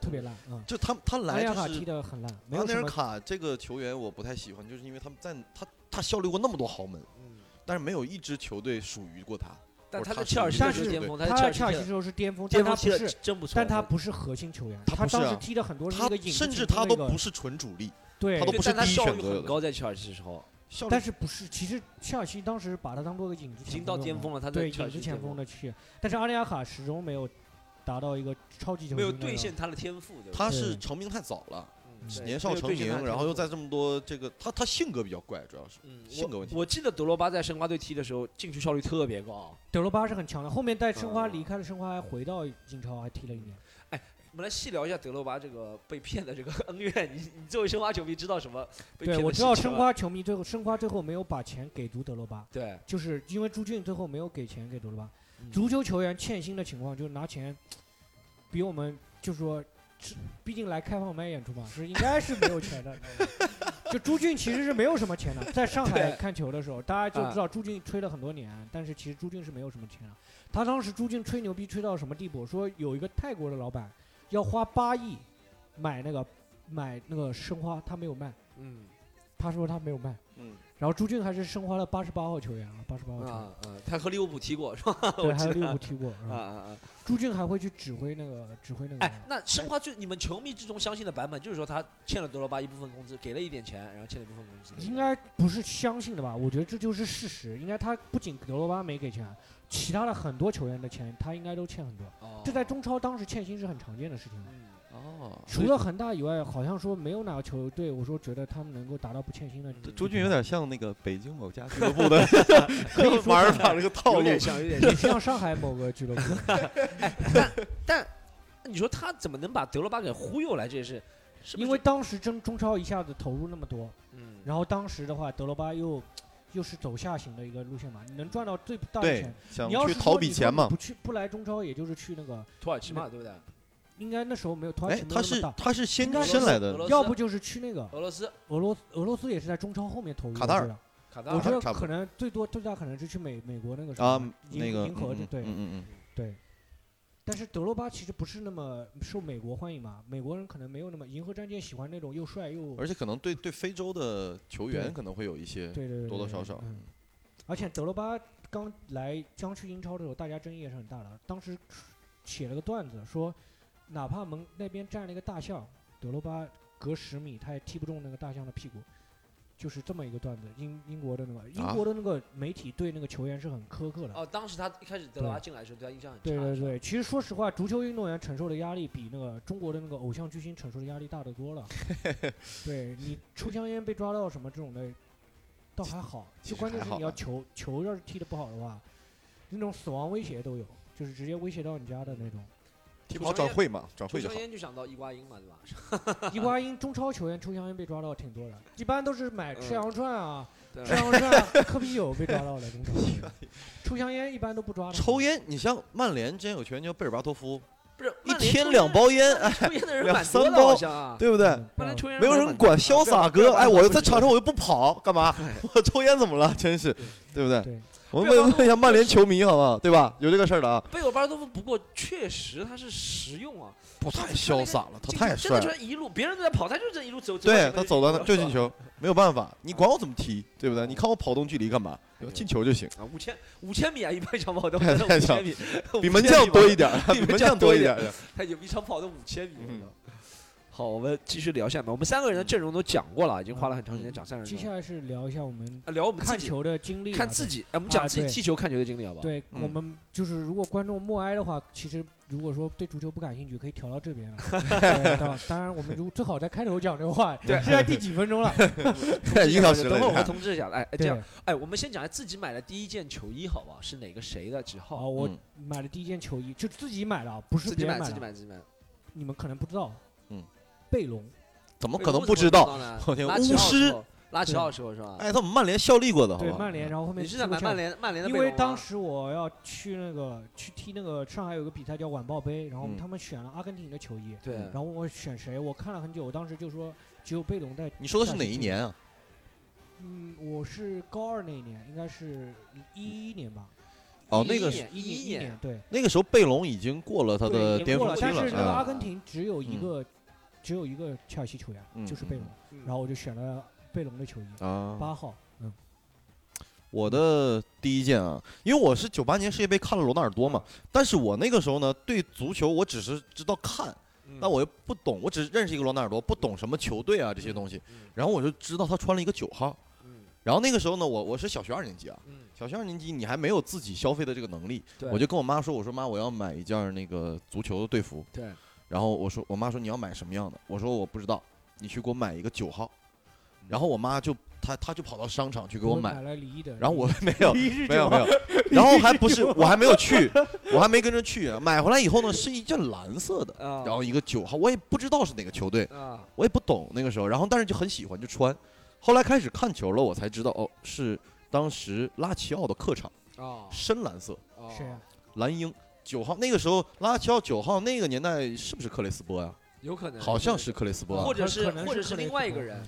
S3: 特别烂啊、嗯
S4: 就他他
S3: 阿内
S4: 来
S3: 亚
S4: 就
S3: 卡
S4: 是
S3: 踢的很烂，没
S4: 阿
S3: 有
S4: 内
S3: 什
S4: 尔
S3: 么
S4: 卡这个球员我不太喜欢，就是因为他们在他他效力过那么多豪门，
S2: 嗯
S4: 但是没有一支球队属于过他。
S2: 但
S4: 不是
S2: 他在
S4: 他是
S2: 切尔西
S3: 但
S2: 的时候
S3: 是
S2: 巅峰，
S3: 他
S2: 在
S3: 切
S2: 切
S3: 尔
S2: 尔西
S3: 西的
S2: 的
S3: 时候是巅峰，但
S2: 巅
S3: 他
S2: 峰踢
S3: 不
S2: 的
S3: 是，
S2: 真不错。
S3: 但他不是核心球员，
S4: 他不是啊
S3: 当时踢的很多是
S4: 他
S3: 一个影子
S4: 甚
S3: 球
S4: 至
S3: 的
S4: 他
S3: 那
S4: 都
S3: 个
S4: 不是纯主力，
S3: 对
S4: 他都，不
S2: 对
S4: 是
S2: 但他
S4: 第一
S2: 效
S4: 选
S2: 率
S4: 择
S2: 很
S4: 的
S2: 高，在切尔西的时候
S4: 效
S3: 但
S4: 率
S3: 是不是，其实切尔西当时把他当做个影子
S2: 已
S3: 前锋
S2: 经到
S3: 用
S2: 巅
S3: 了
S2: 峰了，他在
S3: 对
S2: 切尔
S3: 影
S2: 西
S3: 子前
S2: 的
S3: 锋的去，但是阿内亚卡始终没有达到一个超级
S2: 巅峰
S3: 球
S2: 没有
S3: 星的
S2: 兑现他的天赋，对吧？
S4: 他是
S3: 对
S4: 成名太早了，
S2: 嗯对
S4: 年少成
S2: 没有兑现他的
S4: 名，然后又
S2: 天赋
S4: 在这么多这个，他他性格比较怪，主要是
S2: 嗯，
S4: 性格问题
S2: 我我记得德罗巴在申花队踢的时候，进球效率特别高。
S3: 德罗巴是很强的，后面带申花
S2: 啊
S3: 离开了申花，还回到英超还踢了一年。
S2: 我们来细聊一下德罗巴这个被骗的这个 恩怨。你你作为申花球迷，知道什么被骗
S3: 对，
S2: 的
S3: 我
S2: 事
S3: 知
S2: 情
S3: 道
S2: 吗
S3: 申花球迷最后，申花最后没有把钱给足德罗巴，
S2: 对
S3: 就是因为朱俊最后没有给钱给德罗巴。
S2: 嗯
S3: 足球球员欠薪的情况就是拿钱，比我们就说，是毕竟来开放麦演出嘛，是应该是没有钱的。就朱俊其实是没有什么钱的，在上海
S2: 对
S3: 看球的时候，大家就知道朱俊吹了很多年，但是其实朱俊是没有什么钱的。他当时朱俊吹牛逼吹到什么地步？说有一个泰国的老板要花八亿买那个买那个申花，他没有卖，
S2: 嗯
S3: 他说他没有卖。
S4: 嗯，
S3: 然后朱俊还是申花的八十八号球员啊，八十八号球员，
S2: 啊啊，他和利物浦踢过是吧？
S3: 对，
S2: 我
S3: 还
S2: 记
S3: 有利
S2: 得
S3: 物浦踢过。
S2: 啊
S3: 嗯
S2: 啊啊！
S3: 朱俊还会去指挥那个指挥那个。
S2: 哎，那申花最你们球迷之中相信的版本，就是说他欠了德罗巴一部分工资，给了一点钱，然后欠了一部分工资。
S3: 应该不是相信的吧？我觉得这就是事实。应该他不仅德罗巴没给钱，其他的很多球员的钱他应该都欠很多。
S2: 哦
S3: 这在中超当时欠薪是很常见的事情。
S2: 嗯
S4: 哦，
S3: 除了恒大以外，好像说没有哪个球队，我说觉得他们能够达到不欠薪的。
S2: 嗯
S4: 朱俊有点像那个北京某家俱 乐部的 玩儿法这个套
S2: 有
S4: 路
S2: 点，像，有点像
S3: 也。像上海某个俱 乐部，
S2: 但你说他怎么能把德罗巴给忽悠来这件事？是不是
S3: 因为当时中中超一下子投入那么多，
S2: 嗯，
S3: 然后当时的话，德罗巴又又是走下行的一个路线嘛，你能赚到最大的
S4: 对
S3: 钱。，
S4: 想
S3: 你要
S4: 去
S3: 是
S4: 逃
S3: 说
S4: 避
S3: 你
S4: 钱
S3: 说
S4: 嘛
S3: 你不。去不来中超，也就是去那个，
S2: 土耳其嘛，对不对？
S3: 应该那时候没有土耳
S4: 哎
S3: 其，没有
S4: 他
S3: 那么
S4: 是
S3: 大，
S4: 他是先
S3: 应该是
S4: 先来
S2: 俄
S4: 的
S2: 罗斯
S3: 要不就是去那个
S2: 俄罗斯、
S3: 俄罗斯，俄罗斯也是在中超后面投入的
S4: 卡塔尔啊
S2: 卡
S3: 对吧
S2: 塔
S3: 我觉
S2: 尔，
S3: 得
S4: 差不
S3: 可能最多最大可能是去美美国那个什
S4: 啊
S3: 么，银
S4: 那个
S3: 银河
S4: 嗯
S3: 对
S4: 嗯嗯嗯，
S3: 对。但是德罗巴其实不是那么受美国欢迎嘛，美国人可能没有那么银河战舰喜欢那种又帅又
S4: 而且可能对对非洲的球员
S3: 对
S4: 可能会有一些
S3: 对对对对
S4: 多多
S3: 对
S4: 少少
S3: 嗯。而且德罗巴刚来刚去英超的时候，大家争议也是很大的。当时写了个段子说，哪怕门那边站了一个大象，德罗巴隔十米他也踢不中那个大象的屁股，就是这么一个段子。英英国的那个英
S4: 啊
S3: 国的那个媒体对那个球员是很苛刻的。
S2: 哦，当时他一开始德罗巴进来的时候，对他印象很差。
S3: 对对
S2: 是吧，
S3: 对，其实说实话，足球运动员承受的压力比那个中国的那个偶像巨星承受的压力大得多 了。对你抽香烟被抓到什么这种的，倒还好，
S4: 其
S3: 就
S4: 实
S3: 关键
S4: 还
S3: 是
S4: 好啊
S3: 你要
S4: 吧
S3: 球球要是踢得不好的话，那种死亡威胁都有，就是直接威胁到你家的那 种。
S4: 踢
S2: 抽
S4: 不好
S2: 香
S4: 转
S2: 烟
S4: 会嘛，转
S2: 抽
S4: 啊会就好
S2: 香。烟就嗯想到伊瓜因嘛， 对吧？
S3: 伊瓜因中超球员抽香烟被抓到挺多的，一般都是买
S2: 嗯
S3: 吃羊肉串啊、
S2: 对
S4: 嗯
S3: 吃羊肉串、喝啤酒被抓到的中超球员 抽香烟一般都不抓的。
S4: 抽烟，你像曼联之前有球员叫贝尔巴托夫，
S2: 不是，
S4: 一
S2: 曼联
S4: 天
S2: 抽
S4: 两
S2: 烟啊
S4: 包烟，哎，
S2: 抽烟的人
S4: 两
S2: 蛮多
S4: 三
S2: 的，
S4: 包
S2: 好像啊。
S4: 对不对？
S3: 嗯，
S2: 曼联
S3: 嗯
S2: 抽烟人
S4: 没有
S2: 蛮
S4: 人
S2: 蛮
S4: 管，
S2: 多的
S4: 潇洒哥，哎，我就在场上，
S2: 不
S4: 我又不跑，干嘛？我抽烟怎么了？真是，对不对？
S3: 对
S4: 我
S2: 贝尔巴
S4: 们
S2: 托
S4: 问一下曼联球迷好不好？对吧？有这个事儿的啊，
S2: 贝尔巴尔多夫，不过确实啊他是实用啊，
S4: 不
S2: 太潇洒
S4: 了，
S2: 进球真的就是一路，别人都在跑，他就是一路走。
S4: 对他走到那
S2: 那
S4: 就进，球，没有办法，你管我怎么踢，对不对？你看我跑动距离干嘛？对吧进球就行，
S2: 啊，五千五千米啊，一般想跑动
S4: 太
S2: 五
S4: 强
S2: 千米，
S4: 比门将多一
S2: 点，
S4: 点儿，
S2: 比
S4: 比
S2: 门
S4: 门
S2: 将
S4: 将
S2: 多
S4: 多
S2: 一
S4: 一
S2: 点
S4: 点
S2: 儿
S4: 儿。
S2: 他有一场跑动五千米。
S4: 嗯
S2: 好，我们继续聊下面，我们三个人的阵容都讲过了，已经花了很长时间讲三人
S3: 接
S2: 阵
S3: 下
S2: 容了。
S3: 来是聊一下我们
S2: 啊，聊我们自
S3: 看
S2: 己，
S3: 球的经历啊，
S2: 看自己，哎我们讲
S3: 啊
S2: 自己
S3: 对
S2: 踢球看球的经历，好不好？
S3: 对
S4: 嗯
S3: 我们就是，如果观众默哀的话，其实如果说对足球不感兴趣，可以调到 这边了。啊对当当然，我们如最好在开头讲这个话。
S2: 对
S3: 现在第几分钟了？
S4: 一个小时
S2: 等
S4: 了
S2: 会儿我
S4: 你
S2: 们
S4: 看
S2: 通知一下，哎， 哎这
S3: 对
S2: 样，，哎，我们先讲一下自己买的第一件球衣，好不好？是哪个谁的几
S3: 好，
S2: 号？
S3: 啊我
S4: 嗯
S3: 买了第一件球衣，就自己买的，啊，不哦是
S2: 自己
S3: 别人
S2: 买，
S3: 买
S2: 自己
S3: 的。
S2: 买，自己买。
S3: 你们可能不知道，
S4: 嗯，
S3: 贝隆，
S4: 怎么
S2: 我
S4: 可能不知道？
S2: 呢？
S4: 我天
S2: 拉齐
S4: 巫
S2: 奥的时
S4: 师
S2: 候，拉齐奥的时候是吧？
S4: 哎，他们曼联效力过的，好
S3: 对
S4: 吧？
S3: 曼
S2: 嗯
S3: 联，然后后
S2: 哦
S3: 面
S2: 你是在买
S3: 踢过
S2: 曼联曼联的
S3: 上，
S2: 贝隆吗？
S3: 因为当时我要去那个去踢那个上海有个比赛叫晚报杯，然后
S4: 嗯
S3: 他们选了阿根廷的球衣，
S2: 对
S3: 然后我选谁，我看了很久，我当时就说只有贝隆在
S4: 你说的是哪一年啊？
S3: 嗯，我是高二那一年，应该是一一年吧，
S4: 哦，
S2: 一
S4: 那个
S2: 一
S4: 时
S2: 年
S3: 一
S2: 一
S3: 一
S2: 年，
S3: 对，
S4: 那个时候贝隆已经过了他
S3: 对
S4: 的
S3: 已经
S4: 呃巅
S3: 过
S4: 峰
S3: 了
S4: 期
S3: 但是那个
S4: 啊
S3: 阿根廷只有一
S4: 嗯
S3: 个，只有一个切尔西球员，
S4: 嗯
S3: 就是贝隆，
S2: 嗯
S3: 然后我就选了贝隆的球衣，
S4: 啊
S3: 八号，嗯，
S4: 我的第一件啊，因为我是九八年世界杯看了罗纳尔多嘛，
S2: 嗯
S4: 但是我那个时候呢，对足球我只是知道看，
S2: 嗯
S4: 但我又不懂，我只认识一个罗纳尔多，不懂什么球队啊这些东西
S2: 嗯。
S4: 然后我就知道他穿了一个九号，
S2: 嗯
S4: 然后那个时候呢，我我是小学二年级啊，
S2: 嗯，
S4: 小学二年级你还没有自己消费的这个能力，
S2: 对，
S4: 我就跟我妈说，我说妈，我要买一件那个足球的队服。
S2: 对，
S4: 然后我说，我妈说你要买什么样的？我说我不知道，你去给我买一个九号。然后我妈就她她就跑到商场去给我
S3: 买
S4: 买，
S3: 了李毅的，
S4: 然后我 没有
S3: 李毅是
S4: 没有
S3: 九
S4: 没
S3: 号
S4: 有，然后还不是我还没有去，我还没跟着去。啊买回来以后呢，是一件蓝色的，
S2: 啊，
S4: 然后一个九号，我也不知道是哪个球队，
S2: 啊，
S4: 我也不懂那个时候，然后但是就很喜欢就穿。后来开始看球了，我才知道哦，是当时拉齐奥的客场，
S2: 哦，
S4: 深蓝色，
S2: 哦
S3: 谁啊？
S4: 蓝鹰九号。那个时候拉齐奥九号那个年代是不是克雷斯波呀、
S2: 有可能，
S4: 好像是克雷斯波、
S2: 或
S4: 啊。
S2: 者
S3: 可
S2: 是
S3: 可能
S2: 或者
S3: 是
S2: 是
S3: 克雷
S2: 另
S3: 斯
S2: 外一
S3: 波
S2: 个人，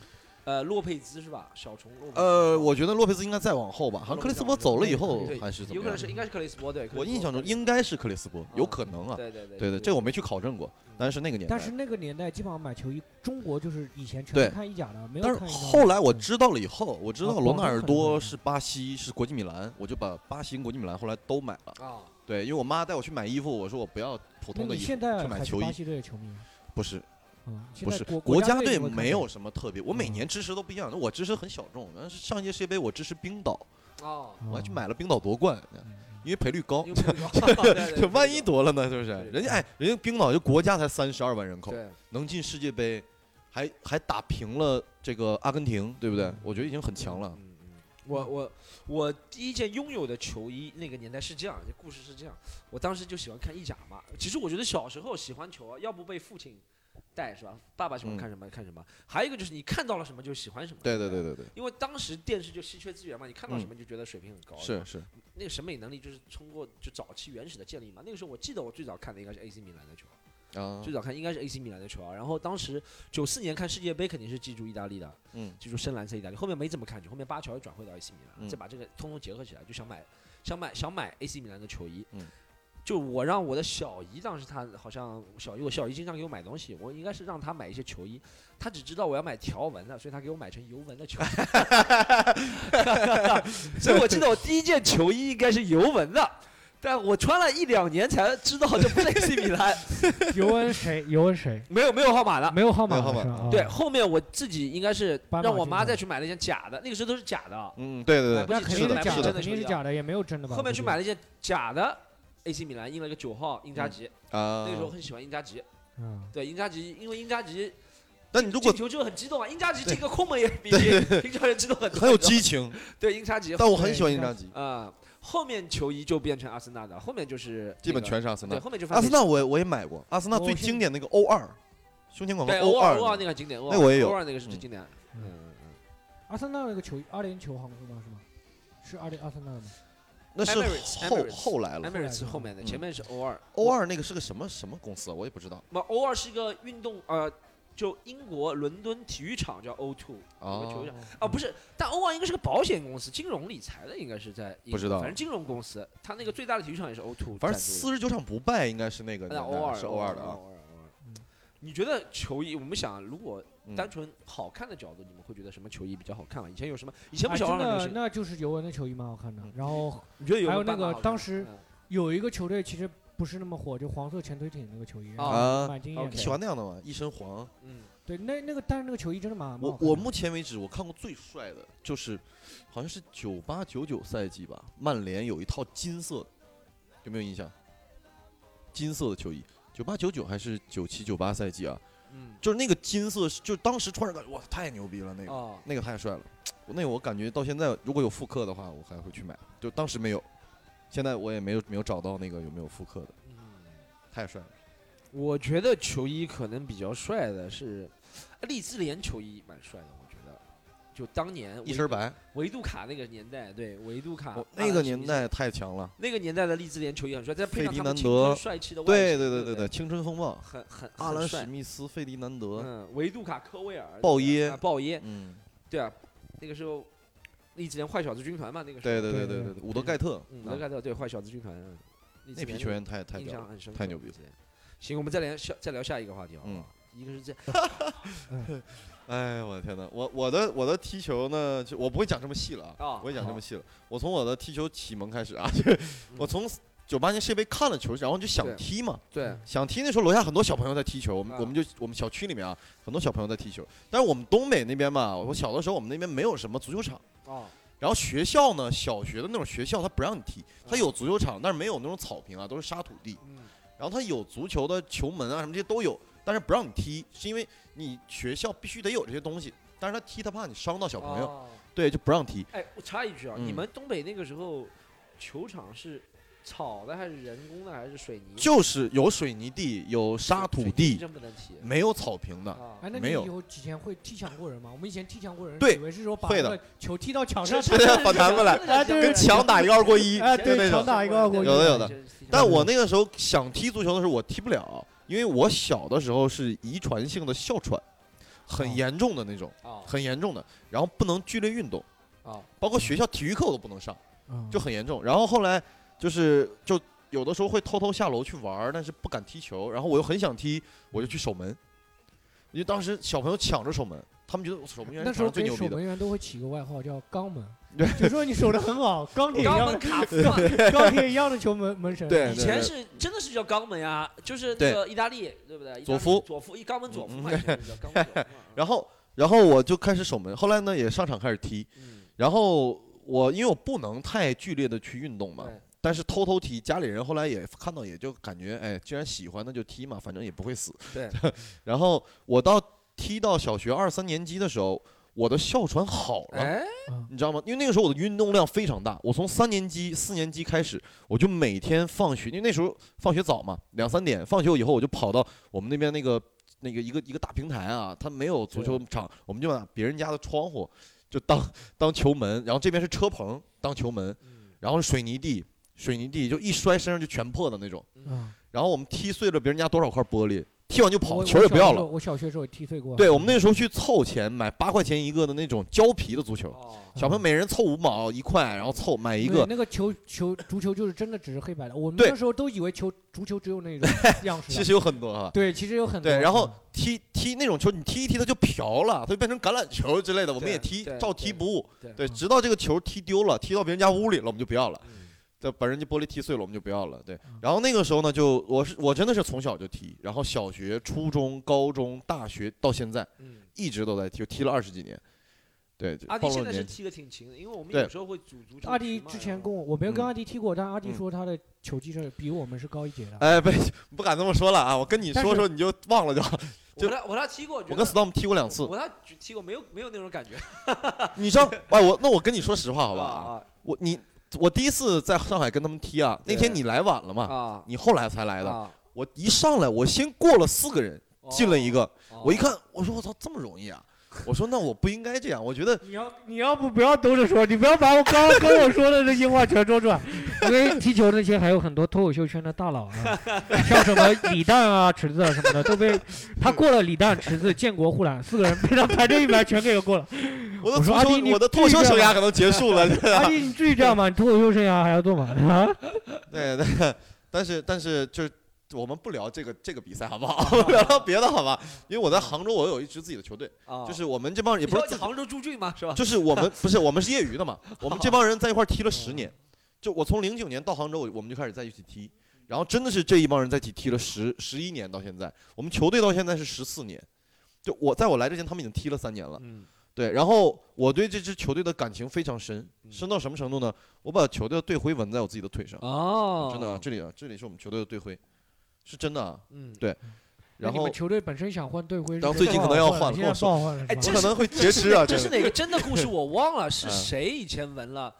S2: 呃，洛佩兹是吧？小虫洛佩兹。
S4: 呃，我觉得洛佩兹应该再往后吧，好像克雷斯波走了以后
S2: 对
S4: 还是怎
S2: 有
S4: 么
S2: 可能
S4: 样
S2: 是？应该是克雷斯波对，克雷
S4: 我
S2: 斯
S4: 印
S2: 波
S4: 象中应该是克雷斯波，有
S2: 啊
S4: 可能啊。
S2: 对对对
S4: 对
S2: 对，
S4: 对，这我没去考证过，但
S2: 是
S4: 是那个年代。
S3: 但是那个年代基本上买球衣，中国就是以前全
S4: 对
S3: 是看意甲的，没
S4: 但
S3: 有
S4: 是
S3: 看意甲的。
S4: 后来我知道了以后，我知
S3: 啊
S4: 道
S3: 广
S4: 罗纳
S3: 州
S4: 尔
S3: 可能
S4: 多
S3: 会
S4: 是巴西，是国际米兰，我就把巴西跟国际米兰后来都买了。
S2: 啊，
S4: 对，因为我妈带我去买衣服，我说我不要普
S3: 那
S4: 通的
S3: 你
S4: 衣服，
S3: 现在
S4: 去买
S3: 还是
S4: 球
S3: 巴
S4: 衣
S3: 西队的球迷吗？
S4: 不是
S3: 嗯，现
S4: 不
S3: 在
S4: 是
S3: 国
S4: 国
S3: 家
S4: 队
S3: 你会看
S4: 没有
S3: 吗
S4: 什么特别，我每
S3: 嗯
S4: 年支持都不一样，我支持很小众。但是上一届世界杯我支持冰岛，
S2: 哦，
S4: 我还去
S3: 哦
S4: 买了冰岛夺冠，
S3: 嗯嗯
S4: 因为赔率高
S2: 因，为对对对
S4: 就万一
S2: 对
S4: 夺了呢，是不是
S2: 对？
S4: 人家哎，人家冰岛就国家才三十二万人口，啊
S2: 对嗯
S4: 能进世界杯，还还打平了这个阿根廷，对不对？我觉得已经很强了。
S2: 嗯嗯，我我我第一件拥有的球衣，那个年代是这样，这故事是这样。我当时就喜欢看意甲嘛。其实我觉得小时候喜欢球啊，要不被父亲带是吧？爸爸喜欢看什么、看什么。还有一个就是你看到了什么就喜欢什么。
S4: 嗯对对
S2: 不
S4: 对。对对，
S2: 因为当时电视就稀缺资源嘛，你看到
S4: 嗯
S2: 什么就觉得水平很高。
S4: 是是。
S2: 那个审美能力就是通过就早期原始的建立嘛。那个时候我记得我最早看的应该是 AC 米兰的球，
S4: 啊
S2: 最早看应该是 AC 米兰的球啊。然后当时九四年看世界杯肯定是记住意大利的，
S4: 嗯
S2: 记住深蓝色意大利，后面没怎么看球，后面巴乔又转会到 AC 米兰，
S4: 嗯
S2: 再把这个通通结合起来，就想买想买想买 AC 米兰的球衣。
S4: 嗯
S2: 就我让我的小姨，当时她好像小姨，我小姨经常给我买东西，我应该是让她买一些球衣，她只知道我要买条纹的，所以她给我买成尤文的 球衣。所以我记得我第一件球衣应该是尤文的，但我穿了一两年才知道这不是 AC 米兰，
S3: 尤文谁？尤文谁？
S2: 没有没有号码的。
S3: 没有号码
S4: 没有号
S3: 了
S4: 码
S3: 是吧？啊
S2: 对，，后面我自己应该是
S3: 斑马
S2: 让我
S3: 军
S2: 妈
S3: 团
S2: 再去买了一件假的，那个时候都是假的，
S4: 嗯，对对对，
S3: 那肯定
S4: 是的
S3: 假
S4: 是
S3: 的，
S4: 的
S3: 肯定是假的，也没有真的吧？
S2: 后面去
S3: 我
S2: 买
S3: 估
S2: 了一件假的 AC 米兰，印了个九号印加吉，
S4: 啊
S2: 那。个时候很喜欢印加吉，
S3: 计，嗯，
S2: 对印加吉，因为印加吉
S4: 但你如
S2: 进
S4: 果
S2: 球就很激动啊，印加吉进
S4: 对
S2: 个空门也比平常人激动很多，
S4: 很有
S2: 你知道吗
S4: 激情，
S2: 对印加吉，
S4: 但我很喜欢印扎吉，
S2: 啊，后面球衣就变成阿森纳的，后面就是
S4: 基
S2: 那
S4: 本
S2: 个
S4: 全是阿森纳
S2: 对，。后面就
S4: 阿森纳我也我也买过，阿森纳
S3: 我
S4: 最
S3: 是
S4: 经典那个 O 二，胸前广告
S2: 对偶尔偶尔
S4: 二
S2: 那个经典，
S4: 那我也有
S2: 偶尔那个是最
S4: 嗯
S2: 经典，嗯。
S3: 阿森纳那个球二连球好像是吗？是吗？是二连阿森纳的吗？
S4: 那是
S2: Emirates，
S4: 后
S2: Emirates
S4: 后来
S2: 埃
S4: 了。
S2: 梅尔茨后面的，
S4: 嗯
S2: 前面是欧尔，
S4: O 二那个是个什么什么公司啊，我也不知道
S2: 嘛，欧尔是一个运动，呃，就英国伦敦体育场叫 O Two
S4: 啊
S2: 球场啊，不是，但欧尔应该是个保险公司，金融理财的应该是在英国，
S4: 不知道
S2: 反正金融公司，它那个最大的体育场也是 O Two，
S4: 反正四十九场不败应该是那个
S2: 那
S4: 年
S2: 欧
S4: 代
S2: 哎尔
S4: 是 O 二的啊。
S2: 欧尔欧尔
S3: 嗯
S2: 你觉得球衣？我们想，如果
S4: 嗯
S2: 单纯好看的角度，你们会觉得什么球衣比较好看吗？以前有什么？以前
S3: 哎
S2: 不小
S3: 真
S2: 时候流
S3: 的，
S2: 行，
S3: 那就是尤文的球衣蛮好看的
S4: 嗯。
S3: 然后
S2: 你觉得有
S3: 还有
S2: 斑
S3: 那
S2: 马
S3: 个
S2: 好看
S3: 当
S2: 吗
S3: 时
S2: 嗯
S3: 有一个球队其实不是那么火，就黄色前推艇那个球衣，
S2: 啊
S4: 啊
S3: 蛮惊艳
S2: ，OK
S3: 的。
S4: 你喜欢那样的吗？一身黄。
S2: 嗯，
S3: 对，那那个但是那个球衣真的蛮蛮
S4: 我
S3: 好看的
S4: 我目前为止我看过最帅的就是，好像是九八九九赛季吧，曼联有一套金色的，有没有印象？金色的球衣，九八九九还是九七九八赛季啊？
S2: 嗯
S4: 就是那个金色，就是当时穿着感觉哇太牛逼了，那个、
S2: 哦，
S4: 那个太帅了，我那个我感觉到现在如果有复刻的话，我还会去买，就当时没有，现在我也没有没有找到那个有没有复刻的，
S2: 嗯，
S4: 太帅了。
S2: 我觉得球衣可能比较帅的是，利兹联球衣蛮帅的，我觉得。就当年
S4: 一身白，
S2: 维维杜卡那个年代，对维杜卡
S4: 我
S2: 阿
S4: 那
S2: 拉
S4: 个
S2: 什
S4: 年
S2: 米
S4: 代太强了，
S2: 那个年代的利兹联球衣很帅，再配上他们
S4: 费迪南
S2: 青
S4: 德
S2: 春帅气的外
S4: 对
S2: 形
S4: 对
S2: 对
S4: 对对
S2: 不
S4: 对，，青春风暴，
S2: 很很
S4: 阿
S2: 很
S4: 兰
S2: 帅
S4: 史密斯、费迪南德，
S2: 嗯，维杜卡、科威尔、
S4: 鲍
S2: 对吧
S4: 耶
S2: 啊鲍耶，
S4: 嗯，
S2: 对啊，那个时候利兹联坏小子军团嘛，那个时候
S4: 对对对对对，伍德盖特，
S2: 嗯，
S4: 啊
S2: 德盖特对坏小子军团，嗯利兹
S4: 那批
S2: 联
S4: 球员太太
S2: 印
S4: 屌
S2: 象
S4: 了，
S2: 很深刻，
S4: 太牛逼了
S2: 利兹联。行，我们再聊下再聊下一个话题好不
S4: 嗯
S2: 好？一个是这
S4: 哎，我的天呐，我我的我的踢球呢，就我不会讲这么细了
S2: 啊
S4: 啊，不会讲
S2: 好嗯
S4: 这么细了。我从我的踢球启蒙开始啊，就是 我从九八年世界杯看了球，然后就想
S2: 对
S4: 踢嘛，
S2: 对
S4: 想踢那时候楼下很多小朋友在踢球，我们、
S2: 啊
S4: 我们就我们小区里面啊，很多小朋友在踢球。但是我们东北那边嘛，我小的时候我们那边没有什么足球场，
S2: 哦，
S4: 然后学校呢，小学的那种学校它不让你踢，它有足球场，但是没有那种草坪啊，都是沙土地。
S2: 嗯
S4: 然后它有足球的球门啊，什么这些都有，但是不让你踢，是因为你学校必须得有这些东西。但是他踢，他怕你伤到小朋友，
S2: 哦
S4: 对，就不让踢。
S2: 哎，我插一句啊，
S4: 嗯
S2: 你们东北那个时候球场是草的还是人工的还是水泥？
S4: 就是有水泥地，有沙
S2: 水
S4: 土
S2: 泥
S4: 地，嗯
S2: 真不能踢
S4: 没有草坪的。
S2: 啊！
S3: 哎，那
S4: 没
S3: 你
S4: 有
S3: 以后以前会踢墙过人吗？我们以前踢墙过人，
S4: 对
S3: 以为是说把
S4: 会
S3: 那
S4: 的
S3: 个球踢到墙上
S2: 是
S3: 去，
S2: 是
S4: 对啊
S2: 是
S4: 反弹过来
S2: 是是是
S3: 哎对
S2: 是
S3: 对
S2: 是
S3: 对
S4: 强打一个二 过一，
S3: 哎
S4: 就
S3: 对
S4: 那
S3: 强
S4: 种。
S3: 打一个二过
S4: 一有的有的
S2: 是是是
S4: 但我那个时候想踢足球的时候，我踢不了，因为我小的时候是遗传性的哮喘，很
S3: 哦
S4: 严重的那种，
S2: 哦
S4: 很严重的，然后不能剧烈运动，
S3: 啊
S2: 哦
S4: 包括学校体育课我都不能上。
S3: 嗯
S4: 就很严重。然后后来就是就有的时候会偷偷下楼去玩儿，但是不敢踢球。然后我又很想踢，我就去守门，因为当时小朋友抢着守门，他们觉得守门员
S3: 那
S4: 是
S3: 时
S4: 场
S3: 候
S4: 上最
S3: 给
S4: 牛
S3: 守
S4: 逼的
S3: 门。员都会起个外号叫“肛门
S4: 对”，
S3: 就说你守得很好，钢铁一
S2: 肛
S3: 样
S2: 门
S3: 的
S2: 卡夫嘛，
S3: 钢铁一样的球门门神。
S4: 对
S2: 以前是真的是叫肛门啊，就是那
S4: 对
S2: 个意大利，对不对？
S4: 左夫
S2: 左夫一肛门左夫
S4: 嗯
S2: 嘛，以前就叫肛门左夫嘛。
S4: 然后然后我就开始守门，后来呢也上场开始踢。
S2: 嗯，
S4: 然后我因为我不能太剧烈的去运动 嘛，
S2: 啊嗯对
S4: 但是偷偷踢，家里人后来也看到，也就感觉，哎，既然喜欢，那就踢嘛，反正也不会死。
S2: 对。
S4: 然后我到踢到小学二三年级的时候，我的哮喘好了，
S2: 哎，
S4: 你知道吗？因为那个时候我的运动量非常大，我从三年级、四年级开始，我就每天放学，因为那时候放学早嘛，两三点，放学以后我就跑到我们那边那个那个一个一个大平台啊，它没有足球场，我们就把别人家的窗户就当当球门，然后这边是车棚当球门，
S2: 嗯
S4: 然后是水泥地，水泥地就一摔身上就全破的那种，
S3: 嗯，
S4: 然后我们踢碎了别人家多少块玻璃，踢完
S3: 我
S4: 就跑，
S3: 我
S4: 球也不
S3: 小
S4: 要
S3: 时候
S4: 了。
S3: 我小学时候也踢碎过。
S4: 对我们那时候去凑钱买八块钱一个的那种胶皮的足球。
S2: 哦，
S4: 小朋友每人凑五毛一块，然后凑买一
S3: 对
S4: 个。
S3: 那个球球足球就是真的只是黑白的，我们
S4: 对
S3: 那时候都以为球足球只有那 种样式
S4: 其
S3: 的。
S4: 实有很多啊，
S3: 对，其实有很多。
S4: 对，然后
S3: 嗯
S4: 踢踢那种球，你踢一踢它就瓢了，它就变成榄球之类的，我们
S2: 对
S4: 也踢
S2: 对，
S4: 照
S2: 对
S4: 踢不误
S2: 对。
S4: 对，直到这个球踢丢了，踢到别人家屋里了，我们就不要了。
S2: 嗯
S4: 这把人家玻璃踢碎了，我们就不要了。对，
S3: 嗯
S4: 然后那个时候呢，就我是我真的是从小就踢，然后小学、初中、高中、大学到现在
S2: 嗯，
S4: 一直都在踢，踢了二十几年。对，就
S2: 阿
S4: 暴
S2: 迪
S4: 露
S2: 现在是
S4: 年纪
S2: 踢的挺勤的，因为我们
S4: 对
S2: 有时候会组组织
S3: 阿迪之前跟我我没有跟阿迪踢过，但阿迪
S4: 嗯
S3: 说他的球技是比我们是高一截的。
S4: 哎，不不敢这么说了啊！我跟你
S3: 但是
S4: 说说你就忘了就好。
S2: 我跟他我跟他踢过，觉
S4: 我
S2: 得
S4: 跟 Storm 踢过两次，
S2: 我跟他踢过没有没有那种感觉，
S4: 你 知道？哎，我那我跟你说实话好吧？啊
S2: 啊
S4: 我你我第一次在上海跟他们踢啊，那天
S2: 对
S4: 你来晚了嘛，
S2: 啊
S4: 你后来才来的。
S2: 啊，
S4: 我一上来我先过了四个人，进了一个，
S2: 哦，
S4: 我一看我说我操这么容易啊！我说那我不应该这样，我觉得
S3: 你要你要不不要兜着说，你不要把我刚刚跟我说的那些话全说出 来，因为踢球那些还有很多脱口秀圈的大佬 啊，像什么李诞啊、池子啊什么的都被他过了李诞、池子、建国、护栏四个人被他排成一排全给我 过了。
S4: 我的
S3: 我
S4: 足
S3: 说阿迪
S4: 球
S3: 你
S4: 我的脱口秀
S3: 注意
S4: 生
S3: 点吧
S4: 涯可能结束 了。
S3: 阿弟，你至于这样吗？你脱口秀生涯还要做吗？啊，
S4: 对对，但是但是就是我们不聊这个这个比赛好不好？我们聊聊别的好吧？因为我在杭州，我有一支自己的球队，
S2: 啊
S4: 就是我们这帮人也
S2: 你
S4: 不
S2: 说
S4: 是
S2: 你
S4: 自己，
S2: 杭州朱俊吗？是吧？
S4: 就是我们不是我们是业余 的嘛，我们这帮人在一块儿踢了十年，就我从零九年到杭州，我我们就开始在一起踢，然后真的是这一帮人在一起踢了十十一年到现在，我们球队到现在是十四年，就我在我来之前他们已经踢了三年了。
S2: 嗯
S4: 对，然后我对这支球队的感情非常深，
S2: 嗯
S4: 深到什么程度呢？我把球队的队徽纹在我自己的腿上。
S2: 哦，
S4: 嗯真的、啊，这里啊，这里是我们球队的队徽，是真的、啊。
S2: 嗯，
S4: 对 然后
S3: 球队本身想换队徽
S4: 然后最近可能要换了跟我说
S3: 好换了
S2: 哎
S3: 是
S2: 这
S4: 我可
S2: 是
S4: 能会
S2: 这
S4: 截
S2: 是
S4: 肢啊，
S2: 哪这是
S4: 真的
S2: 哪个真的故事？我忘了是
S4: 嗯
S2: 谁以前纹了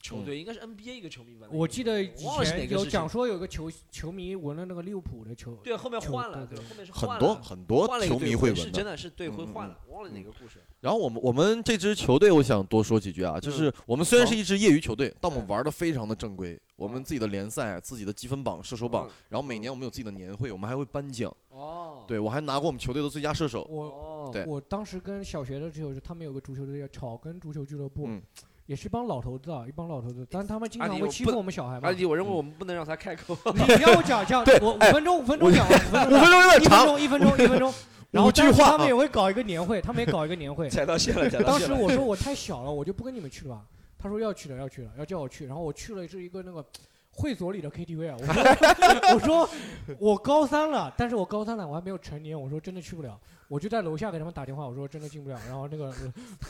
S2: 球队，应该是 NBA 一个球迷纹了一个球队。
S3: 我记得以
S2: 我忘了是哪
S3: 前
S2: 个
S3: 有
S2: 是
S3: 讲
S2: 谁，
S3: 说有个球球迷纹了那个利物浦的球，
S2: 对，后面
S3: 球
S2: 换了，
S3: 对
S2: 对，
S3: 对
S2: 后面是
S4: 很
S2: 换
S4: 多
S2: 了
S4: 很
S2: 换
S4: 多
S2: 了一个
S4: 球
S2: 队
S4: 迷
S2: 伍
S4: 会
S2: 是
S4: 纹
S2: 真
S4: 的。
S2: 的是队徽
S4: 嗯嗯
S2: 换了，忘了哪个故事。
S4: 然后我们我们这支球队，我想多说几句啊，
S2: 嗯
S4: 就是我们虽然是一支业余球队，但我们玩的非常的正规，我们自己的联赛、啊自己的积分榜、射手榜
S2: 嗯，
S4: 然后每年我们有自己的年会，我们还会颁奖。
S2: 哦，
S4: 对我还拿过我们球队的最佳射手。
S3: 我
S2: 哦，
S4: 对
S3: 我当时跟小学的时候，他们有个足球队叫草根足球俱乐部
S4: 嗯，啊
S3: 也是一帮老头子啊，一帮老头子，但他们经
S2: 阿
S3: 常
S2: 迪
S3: 会
S2: 我
S3: 欺
S2: 不
S3: 负我们小孩
S2: 阿。
S3: 嘛
S2: 啊迪，我认为我们不能让他开口。。
S3: 你让我讲讲，
S4: 对
S3: 我五
S4: 哎
S3: 分钟，五分
S4: 我
S3: 钟讲完，五分
S4: 五
S3: 钟讲完。
S4: 分钟有点
S3: 一分
S4: 长，
S3: 钟，一分钟，一分钟。然后
S4: 五句
S3: 当时
S4: 话
S3: 他们
S4: 啊
S3: 也。会搞一个年会，他们也搞一个年会
S2: 踩到线了，踩
S3: 当时我说我太小了，我就不跟你们去了吧。他说要去的，要去的，要叫我去。然后我去了是一个那个会所里的 KTV 啊。我说 我说我高三了，但是我高三了，我还没有成年。我说真的去不了，我就在楼下给他们打电话，我说真的进不了。然后那个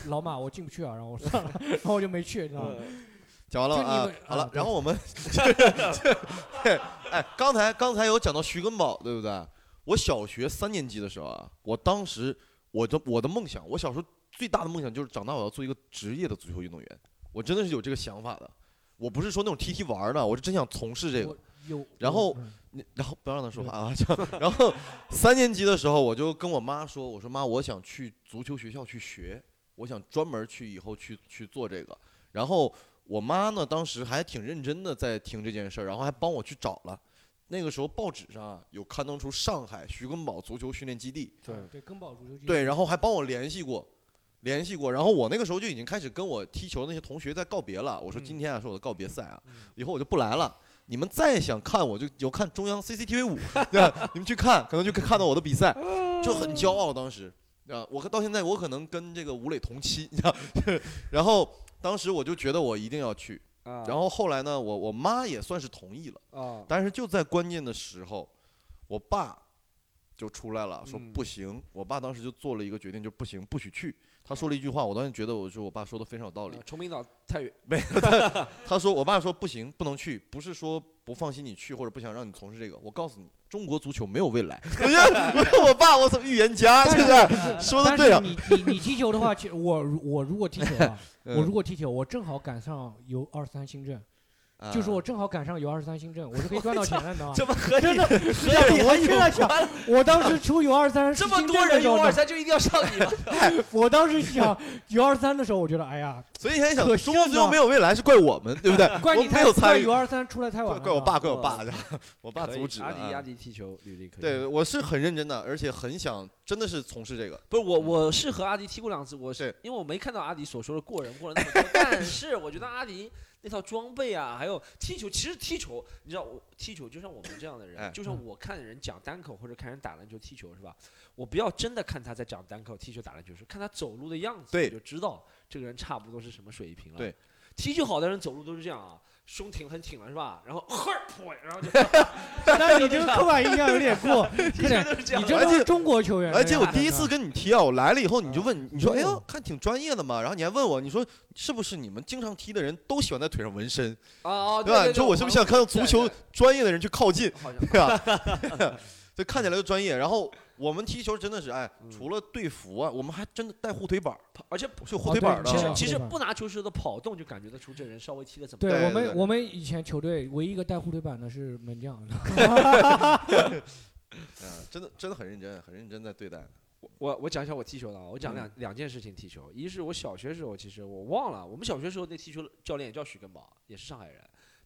S3: 老马我进不去啊，然后我算了，然后我就没去，你知道吗？
S4: 讲完了
S3: 就你
S4: 啊
S3: 们，
S4: 好
S3: 啊
S4: 了，
S3: 对
S4: 然后 我们， 哎，刚才刚才有讲到徐根宝，对不对？我小学三年级的时候啊，我当时我的我的梦想，我小时候最大的梦想就是长大我要做一个职业的足球运动员，我真的是有这个想法的。我不是说那种踢踢玩儿的，我是真想从事这个
S3: 我。有。
S4: 嗯然后
S3: 嗯
S4: 你然后不要让他说话啊，这样然后三年级的时候，我就跟我妈说，我说妈，我想去足球学校去学，我想专门去以后去去做这个。然后我妈呢，当时还挺认真的在听这件事儿，然后还帮我去找了。那个时候报纸上啊有刊登出上海徐根宝足球训练基地，
S3: 对对，根宝足
S2: 嗯
S3: 球俱乐部嗯
S4: 对，然后还帮我联系过，联系过。然后我那个时候就已经开始跟我踢球那些同学在告别了。我说
S2: 嗯
S4: 今天啊是我的告别赛啊
S2: 嗯，
S4: 以后我就不来了。你们再想看我就有看中央 CCTV 五，对吧？ 你们去看，可能就可以看到我的比赛，就很骄傲。当时啊，我到现在我可能跟这个吴磊同期， 你知道？然后当时我就觉得我一定要去。
S2: 啊，
S4: 然后后来呢，我我妈也算是同意了。
S2: 啊，
S4: 但是就在关键的时候，我爸就出来了，说
S2: 嗯
S4: 不行。我爸当时就做了一个决定，就不行，不许去。他说了一
S3: 嗯
S4: 句话，我当时觉得我说我爸说的非常有道理。
S2: 啊崇明岛太远，
S4: 他说我爸说不行，不能去，不是说不放心你去或者不想让你从事这个。我告诉你，中国足球没有未来。 我觉得我觉得我爸，我操，预言家，
S3: 但
S4: 这
S3: 是
S4: 个 说的
S3: 但
S4: 对
S3: 是
S4: 啊。
S3: 你你你踢球的话，其实我如我如果踢球 啊，我如
S4: 嗯
S3: 果踢球，我正好赶上有二三新政，
S4: 啊
S3: 就是我正好赶上有二三新政，我是可以赚到钱的，你知道吗？
S2: 啊这么合
S3: 真
S2: 理
S3: 的，，
S2: 合理
S3: 我现在想，
S2: 完了
S3: 我当时出有二三，
S2: 这么多人
S3: 有
S2: 有二，三就一定要上你 吗？
S3: 我当时想有二三的时候，我觉得哎呀，
S4: 所以现在想，
S3: 可惜
S4: 中国足球
S3: 嘛
S4: 没有未来是怪我们，对不对？
S3: 怪
S4: 我
S3: 你
S4: 们
S3: 太
S4: 没有
S3: 怪
S4: 参与
S3: 有，二三出来太晚
S4: 怪
S3: 了，
S4: 怪我爸，怪我
S2: 嗯
S4: 爸， 我爸阻止了
S2: 阿迪阿
S4: 啊。
S2: 迪踢球履历可以。
S4: 对，，我是很认真的，而且很想，真的是从事这个。
S2: 不是我，我是和阿迪踢过两次，我是
S4: 对
S2: 因为我没看到阿迪所说的过人过人那么 多，但是我觉得阿迪那套装备啊，还有踢球，其实踢球，你知道我踢球就像我们这样的
S4: 哎
S2: 人，就像我看人讲单口或者看人打篮球、踢球是吧？我不要真的看他在讲单口、踢球、打篮球，是看他走路的样子，
S4: 对
S2: 我就知道这个人差不多是什么水平了。
S4: 对，
S2: 踢球好的人走路都是这样啊，胸挺很挺了是吧？然后 噗，然 后就
S3: 那你这个刻板印象有点过，
S2: 其实都是 这样的。
S3: 你这都是中国球员。
S4: 而且我第一次跟你提啊，我来了以后你就
S3: 嗯
S4: 问，你说哎呦
S3: 哦，
S4: 看挺专业的嘛，然后你还问我，你说是不是你们经常踢的人都喜欢在腿上纹身，
S2: 哦哦，
S4: 对吧？你说我是不是想看到足球
S2: 对
S4: 专业的人去靠近，
S2: 好像
S4: 对吧？ 这看起来就专业。然后我们踢球真的是，哎，除了队服啊，我们还真的带护腿板儿，
S2: 而且
S4: 是有护腿板儿
S3: 哦
S4: 的。
S2: 其
S3: 对
S4: 啊
S3: 这
S2: 实
S3: 样
S2: 其
S3: 对
S2: 实
S3: 吧
S2: 不拿球时的跑动就感觉得出这人稍微踢的怎么
S3: 对
S2: 样。
S4: 对
S3: 我
S4: 对
S3: 们我们以前球队唯一一个带护腿板的是门将，
S4: 嗯，真的真的很认真，很认真在对待。
S2: 我我我讲一下我踢球的啊，我讲
S4: 嗯
S2: 两、两件事情踢球，一是我小学时候，其实我忘了，我们小学时候那踢球的教练也叫许根宝，也是上海人。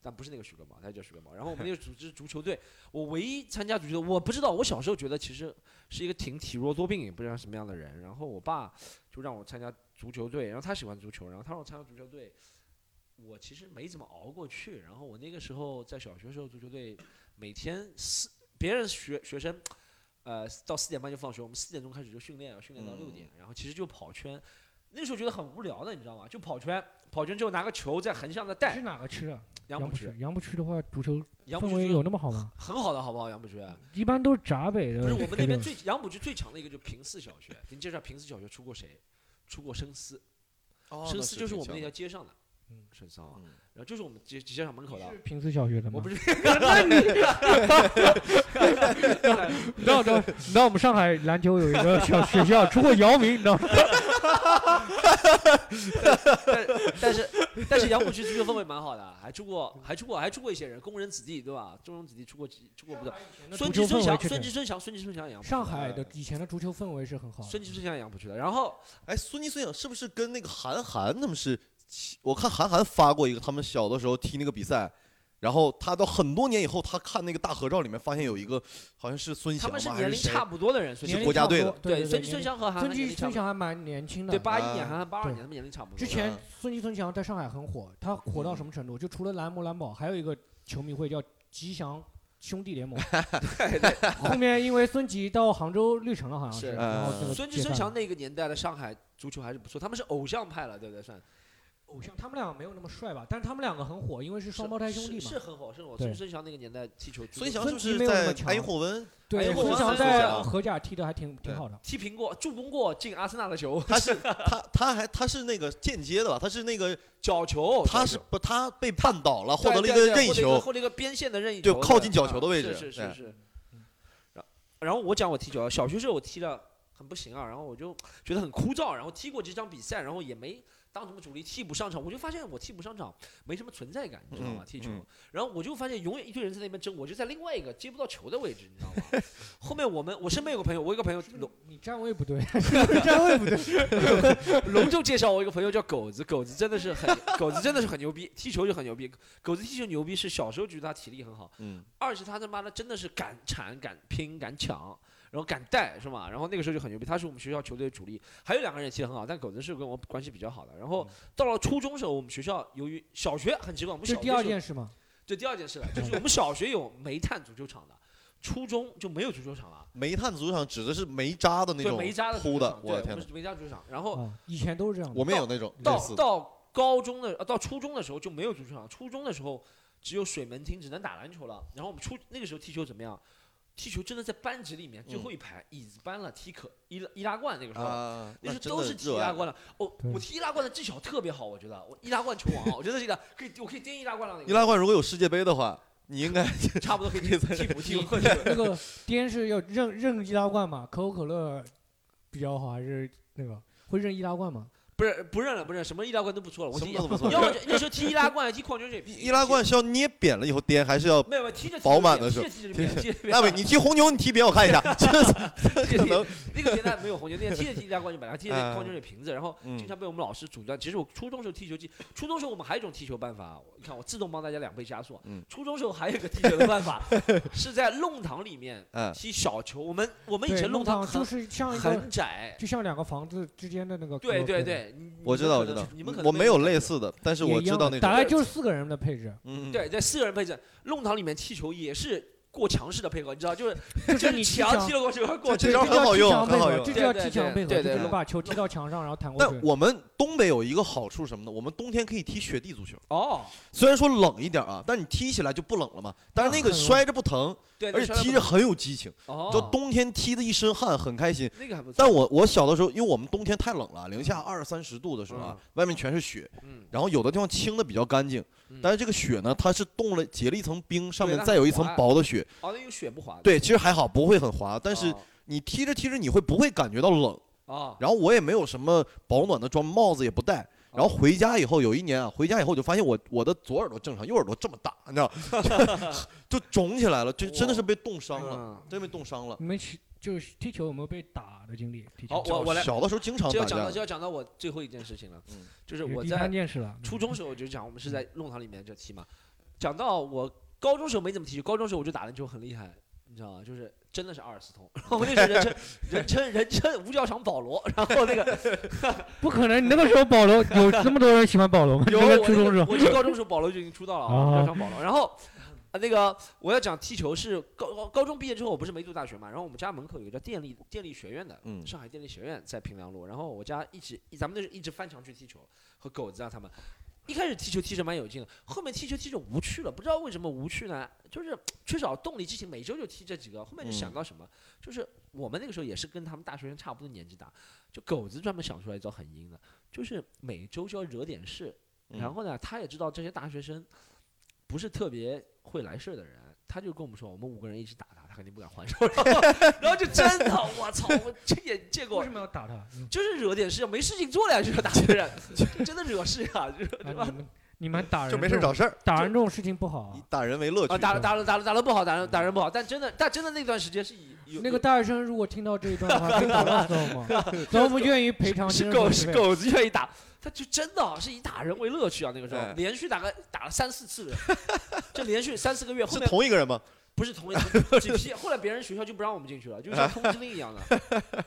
S2: 但不是那个许根宝，他叫许根宝。然后我们那个组织足球队， 我唯一参加足球队，我不知道。我小时候觉得其实是一个挺体弱多病，也不知道什么样的人。然后我爸就让我参加足球队，然后他喜欢足球，然后他让我参加足球队，我其实没怎么熬过去。然后我那个时候在小学时候足球队，每天四别人学学生呃，到四点半就放学，我们四点钟开始就训练，训练到六点，然后其实就跑圈。那时候觉得很无聊的，你知道吗？就跑圈，跑圈之后拿个球在横向的带
S3: 是。哪个区的？
S2: 杨
S3: 杨
S2: 浦
S3: 浦
S2: 区
S3: 区，，杨浦区的话，足球
S2: 杨浦
S3: 氛
S2: 区
S3: 围
S2: 是
S3: 有那么嗯好吗？
S2: 很好的，好不好？杨浦区
S3: 一般都是闸北的。
S2: 不是我们那边最杨浦区最强的一个，就平四小学。给你介绍平四小学出过谁？出过深思，
S4: 哦
S2: 深思就是我们那条
S4: 那
S2: 街上的，
S3: 嗯
S2: 深思啊
S4: 嗯，
S2: 然后就是我们街街上门口的。
S3: 平时小学的吗？
S2: 我不
S3: 是，
S2: 是， 那你
S3: 你知道，你知道我们上海篮球有一个小学校出过姚明，你知 道吗？
S2: 但但是但是杨浦区足球氛围蛮好的，还出过还出过还出过一些人，工人子弟对吧？中农子弟出过几出过不少。孙吉孙祥，孙吉孙祥，孙吉孙祥也杨浦区的
S3: 上海啊的以前的足球氛围是很好的。
S2: 孙吉孙祥也杨浦区的。然后
S4: 哎，孙妮孙颖是不是跟那个韩寒他们是？我看韩寒发过一个，他们小的时候踢那个比赛。然后他到很多年以后，他看那个大合照里面，发现有一个好像是孙
S2: 他
S4: 翔吧，
S2: 们是
S4: 还
S2: 年龄
S4: 谁
S2: 差不多的人，孙
S3: 年
S2: 吉
S3: 龄
S4: 是国家
S3: 差不
S4: 队
S3: 多
S4: 的
S3: 对
S2: 孙吉
S3: 孙
S2: 孙祥和韩寒年
S3: 孙吉
S2: 龄差
S3: 孙
S2: 不多
S3: 祥还蛮年轻的。
S2: 对八一年
S4: 啊
S2: 韩寒八二
S3: 对
S2: 年，他们年龄差不多。
S3: 之前
S4: 嗯
S3: 孙吉孙祥在上海很火，他火到什么程度？就除了蓝魔蓝宝，还有一个球迷会叫吉祥兄弟 联盟。后面因为孙吉到杭州绿城了，好像
S2: 是
S3: 然后
S4: 嗯
S3: 这个
S2: 孙吉
S3: 解
S2: 孙
S3: 散
S2: 祥
S3: 了
S2: 那个年代的上海足球还是不错，他们是偶像派了，对不对？算
S3: 偶像，他们俩没有那么帅吧？但是他们两个很火，因为是双胞胎兄弟
S2: 是
S3: 嘛
S2: 是。很火，是很火。
S3: 对
S2: 孙吉孙祥那个年代踢球，足
S4: 孙
S2: 球
S4: 翔是
S3: 孙
S4: 不是
S3: 吉没有那
S4: 在
S3: 么强
S4: 埃因霍温？
S2: 哎
S3: 对，
S2: 呦
S3: 孙
S2: 我
S3: 祥
S2: 孙
S3: 在
S4: 祥
S3: 荷甲踢的还挺挺
S4: 对
S3: 好的。
S2: 踢平过，助攻过进阿森纳的球，
S4: 他是他他还他是那个间接的吧？他是那个
S2: 角 球，
S4: 他
S2: 角
S4: 是
S2: 球
S4: 不他被绊倒了，获
S2: 对
S4: 得了一
S2: 对
S4: 个
S2: 对
S4: 任意
S2: 获得一
S4: 球
S2: 个，获得一个边线的任意
S4: 就
S2: 球，
S4: 靠
S2: 对啊
S4: 近角球的位置
S2: 是是
S4: 哎
S2: 是是
S3: 嗯。
S2: 然然后我讲我踢球，啊小学时候我踢的很不行啊，然后我就觉得很枯燥，然后踢过几场比赛，然后也没当什么主力，替补上场，我就发现我替补上场没什么存在感，你知道吗？
S4: 嗯
S2: 踢球
S4: 嗯，
S2: 然后我就发现永远一堆人在那边争，我就在另外一个接不到球的位置，你知道吗？ 后面我们我身边有个朋友，我有个朋友龙
S3: 你站位不对， 站位不对。
S2: 龙就介绍我一个朋友叫狗子，狗子真的是很狗子真的是很牛逼，踢球就很牛逼，狗子踢球牛逼是小时候觉得他体力很好。
S4: 嗯，
S2: 二是他他妈的真的是敢铲、敢拼、敢抢，然后敢带，是吗？然后那个时候就很牛逼，他是我们学校球队的主力，还有两个人也踢得很好，但狗子是跟我关系比较好的。然
S4: 嗯
S2: 后到了初中时候，我们学校由于小学很奇怪，我们
S3: 这
S2: 小
S3: 是
S2: 学
S3: 第二
S2: 是有
S3: 件事嘛？
S2: 对第二件事了， 就是我们小学有煤炭足球场的，初中就没有足球场了，
S4: 煤炭足球场指的是煤渣的那
S2: 对
S4: 种
S2: 煤渣的
S4: 铺
S2: 的
S4: 的，，我的天
S2: 哪
S4: 哪，，
S2: 煤渣足球场。然后
S3: 啊，以前都是这样的。
S4: 我们也有那种类
S2: 到
S4: 似的，
S2: 到高中的呃到初中的时候就没有足球场，初中的时候只有水门厅，只能打篮球了。然后我们初那个时候踢球怎么样？踢球真的在班级里面最后一排、椅子搬了，踢可易拉易拉罐那个时候。
S4: 嗯啊，
S2: 那时
S4: 真
S2: 候都
S4: 的
S2: 是踢
S4: 热
S2: 易
S4: 爱
S2: 拉罐的，哦，
S3: 对
S2: 我踢易拉罐的技巧特别好，我觉得我易拉罐球王 啊，我觉得这个可以，我可以颠易拉罐的那个，
S4: 易拉罐如果有世界杯的话，你应该
S2: 差不多可以踢替补踢过去。
S3: 那个颠是要认认易拉罐嘛？可口可乐比较好还是那个会认易拉罐吗？
S2: 不是不认了，不认什么易拉罐都不错了，我
S4: 什
S2: 踢
S4: 么都不错。
S2: 要么就那时候踢易拉罐，踢矿泉水瓶，
S4: 易拉罐是要捏扁了以后颠，还是要？
S2: 没有没有踢着踢着
S4: 饱满的
S2: 踢
S4: 时
S2: 着
S4: 候
S2: 踢着踢着踢着踢着
S4: 大伟，你踢红牛，你踢扁我 看一下，
S2: 这
S4: 可能
S2: 那个年代没有红牛，那个踢着踢着罐就把它踢着
S4: 嗯
S2: 矿泉水瓶子，然后
S4: 嗯
S2: 经常被我们老师阻断。其实我初中时候踢球技，初中时候我们还有一种踢球办法，我你看我自动帮大家两倍加速啊
S4: 嗯。
S2: 初中时候还有一个踢球的办法，是在弄堂里面
S4: 嗯，
S2: 踢小球。我们我们以
S3: 对，
S2: 前弄
S3: 弄
S2: 堂
S3: 堂就
S2: 很
S3: 是像一个
S2: 很窄，
S3: 就像两个房子之间的那个可口可
S2: 对
S3: 乐。
S2: 对对，你
S4: 嗯我知道，我知道嗯
S2: 你们可能你们可，能
S4: 我没有类。似的，但是
S3: 也
S4: 我
S3: 一
S4: 知
S3: 样
S4: 道
S3: 的
S4: 那
S3: 大
S4: 种，
S3: 概就是四个人的配置。
S4: 嗯，嗯，
S2: 对，在四个人配置，弄堂里面踢球也是过强势的配合，你知道，就是
S3: 就是
S2: 你
S3: 你踢
S2: 强
S3: 墙
S2: 踢，了过去，过
S4: 这
S2: 去
S4: 这招
S3: 这
S4: 很好
S3: 叫踢
S4: 用
S3: 墙
S4: 很
S3: 配
S4: 好
S3: 合
S4: 用
S3: 这就叫
S2: 对
S3: 踢
S2: 对
S3: 墙配合，
S2: 对
S3: 就
S2: 对
S3: 是
S2: 对
S3: 把球踢到墙上然后弹过
S4: 但
S3: 去。
S4: 我们东北有一个好处什么呢？我们冬天可以踢雪地足球，
S2: 哦，
S4: 虽然说冷一点啊，但你踢起来就不冷了嘛。但是那个
S3: 很冷
S4: 摔着不疼，
S2: 对，
S4: 而且踢着很有激情，
S2: 哦，
S4: 就冬天踢的一身汗，很开心。
S2: 那个还不错，
S4: 但我我小的时候，因为我们冬天太冷了，零下二三十度的时候啊，外面全是雪，
S2: 嗯
S4: 然后有的地方清的比较干净
S2: 嗯，
S4: 但是这个雪呢，它是冻了结了一层冰，上面
S2: 那
S4: 再有一层
S2: 很滑
S4: 薄的雪。
S2: 哦，那用雪不滑的，
S4: 对，其实还好，不会很滑，但是
S2: 哦
S4: 你踢着踢着你会不会感觉到冷？
S2: 哦，
S4: 然后我也没有什么保暖的装，帽子也不戴。
S2: 啊
S4: 然后回家以后，有一年啊，回家以后我就发现我我的左耳朵正常，右耳朵这么大，你知道， 就就肿起来了，就真的是被冻伤了，
S2: 嗯
S4: 真被冻伤了。
S3: 你们踢就是踢球有没有被打的经历？踢
S2: 好
S3: 球
S2: 我我来
S4: 小的时候经常
S2: 就要
S4: 打
S2: 讲到
S4: 架
S2: 就，要讲到我最后一件事情了
S4: 嗯，
S2: 就是
S3: 有
S2: 我
S3: 第
S2: 在
S3: 三件事了，
S2: 初中时候我就讲，我们是在弄堂里面就踢嘛。讲到我高中时候没怎么踢球，高中时候我就打篮球很厉害，你知道吗？就是真的是阿尔斯通，然后我那时候人 称人称人称五角场保罗，然后那个
S3: 不可能，你那个时候保罗有这么多人喜欢 保罗吗？
S2: 有
S3: 你 那
S2: 我
S3: 个初中时
S2: 那
S3: 候
S2: 个我去高中时候保罗就已经出道了啊，
S3: 啊
S2: 五角场保罗。然后啊那个我要讲踢球是高高高中毕业之后，我不是没读大学嘛，然后我们家门口有一个叫电力电力学院的，
S4: 嗯
S2: 上海电力学院在平凉路，然后我家一直咱们那是一直翻墙去踢球，和狗子啊他们。一开始踢球踢着蛮有劲的，后面踢球踢着无趣了，不知道为什么无趣呢？就是缺少动力激情，每周就踢这几个。后面就想
S4: 嗯
S2: 到什么，就是我们那个时候也是跟他们大学生差不多年纪大，就狗子专门想出来一招很阴的，就是每周就要惹点事。
S4: 嗯
S2: 然后呢，他也知道这些大学生不是特别会来事儿的人，他就跟我们说，我们五个人一直打他，他肯定不敢还手。 然后，然后就真的，我操，我这也见过
S3: 为什。么要打他？ 嗯
S2: 就是惹点事，没事情做了呀，就是打别 人，就真的惹事呀，就是
S3: 啊你们你们打人
S4: 就没事
S3: 这
S4: 找
S3: 种
S4: 事儿，
S3: 打人这种事情不好啊
S4: 以。打人为乐趣
S2: 啊，。打了打了打了打了不好，打了打人不好，但真的，但真的那段时间是以有
S3: 那个大学生如果听到这一段的话，可以打到知道吗？然后我们愿意赔偿
S2: 是
S3: 精
S2: 狗
S3: 神
S2: 是
S3: 损失费。啊
S2: 狗子愿意打，他就真的啊是以打人为乐趣啊，那个时候
S4: 哎
S2: 连续打个打了三四次 人，就连续三四个月，后
S4: 是
S2: 面
S4: 同一个人吗？
S2: 不是同一同几 批，后来别人学校就不让我们进去了，就像通缉令一样的。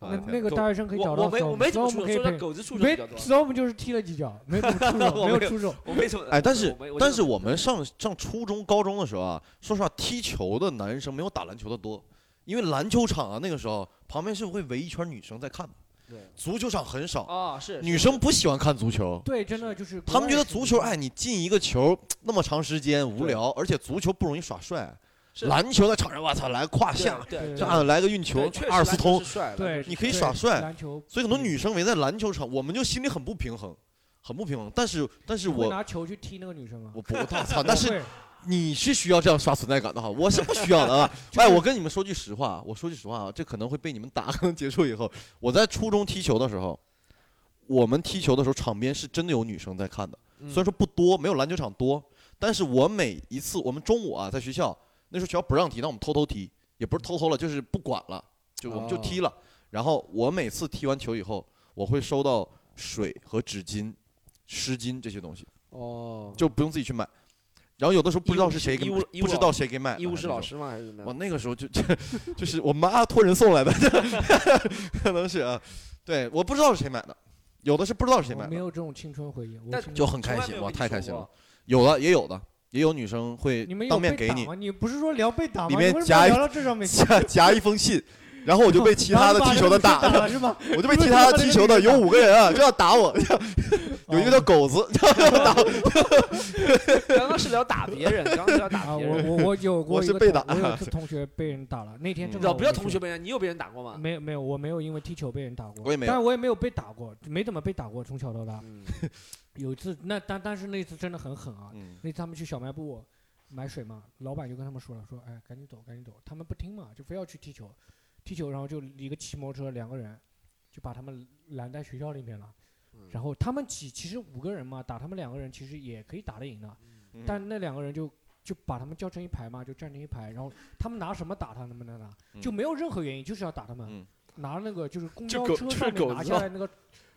S3: 那那个
S4: 就
S3: 大学生可以
S2: 我
S3: 找到
S2: 我没我没怎么
S3: Storm
S2: 出手，
S3: 可以
S2: 说
S3: 赔
S2: 在狗子出手比
S3: 没
S2: 较多，
S3: Storm 就是踢了几脚，没怎么出手，
S4: 我
S3: 没有
S4: 没有
S3: 出手。
S2: 我没怎么。
S4: 哎，但是
S2: 我没
S4: 但是我们上上初中、高中的时候啊，说实话，踢球的男生没有打篮球的多，因为篮球场啊，那个时候旁边是会围一圈女生在看的，
S2: 对
S4: 足球场很少，
S2: 哦是
S4: 女生不喜欢看足球，
S3: 对，真的就是
S4: 他们觉
S3: 国
S4: 得
S3: 外是
S4: 足球，哎，你进一个球那么长时间无聊，而且足球不容易耍帅，
S2: 是
S4: 篮球在场上，我操，来胯下，
S2: 对对
S3: 对
S4: 这样来个运球
S2: 对，确实
S4: 阿尔斯
S2: 篮球
S4: 通
S2: 是，帅的，
S3: 对，
S4: 你可以
S3: 对
S4: 耍帅
S3: 篮球
S4: 所以很多女生围在篮球场，我们就心里很不平衡，很不平衡。但是但是
S3: 你会
S4: 我
S3: 拿球去踢那个女生吗？啊
S4: 我不我操，但是
S3: 会
S4: 你是需要这样刷存在感的哈，我是不需要的啊。
S3: 就是
S4: 哎，我跟你们说句实话，我说句实话啊，这可能会被你们打。可能结束以后，我在初中踢球的时候，我们踢球的时候，场边是真的有女生在看的，
S2: 嗯
S4: 虽然说不多，没有篮球场多，但是我每一次我们中午啊，在学校那时候学校不让踢，那我们偷偷踢，也不是偷偷了，就是不管了，就我们就
S2: 哦
S4: 踢了。然后我每次踢完球以后，我会收到水和纸巾、湿巾这些东西。
S2: 哦，
S4: 就不用自己去买。然后有的时候不知道是谁给
S2: 医务医务
S4: 不知道谁给买的。
S2: 医务室老
S4: 还是
S2: 师吗？还是怎么
S4: 哎什么。我
S2: 样？
S4: 那个时候就 就就是我妈托人送来的， 可能是啊。对，我不知道是谁买的，有的是不知道是谁
S3: 我
S4: 买
S3: 没
S4: 的，
S3: 有这种青春回忆，我
S2: 但
S3: 是
S4: 就很开
S2: 从来没
S4: 心，
S2: 有
S4: 哇，
S2: 跟你
S4: 太
S2: 说
S4: 开心
S2: 过
S4: 了。有的也有的，也有女生会
S3: 你们有
S4: 当面
S3: 被
S4: 给
S3: 打
S4: 你
S3: 吗？你不是说聊被打吗？
S4: 里面
S3: 你为什么
S4: 夹一
S3: 聊到这上面去，
S4: 夹夹一封信，然后我就被 其他
S3: 然
S4: 的
S3: 后
S4: 踢
S3: 你
S4: 球的
S3: 把
S4: 打
S3: 这个女生
S4: 了，
S3: 了是 吗？
S4: 我就被其他的踢球的有五个人啊，就要打我， 有一个叫狗子，
S2: 哦刚刚是聊打别人，刚刚是聊
S3: 啊，
S2: 打别
S3: 我
S2: 人。
S3: 我我有过
S4: 我
S3: 一
S4: 是
S3: 个
S4: 被
S3: 同
S4: 打
S3: 我 有一次同学被人打了，那天
S4: 嗯
S3: 正
S4: 知
S3: 好
S2: 老
S3: 我
S2: 啊不要
S3: 们
S2: 同
S3: 去
S2: 学被人，你有被人打过吗？
S3: 没有没有，我没有因为踢球被人打过，
S4: 我也没有
S3: 但是我也没有被打过，没怎么被打过，从小到大。
S2: 嗯，
S3: 有一次，那但但是那次真的很狠啊！
S4: 嗯
S3: 那次他们去小卖部买水嘛，老板就跟他们说了，说哎赶紧走赶紧走，他们不听嘛，就非要去踢球，踢球，然后就一个骑摩托车两个人就把他们拦在学校里面了。
S2: 嗯
S3: 然后他们几其实五个人嘛，打他们两个人其实也可以打得赢的，
S4: 嗯
S3: 但那两个人就就把他们叫成一排嘛，就站成一排，然后他们拿什么打他们的呢？就
S4: 嗯
S3: 没有任何原因，就是要打他们，
S4: 嗯
S3: 拿那个就是公
S4: 这
S3: 交
S4: 狗
S3: 车
S4: 这
S3: 上
S4: 狗
S3: 面拿
S4: 子
S3: 下
S4: 啊
S3: 来那个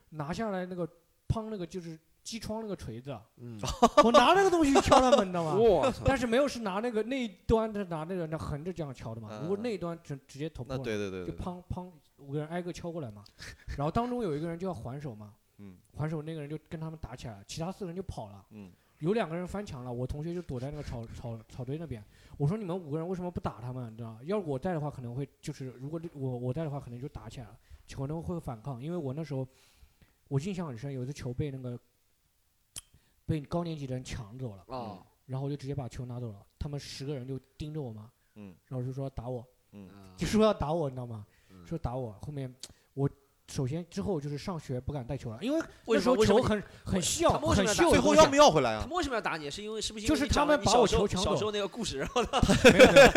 S3: 拿下来那个砰那个就是机窗那个锤子，
S2: 嗯，
S3: 我拿那个东西去敲他们，你知道吗？
S2: 我操！
S3: 但是没有是拿那个那一端是拿那个那横着这样敲的嘛，如果
S4: 嗯嗯
S3: 那一端直直接头
S4: 那
S3: 破了，
S4: 对对对
S3: 就
S4: 对，
S3: 砰砰五个人挨个敲过来嘛，然后当中有一个人就要还手嘛，
S4: 嗯
S3: 还手那个人就跟他们打起来了，其他四个人就跑了。
S4: 嗯
S3: 有两个人翻墙了，我同学就躲在那个草草草堆那边。我说你们五个人为什么不打他们？你知道吗？要是我在的话，可能会就是如果我我在的话，可能就打起来了，可能会反抗。因为我那时候我印象很深，有一次球被那个被高年级的人抢走了，
S2: 哦，
S3: 然后我就直接把球拿走了。他们十个人就盯着我嘛，
S4: 嗯，
S3: 然后就说打我，
S4: 嗯
S2: 啊
S3: 就说要打我，你知道吗？
S1: 嗯
S3: 说打我。后面我首先之后就是上学不敢带球了，因为
S2: 为
S3: 那
S2: 什
S3: 时
S2: 么
S3: 候
S2: 为什
S3: 球
S2: 么
S3: 很很
S2: 他
S3: 秀，
S2: 们为什
S3: 很
S2: 么要打
S3: 秀的
S4: 最
S3: 东西。
S4: 后要没要回
S2: 他
S4: 来啊
S2: 们？为什么要打你？是因为是不是因为
S3: 就是
S2: 你讲
S3: 他们
S2: 了你
S3: 把
S2: 小
S3: 我
S2: 时候
S3: 球抢
S2: 小时
S3: 走
S2: 候那个故事，然后他
S3: 没有没有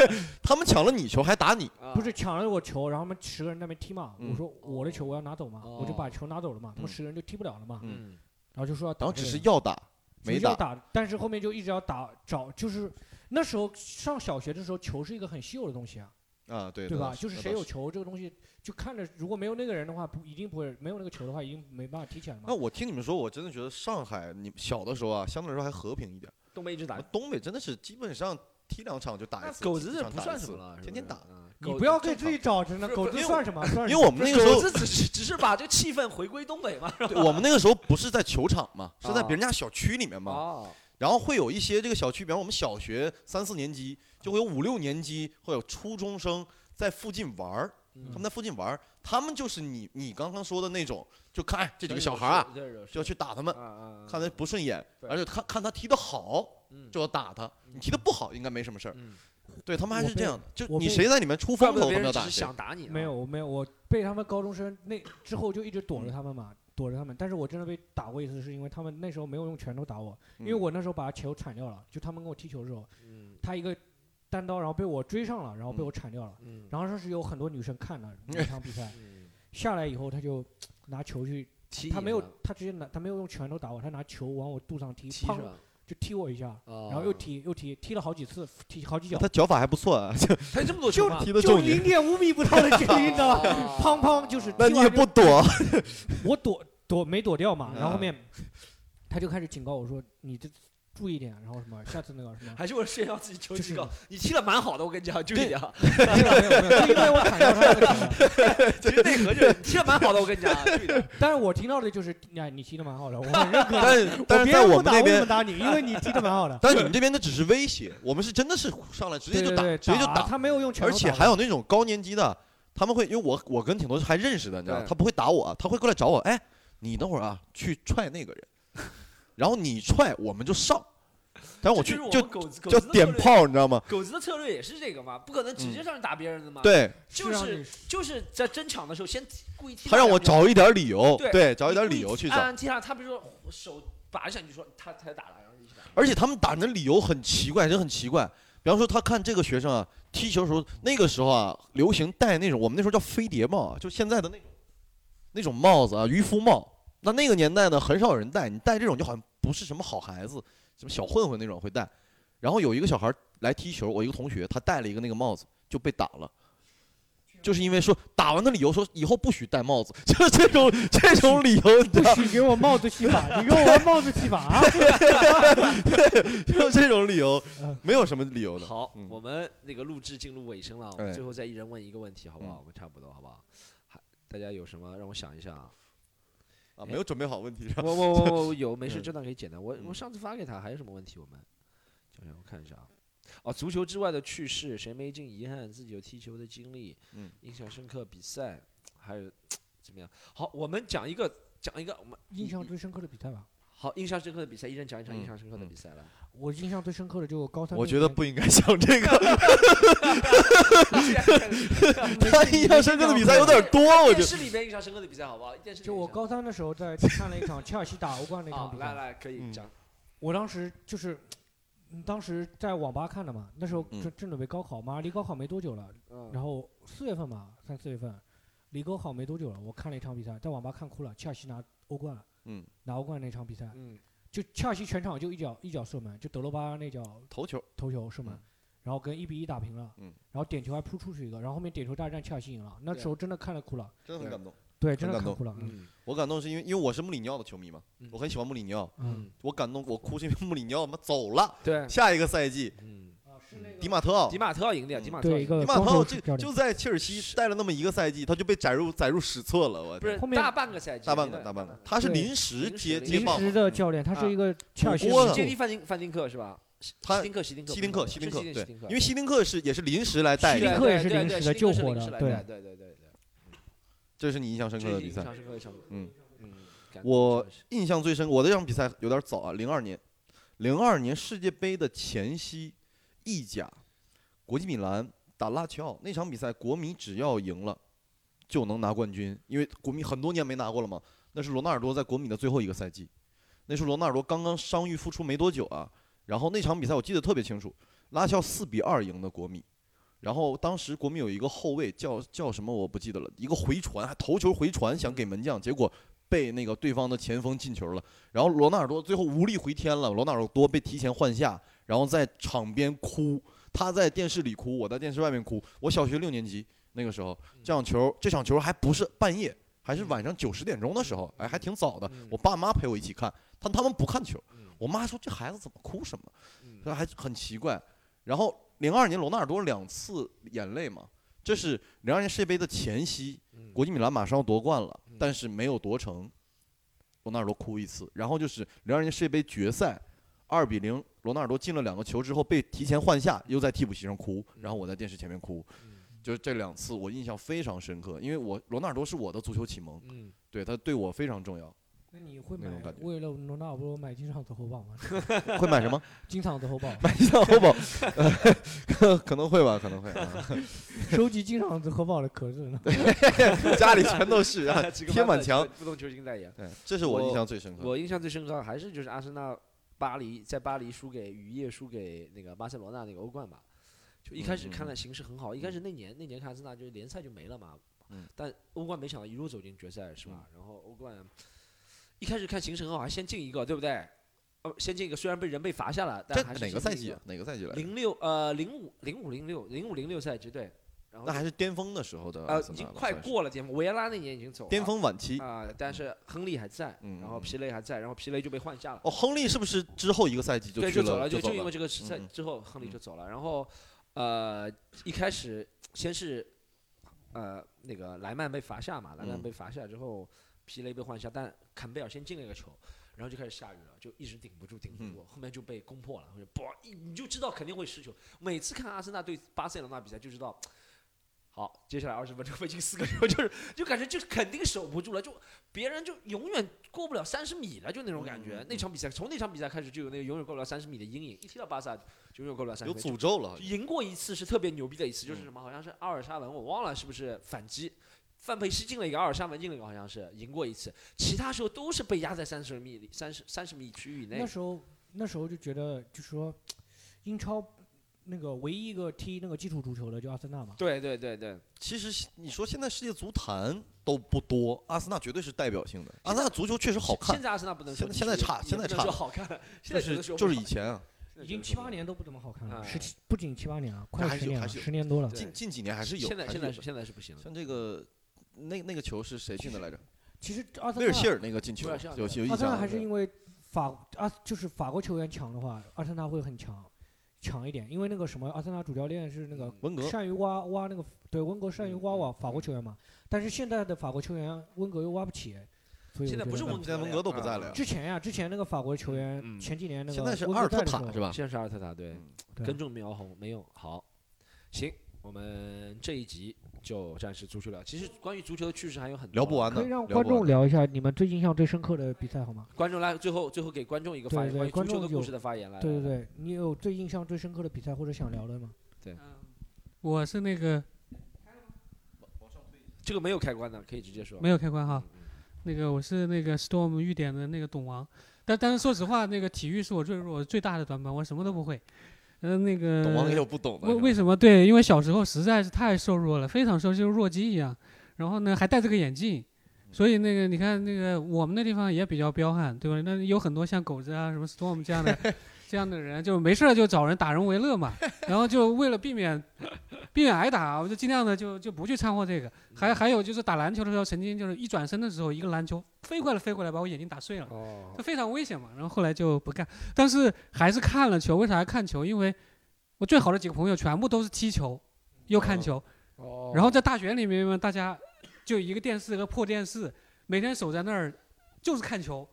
S4: 他们抢了你球还打你，
S2: 啊
S3: 不是抢了我球，然后他们十个人在那边踢嘛，
S4: 嗯
S3: 我说我的球我要拿走嘛，
S2: 哦
S3: 我就把球拿走了嘛，他们
S4: 嗯
S3: 十个人就踢不了了嘛，
S4: 嗯
S2: 嗯
S3: 然后就说要打
S4: 然后
S3: 这
S4: 只
S3: 个人，
S4: 是要打
S3: 只
S4: 没
S3: 是要
S4: 打，
S3: 打，但是后面就一直要打找，就是那时候上小学的时候，球是一个很稀有的东西啊，
S4: 啊，对
S3: 对吧？
S4: 那倒
S3: 就是
S4: 那
S3: 谁
S4: 倒
S3: 有球这个东西，就看着如果没有那个人的话，不一定不会；没有那个球的话，一定没办法踢起来嘛
S4: 那。我听你们说，我真的觉得上海，你小的时候啊，相对来说还和平一点。
S2: 东北一直打
S4: 我，东北真的是基本上踢两场就打一次，
S2: 狗
S4: 踢
S2: 子
S4: 两
S2: 这
S4: 场
S2: 不
S4: 打一
S2: 算
S4: 次
S2: 什么了，是
S4: 天
S2: 是
S4: 天打。
S2: 嗯
S3: 你
S2: 狗
S3: 不要
S2: 子
S3: 给自己找着呢，
S2: 不是
S3: 狗
S2: 不
S3: 子
S2: 是
S3: 算什么？算
S4: 因
S3: 什
S4: 为
S3: 么
S4: 我们那个时
S2: 狗
S4: 候，
S2: 子只是只是把这个气氛回归东北嘛，是吧？
S4: 对 我们那个时候不是在球场嘛，是在
S2: 啊
S4: 别人家小区里面嘛，
S2: 哦，
S4: 然后会有一些这个小区，比方我们小学三四年级，就会有五六年级，会有初中生在附近玩儿，
S2: 嗯
S4: 他们在附近玩儿，他们就是你你刚刚说的那种，就看哎这几个小孩儿啊，
S2: 真是惹事，
S4: 就要去打他们
S2: 啊，啊，
S4: 看他不顺眼，
S2: 对
S4: 而且看看他踢得好，
S2: 嗯，
S4: 就要打他。
S2: 嗯
S4: 你踢得不好，应该没什么事儿。
S2: 嗯，
S4: 对他们还
S3: 我
S4: 是
S3: 被
S4: 这样的，就
S3: 我
S4: 你
S3: 被
S4: 谁在里面出
S2: 怪
S4: 风
S2: 不得
S4: 头，
S2: 别
S4: 他们
S2: 人
S4: 要
S2: 只
S4: 打
S2: 是
S4: 谁。
S2: 想打你，啊
S3: 没有，，我没有，我被他们高中生那之后就一直躲着他们嘛，躲着他们。但是我真的被打过一次，是因为他们那时候没有用拳头打我，因为
S4: 嗯
S3: 我那时候把球铲掉了，就他们跟我踢球的时候，
S2: 嗯
S3: 他一个单刀，然后被我追上了，然后被
S4: 嗯
S3: 我铲掉了。
S2: 嗯，
S3: 然后当时有很多女生看 了那场比赛，
S2: 嗯
S3: 下来以后他就拿球去，
S2: 踢
S3: 他
S2: 你
S3: 没有
S2: 是吧，
S3: 他直接拿，他没有用拳头打我，他拿球往我肚上踢，
S2: 踢是啊
S3: 砰
S2: 吧？
S3: 就踢我一下，
S2: 然
S3: 然后又，踢又踢，踢了好几次，踢好几脚
S4: 哦嗯他，脚法还不错 啊，就
S2: 他这么多球
S3: 就
S2: 吗？
S4: 踢得
S3: 就
S4: 中你
S3: 零，点五米不到的距离，你知 道吧？
S2: 啊
S3: 砰砰就是
S4: 那
S3: 踢
S4: 你
S3: 完
S4: 也
S3: 就
S4: 不躲。
S3: 我躲躲没躲掉嘛，然后后
S4: 嗯
S3: 面他就开始警告我说：“你这注意点，然后什么下次那个什么。
S2: 还是我炫耀自己球
S3: 就
S2: 技
S3: 是
S2: 高，你踢的蛮好的，我跟你讲，就一点，”啊
S3: 没有没有没有，就因为我砍掉他那个球了。
S2: 其实内核就是你踢的蛮好的，我跟你讲，就一点，
S3: 但是我听到的就是，哎，你踢的蛮好的，我很认可。
S4: 但
S3: 我别
S4: 是但是在
S3: 人
S4: 我
S3: 不
S4: 们
S3: 打
S4: 那
S3: 我怎
S4: 边。
S3: 么，打你？因为你踢的蛮好的
S4: 但是你们这边的只是威胁，我们是真的是上来直接
S3: 对
S4: 就
S3: 对
S4: 打，
S3: 对，
S4: 直接就
S3: 打，。他没有用拳头
S4: 而
S3: 打我。
S4: 且还有那种高年级的，他们会因为我我跟挺多还认识的，你知道吗，
S2: 对
S4: 他不会打我，他会过来找我，哎，你等会儿啊，去踹那个人， 然后你踹我们就上，然后我
S2: 这就
S4: 去
S2: 是我
S4: 就
S2: 们狗子
S4: 就点。
S2: 狗子的策略
S4: 炮，你知道吗？
S2: 狗子的策略也是这个嘛，不可能直接上去打别人的嘛。，
S4: 对，
S2: 就是
S3: 让你
S2: 是就是在争抢的时候，先踢故意踢
S4: 他让我
S2: 两脚
S4: 找一点理由，
S2: 对
S4: 对，找一点理由去
S2: 暗
S4: 找。
S2: 暗啊踢他，他比如说我手拔一下，你就说他他打了，然后你就打。
S4: 而且他们打人的理由很奇怪，真的很奇怪。比方说，他看这个学生啊，踢球的时候，那个时候啊，流行戴那种我们那时候叫飞碟帽啊，就现在的那种那种帽子啊，渔夫帽。那那个年代呢，很少有人戴，你戴这种就好像不是什么好孩子，什么小混混那种会戴。然后有一个小孩来踢球，我一个同学，他戴了一个那个帽子就被打了。就是因为说打完的理由说以后不许戴帽子， 就是这种这种理由，你知
S3: 不
S4: 道吗
S3: 许给我帽子戏法，你给我玩帽子戏法啊！
S4: 就这种理由
S3: 嗯，
S4: 没有什么理由的。
S2: 好
S4: 嗯，
S2: 我们那个录制进入尾声了，我们
S4: 哎
S2: 最后再一人问一个问题，好不好？
S4: 嗯
S2: 我们差不多，好不好？还大家有什么让我想一下 啊？
S4: 啊，没有准备好问题。
S2: 我我我 我有，没事，
S4: 嗯
S2: 这段可以简单。我我
S4: 嗯
S2: 上次发给他还有什么问题？我们教练，我看一下啊。哦，足球之外的趣事，谁没进遗憾，自己有踢球的经历，
S4: 嗯，
S2: 印象深刻比赛，还有怎么样？好，我们讲一个，讲一个，我们
S3: 印象最深刻的比赛吧，
S2: 好印象深刻的比赛，一人讲一场印象深刻的
S4: 嗯
S2: 比赛 来。
S3: 我印象最深刻的就高三那
S4: 我
S3: 一年。
S4: 觉得不应该想这 个，
S3: 没
S4: 他
S3: 事
S4: 印象深刻的比赛有点多，我觉
S2: 电
S4: 得。
S2: 视里面印象深刻的比赛好不好？电视里
S3: 就
S2: 面
S3: 我
S2: 印象
S3: 高三的时候在看了一场切尔西打欧冠那场
S2: 啊
S3: 比，赛
S2: 来。来可以
S4: 嗯
S2: 讲，
S3: 我当时就是，嗯当时在网吧看的嘛，那时候正
S4: 嗯
S3: 正准备高考嘛，离高考没多久了，
S2: 嗯
S3: 然后四月份嘛，三四月份，离高考没多久了，我看了一场比赛，在网吧看哭了，切尔西拿欧冠了，
S4: 嗯，
S3: 拿欧冠那场比赛，
S2: 嗯
S3: 就切尔西全场就一脚一脚射门，就德罗巴那脚
S4: 头球，
S3: 头球射门
S4: 嗯，
S3: 然后跟一比一打平了，
S4: 嗯，
S3: 然后点球还扑出去一个，然后后面点球大战切尔西赢了，那
S2: 对
S3: 时候真的看了哭了，
S4: 真的很感动。
S3: 对，真的
S4: 感
S3: 看
S4: 动
S3: 哭了，嗯
S2: 嗯
S4: 我感动是因为因为我是穆里尼奥的球迷嘛
S2: 嗯，
S4: 我很喜欢穆里尼奥。
S3: 嗯，
S4: 我感动，我哭是因为穆里尼奥他妈走了，
S2: 对，
S4: 下一个赛季
S2: 嗯
S3: 啊是那
S4: 迪马特奥
S2: 迪。马特奥赢的呀，
S4: 嗯
S2: 迪马特奥
S3: 对一
S2: 赢的
S3: 个
S4: 迪马特
S3: 光
S4: 奥
S3: 头
S4: 就
S3: 教练
S4: 就，在切尔西待了那么一个赛季，他就被载入载入史册了。我
S2: 不是
S3: 后面
S2: 大半个赛季，
S4: 大半个
S2: 对
S4: 大半个，他是
S3: 对
S4: 临时
S2: 临时
S4: 接
S2: 临
S4: 接
S3: 临
S4: 棒
S3: 时
S4: 嘛，
S3: 的教练，他是一个切尔西
S4: 火锅
S3: 人
S4: 啊了
S2: 杰迪范丁范丁克是吧？希
S4: 他
S2: 希丁克希丁克
S4: 希丁克
S2: 不是
S4: 希
S2: 是
S4: 丁克
S2: 希
S4: 对
S2: 希丁，克
S4: 因为希丁克是也是临时来带
S3: 希
S4: 的
S3: 丁克也是
S2: 对对
S3: 临时
S2: 对
S3: 的
S2: 希丁
S3: 救
S2: 克是
S3: 火
S2: 临
S3: 的
S2: 时来
S3: 对
S2: 带对对对对，
S4: 这是你印象深刻
S2: 这
S4: 的
S2: 是
S4: 比
S2: 印
S4: 赛
S2: 象。深刻的一场比赛。
S4: 嗯
S2: 嗯，感
S4: 我
S2: 真的是
S4: 印象最深，我的这场比赛有点早啊，零二年，零二年世界杯的前夕，意甲，国际米兰打拉齐奥那场比赛，国米只要赢了，就能拿冠军，因为国米很多年没拿过了嘛。那是罗纳尔多在国米的最后一个赛季，那时候罗纳尔多刚刚伤愈复出没多久啊。然后那场比赛我记得特别清楚，拉齐奥四比二赢的国米。然后当时国米有一个后卫叫叫什么我不记得了，一个回传，还头球回传想给门将，结果被那个对方的前锋进球了，然后罗纳尔多最后无力回天了，罗纳尔多被提前换下，然后在场边哭，他在电视里哭，我在电视外面哭。我小学六年级那个时候，
S2: 嗯
S4: 这场球这场球还不是半夜，还是晚上九十点钟的时候，哎，还挺早的
S2: 嗯。
S4: 我爸妈陪我一起看，但他们不看球
S2: 嗯，
S4: 我妈说这孩子怎么哭什么，
S2: 嗯
S4: 这还很奇怪。然后零二年罗纳尔多两次眼泪嘛，这是零二年世界杯的前夕，
S2: 嗯
S4: 国际米兰马上要夺冠了
S2: 嗯，
S4: 但是没有夺成，罗纳尔多哭一次。然后就是零二年世界杯决赛，二比零，罗纳尔多进了两个球之后被提前换下，又在替补席上哭，
S2: 嗯
S4: 然后我在电视前面哭，就是这两次我印象非常深刻，因为我罗纳尔多是我的足球启蒙，
S2: 嗯，
S4: 对他对我非常 重要。
S3: 那你会
S4: 那
S3: 买
S4: 种感觉
S3: 为了罗纳尔多买金场头后棒吗？
S4: 会买什么？
S3: 金场头后 棒，
S4: 买一箱欧宝，呃可能会吧，可 能会。 啊
S3: 收集金场头后棒的壳子呢？
S4: 家里全都是 啊，
S2: 嗯几个
S4: 贴
S2: 班
S4: 满
S2: 的
S4: 墙。嗯
S2: 不动球星代言。
S4: 对，这是我
S2: 我
S4: 印象最深刻的。
S2: 我印象最深刻还是就是阿森纳巴黎在巴黎输给雨夜输给那个巴塞罗那那个欧冠吧。就一开始
S4: 嗯嗯
S2: 看了形势很好，一开始那年那年看阿森纳就是联赛就没了嘛，
S4: 嗯
S2: 但欧冠没想到一路走进决赛是吧？然后欧冠一开始看形势很好，还先进一个对不对？呃，先进一个虽然被人被罚下了，
S4: 这
S2: 但还是
S4: 哪个
S2: 先
S4: 赛
S2: 进一
S4: 季啊？哪个赛季来着？
S2: 零六呃零五零五零六零五零六赛季对，然后
S4: 那还是巅峰的时候的
S2: 呃
S4: 阿森
S2: 已经
S4: 纳吧
S2: 快
S4: 算是
S2: 过了巅峰，维埃拉那年已经走了
S4: 巅峰晚期。
S2: 啊、但是亨利还在，
S4: 嗯
S2: 然后
S4: 嗯
S2: 皮雷还在，然后皮雷就被换下了，
S4: 哦，亨利是不是之后一个赛季就
S2: 对，
S4: 去
S2: 走了，
S4: 就
S2: 就
S4: 走
S2: 因为
S4: 了？
S2: 这个赛
S4: 嗯嗯
S2: 之后，亨利
S4: 嗯
S2: 就走了。然后，呃，一开始先是呃那个莱曼被罚下嘛，莱曼
S4: 嗯
S2: 被罚下之后，皮雷被换下，但坎贝尔先进了一个球，然后就开始下雨了，就一直顶不住，顶不
S4: 嗯
S2: 住，后面就被攻破了，或者不，一你就知道肯定会失球。每次看阿森纳对巴塞罗那比赛就知道。好，接下来二十分钟 被进四个球，就是就感觉就肯定守不住了，就别人就永远过不了三十米了，就那种感觉。
S4: 嗯嗯
S2: 那场比赛从那场比赛开始就有那个永远过不了三十米的阴影，一踢到巴萨就永远过不了三十
S4: 有
S2: 米。
S4: 诅咒了
S2: 就，赢过一次是特别牛逼的一次，就是
S4: 嗯
S2: 什么好像是阿尔沙文，我忘了是不是反击。范佩西进了一个，阿尔沙文进了一个，好像是赢过一次，其他时候都是被压在三十米里、三十三十米区域以内
S3: 那。时候那时候就觉得，就说英超那个唯一一个踢那个基础足球的就阿森纳嘛。
S2: 对对对对，
S4: 其实你说现在世界足坛都不多，阿森纳绝对是代表性的。阿森纳足球确实好看
S2: 现，在阿森纳不能
S4: 现
S2: 说
S4: 在现在
S2: 踢
S4: 差
S2: 也
S4: 现在
S2: 不能
S4: 差
S2: 说好看了， 现
S4: 就
S2: 在有
S4: 是
S2: 的时候
S4: 就是
S2: 不
S4: 以
S2: 好
S4: 前啊，
S2: 看
S3: 已经七八，年都不怎么好看了，
S2: 哎
S3: 十七不仅七八年了，快
S4: 还是
S3: 十
S4: 有
S3: 年
S4: 还
S3: 了，
S4: 是有
S3: 十年多了
S2: 对。
S4: 近近几年还是有，
S2: 现在
S4: 还是
S2: 现在
S4: 有
S2: 是现在是不行了。
S4: 像这个那那个球是谁进的来着？
S3: 其实阿森
S4: 威尔希
S3: 纳，
S4: 尔那个进球
S2: 威尔希尔
S4: 有有印
S3: 阿森
S4: 象
S3: 纳
S4: 啊。
S3: 还是因为法阿就是法国球员强的话，阿森纳会很强，强一点。因为那个什么，阿森纳主教练是那个
S4: 嗯温格
S3: 善于挖挖那个对温格善
S2: 嗯
S3: 于挖挖法国球员嘛。但是现在的法国球员温格又挖不起，所以
S2: 现在
S3: 我觉
S2: 不是
S3: 得
S2: 温
S4: 现在文格都不在了呀
S3: 之前呀，之前那个法国球员
S2: 啊嗯
S3: 前几年那个
S4: 现在是
S3: 温
S4: 阿
S3: 格在
S4: 尔特
S3: 的时
S4: 塔
S3: 候
S4: 是吧？
S2: 现在是阿尔特塔对，
S4: 啊嗯
S3: 对
S2: 根正苗红没用。好，行，我们这一集就暂时足球聊。其实关于足球的趣事还有很多
S4: 聊
S2: 啊，
S4: 不完
S3: 可
S4: 的，
S3: 以让
S4: 嗯聊不
S3: 观众
S4: 完的
S3: 聊一下你们最印象最深刻的比赛好吗？
S2: 观众来最后最后给观众一个发言，
S3: 对对
S2: 关于足
S3: 观
S2: 球
S3: 众
S2: 的故
S3: 有
S2: 事的发言来。
S3: 对对
S2: 哎来，来
S3: 对，你有最印象最深刻的比赛或者想聊的吗？
S7: 我是那个
S2: 这个没有开关的，可以直接说。
S7: 没有开关哈
S2: 嗯，
S7: 那个我是那个 Storm 预点的那个懂王，但但是说实话，那个体育是我最弱最大的短板，我什么都不会。嗯、那个
S4: 懂王也有不懂的
S7: 为。呃为
S4: 是吧
S7: 什么？对，因为小时候实在是太瘦弱了，非常瘦，就是弱鸡一样。然后呢，还戴着个眼
S4: 嗯
S7: 镜，所以那个你看那个我们那地方也比较彪悍，对吧？那有很多像狗子啊、什么 Storm 这 样的这样的人，就没事儿就找人打人为乐嘛。然后就为了避免避免挨打，我就尽量的就就不去掺和这个。
S4: 嗯
S7: 还还有就是打篮球的时候，曾经就是一转身的时候，一个篮球飞过来飞过来，把我眼睛打碎了。
S2: 哦
S7: 这，非常危险嘛。然后后来就不干，但是还是看了球。为啥看球？因为我最好的几个朋友全部都是踢球，又看球，
S2: 哦
S7: 然后在大学里面嘛，大家就一个电视和破电视，每天守在那儿就是看球，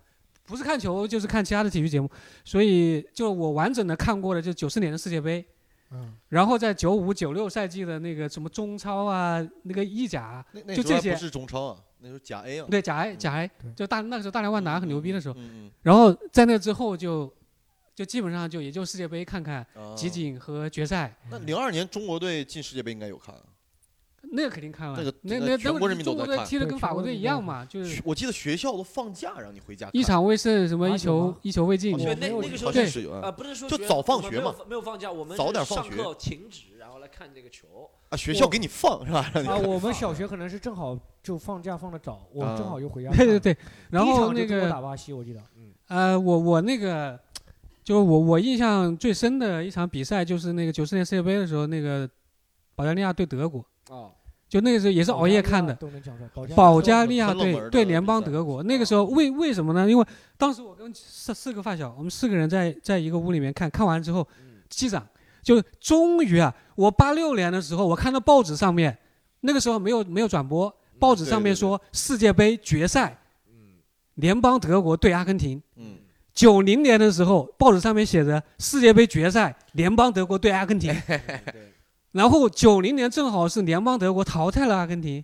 S7: 不是看球就是看其他的体育节目。所以就我完整的看过了，就九四年的世界杯，
S3: 嗯，
S7: 然后在九五九六赛季的那个什么中超啊，那个意甲啊、
S4: 那那
S7: 就
S4: 时候还
S7: 这些
S4: 不是中超啊，那时候甲 A 啊，
S7: 对甲 A 甲 A，
S3: 对
S7: 就大那个时候大连万达很牛逼的时候，
S4: 嗯
S7: 然后在那之后就就基本上就也就世界杯看看
S4: 嗯啊
S7: 集锦和决赛，
S4: 那零二年中国队进世界杯应该有看啊，
S7: 那个肯定看了。
S4: 那个
S7: 那
S4: 那
S7: 那
S4: 全国人民都
S7: 中国
S4: 在
S7: 队
S4: 看
S7: 踢的
S3: 对全
S7: 跟法
S3: 国
S7: 国队
S3: 人
S7: 一
S3: 民都
S7: 样
S3: 在
S7: 嘛，就是
S4: 学我记得学校都放假让你回家看，
S7: 一场未胜，什么
S3: 打
S7: 一
S3: 赌
S7: 球
S3: 吗
S7: 一球未进
S2: 哦。
S3: 我
S2: 所以
S3: 没
S2: 那
S3: 有
S2: 那个时
S4: 好
S2: 候
S4: 像
S7: 对
S4: 是有
S2: 啊，
S4: 啊
S2: 不是说
S4: 就
S2: 学
S4: 早放
S2: 我们
S4: 学
S2: 没有
S4: 嘛
S2: 放没有放假，我们
S4: 早
S2: 是
S4: 点放
S2: 上
S4: 学
S2: 课停止，然后来看这个球。
S4: 啊，学校给你放是吧？让你
S3: 啊，我们小学可能是正好就放假放的早，我正好又回家看
S7: 对
S3: 了。
S7: 对对，然
S3: 第一
S7: 后
S3: 场
S7: 那
S3: 就中国打
S7: 个
S3: 巴西，我记得
S7: 呃，我我那个就我我印象最深的一场比赛就是那个九四年世界杯的时候，那个保加利亚对德国，
S2: 哦，
S7: 就那个时候也是
S3: 是
S7: 熬夜看的。
S3: 都能讲出来。
S7: 保
S3: 保
S7: 加
S3: 加
S7: 利
S3: 利亚
S7: 亚
S4: 很冷门
S7: 对
S4: 的
S7: 对
S4: 比
S7: 联邦
S4: 赛
S7: 德国，那个时候为为什么呢？因为当时我跟四四个发小，我们四个人在在一个屋里面看看完之后，
S2: 嗯，
S7: 机长就终于啊，我八六年的时候，我看到报纸上面，那个时候没有没有转播，报纸
S4: 嗯对
S7: 上面
S4: 对对
S7: 说世界杯决赛，
S2: 嗯
S7: 联邦德国对阿根廷。
S4: 嗯，
S7: 九零年的时候，报纸上面写着世界杯决赛，联邦德国对阿根廷。
S2: 嗯对，
S7: 然后九零年正好是联邦德国淘汰了阿根廷，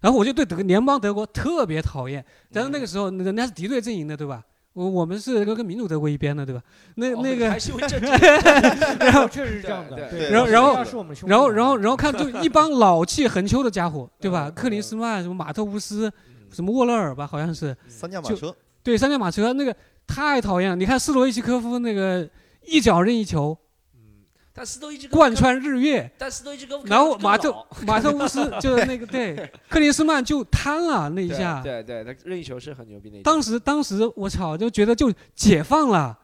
S7: 然后我就对德联邦德国特别讨厌。但是那个
S2: 嗯
S7: 时候人家是敌对阵营的，对吧？我我们是跟民主德国一边的，对吧？那
S2: 哦
S7: 那个
S2: 还，是因为政治
S3: 然后哦确实是这样的。
S2: 对
S4: 对
S7: 然后然
S3: 保
S7: 后
S3: 加利亚是我们兄弟
S7: 然后然后然后看就一 帮老气横秋的家伙，对吧？
S2: 嗯
S7: 克林斯曼、什么马特乌斯、
S2: 嗯
S7: 什么沃勒尔吧，好像是
S4: 三驾马
S7: 就
S4: 车，
S7: 对三驾马车那个太讨厌了。你看斯洛伊奇科夫那个一脚任意球
S2: 嗯，但斯诺伊之歌
S7: 贯，穿日月，
S2: 但斯诺伊之歌，
S7: 然后马特
S2: 更老
S7: 马特乌斯就是那个 对克林斯曼就贪了那一
S2: 对
S7: 下，
S2: 对对，他任意球是很牛逼的一种。
S7: 当时当时我操，就觉得就解放了，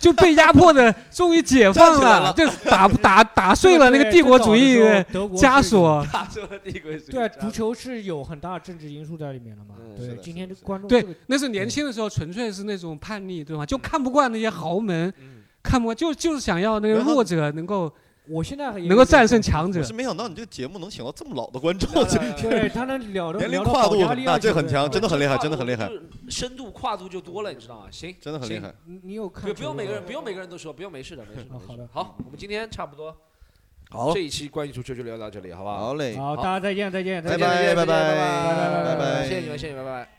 S7: 就被压迫的终于解放了，就打打打碎了那个帝国主义的枷。锁。
S2: 大洲的帝国主义
S3: 对啊，
S2: 这样
S3: 足球是有很大政治因素在里面的嘛
S2: 嗯。
S4: 是
S3: 对，
S4: 的
S3: 今
S4: 是
S3: 天
S4: 的
S3: 这
S4: 是的
S3: 观众
S7: 对
S3: 这个，
S7: 那是年轻的时候，纯粹是那种叛逆，对吧？就看不惯那些豪门，
S2: 嗯
S7: 看不惯就就是想要那个弱者能够
S3: 我现在也
S7: 能够战胜强者
S4: 我是。没想到你这个节目能请到这么老的观众，
S2: 来来来
S3: 啊 对，他能聊到
S4: 年龄
S3: 聊到
S4: 跨
S3: 保
S4: 度
S3: 加
S4: 很
S3: 利
S4: 大，
S3: 亚
S4: 这
S3: 球
S4: 很
S3: 队
S4: 强，
S3: 对
S4: 真的很厉啊害，真的
S2: 跨
S4: 很
S2: 度
S4: 厉害，
S2: 就是深度跨度就多了，你知道吗？行，
S4: 真的很厉害。
S3: 你你有看
S2: 不不
S3: 球吗？
S2: 用每个人不用每个人都说，不用没事的没事的
S3: 啊
S2: 没
S3: 好
S2: 事
S3: 的
S2: 的。好，我们今天差不多
S4: 好
S2: 这一期关于足球就聊到这里，好不好？
S4: 好嘞，
S3: 好，
S2: 好
S3: 大家再见，再见，
S4: 拜
S2: 再见再见再见
S4: 拜拜
S2: 拜
S3: 拜拜拜
S2: 谢谢你们，谢谢你们，拜拜。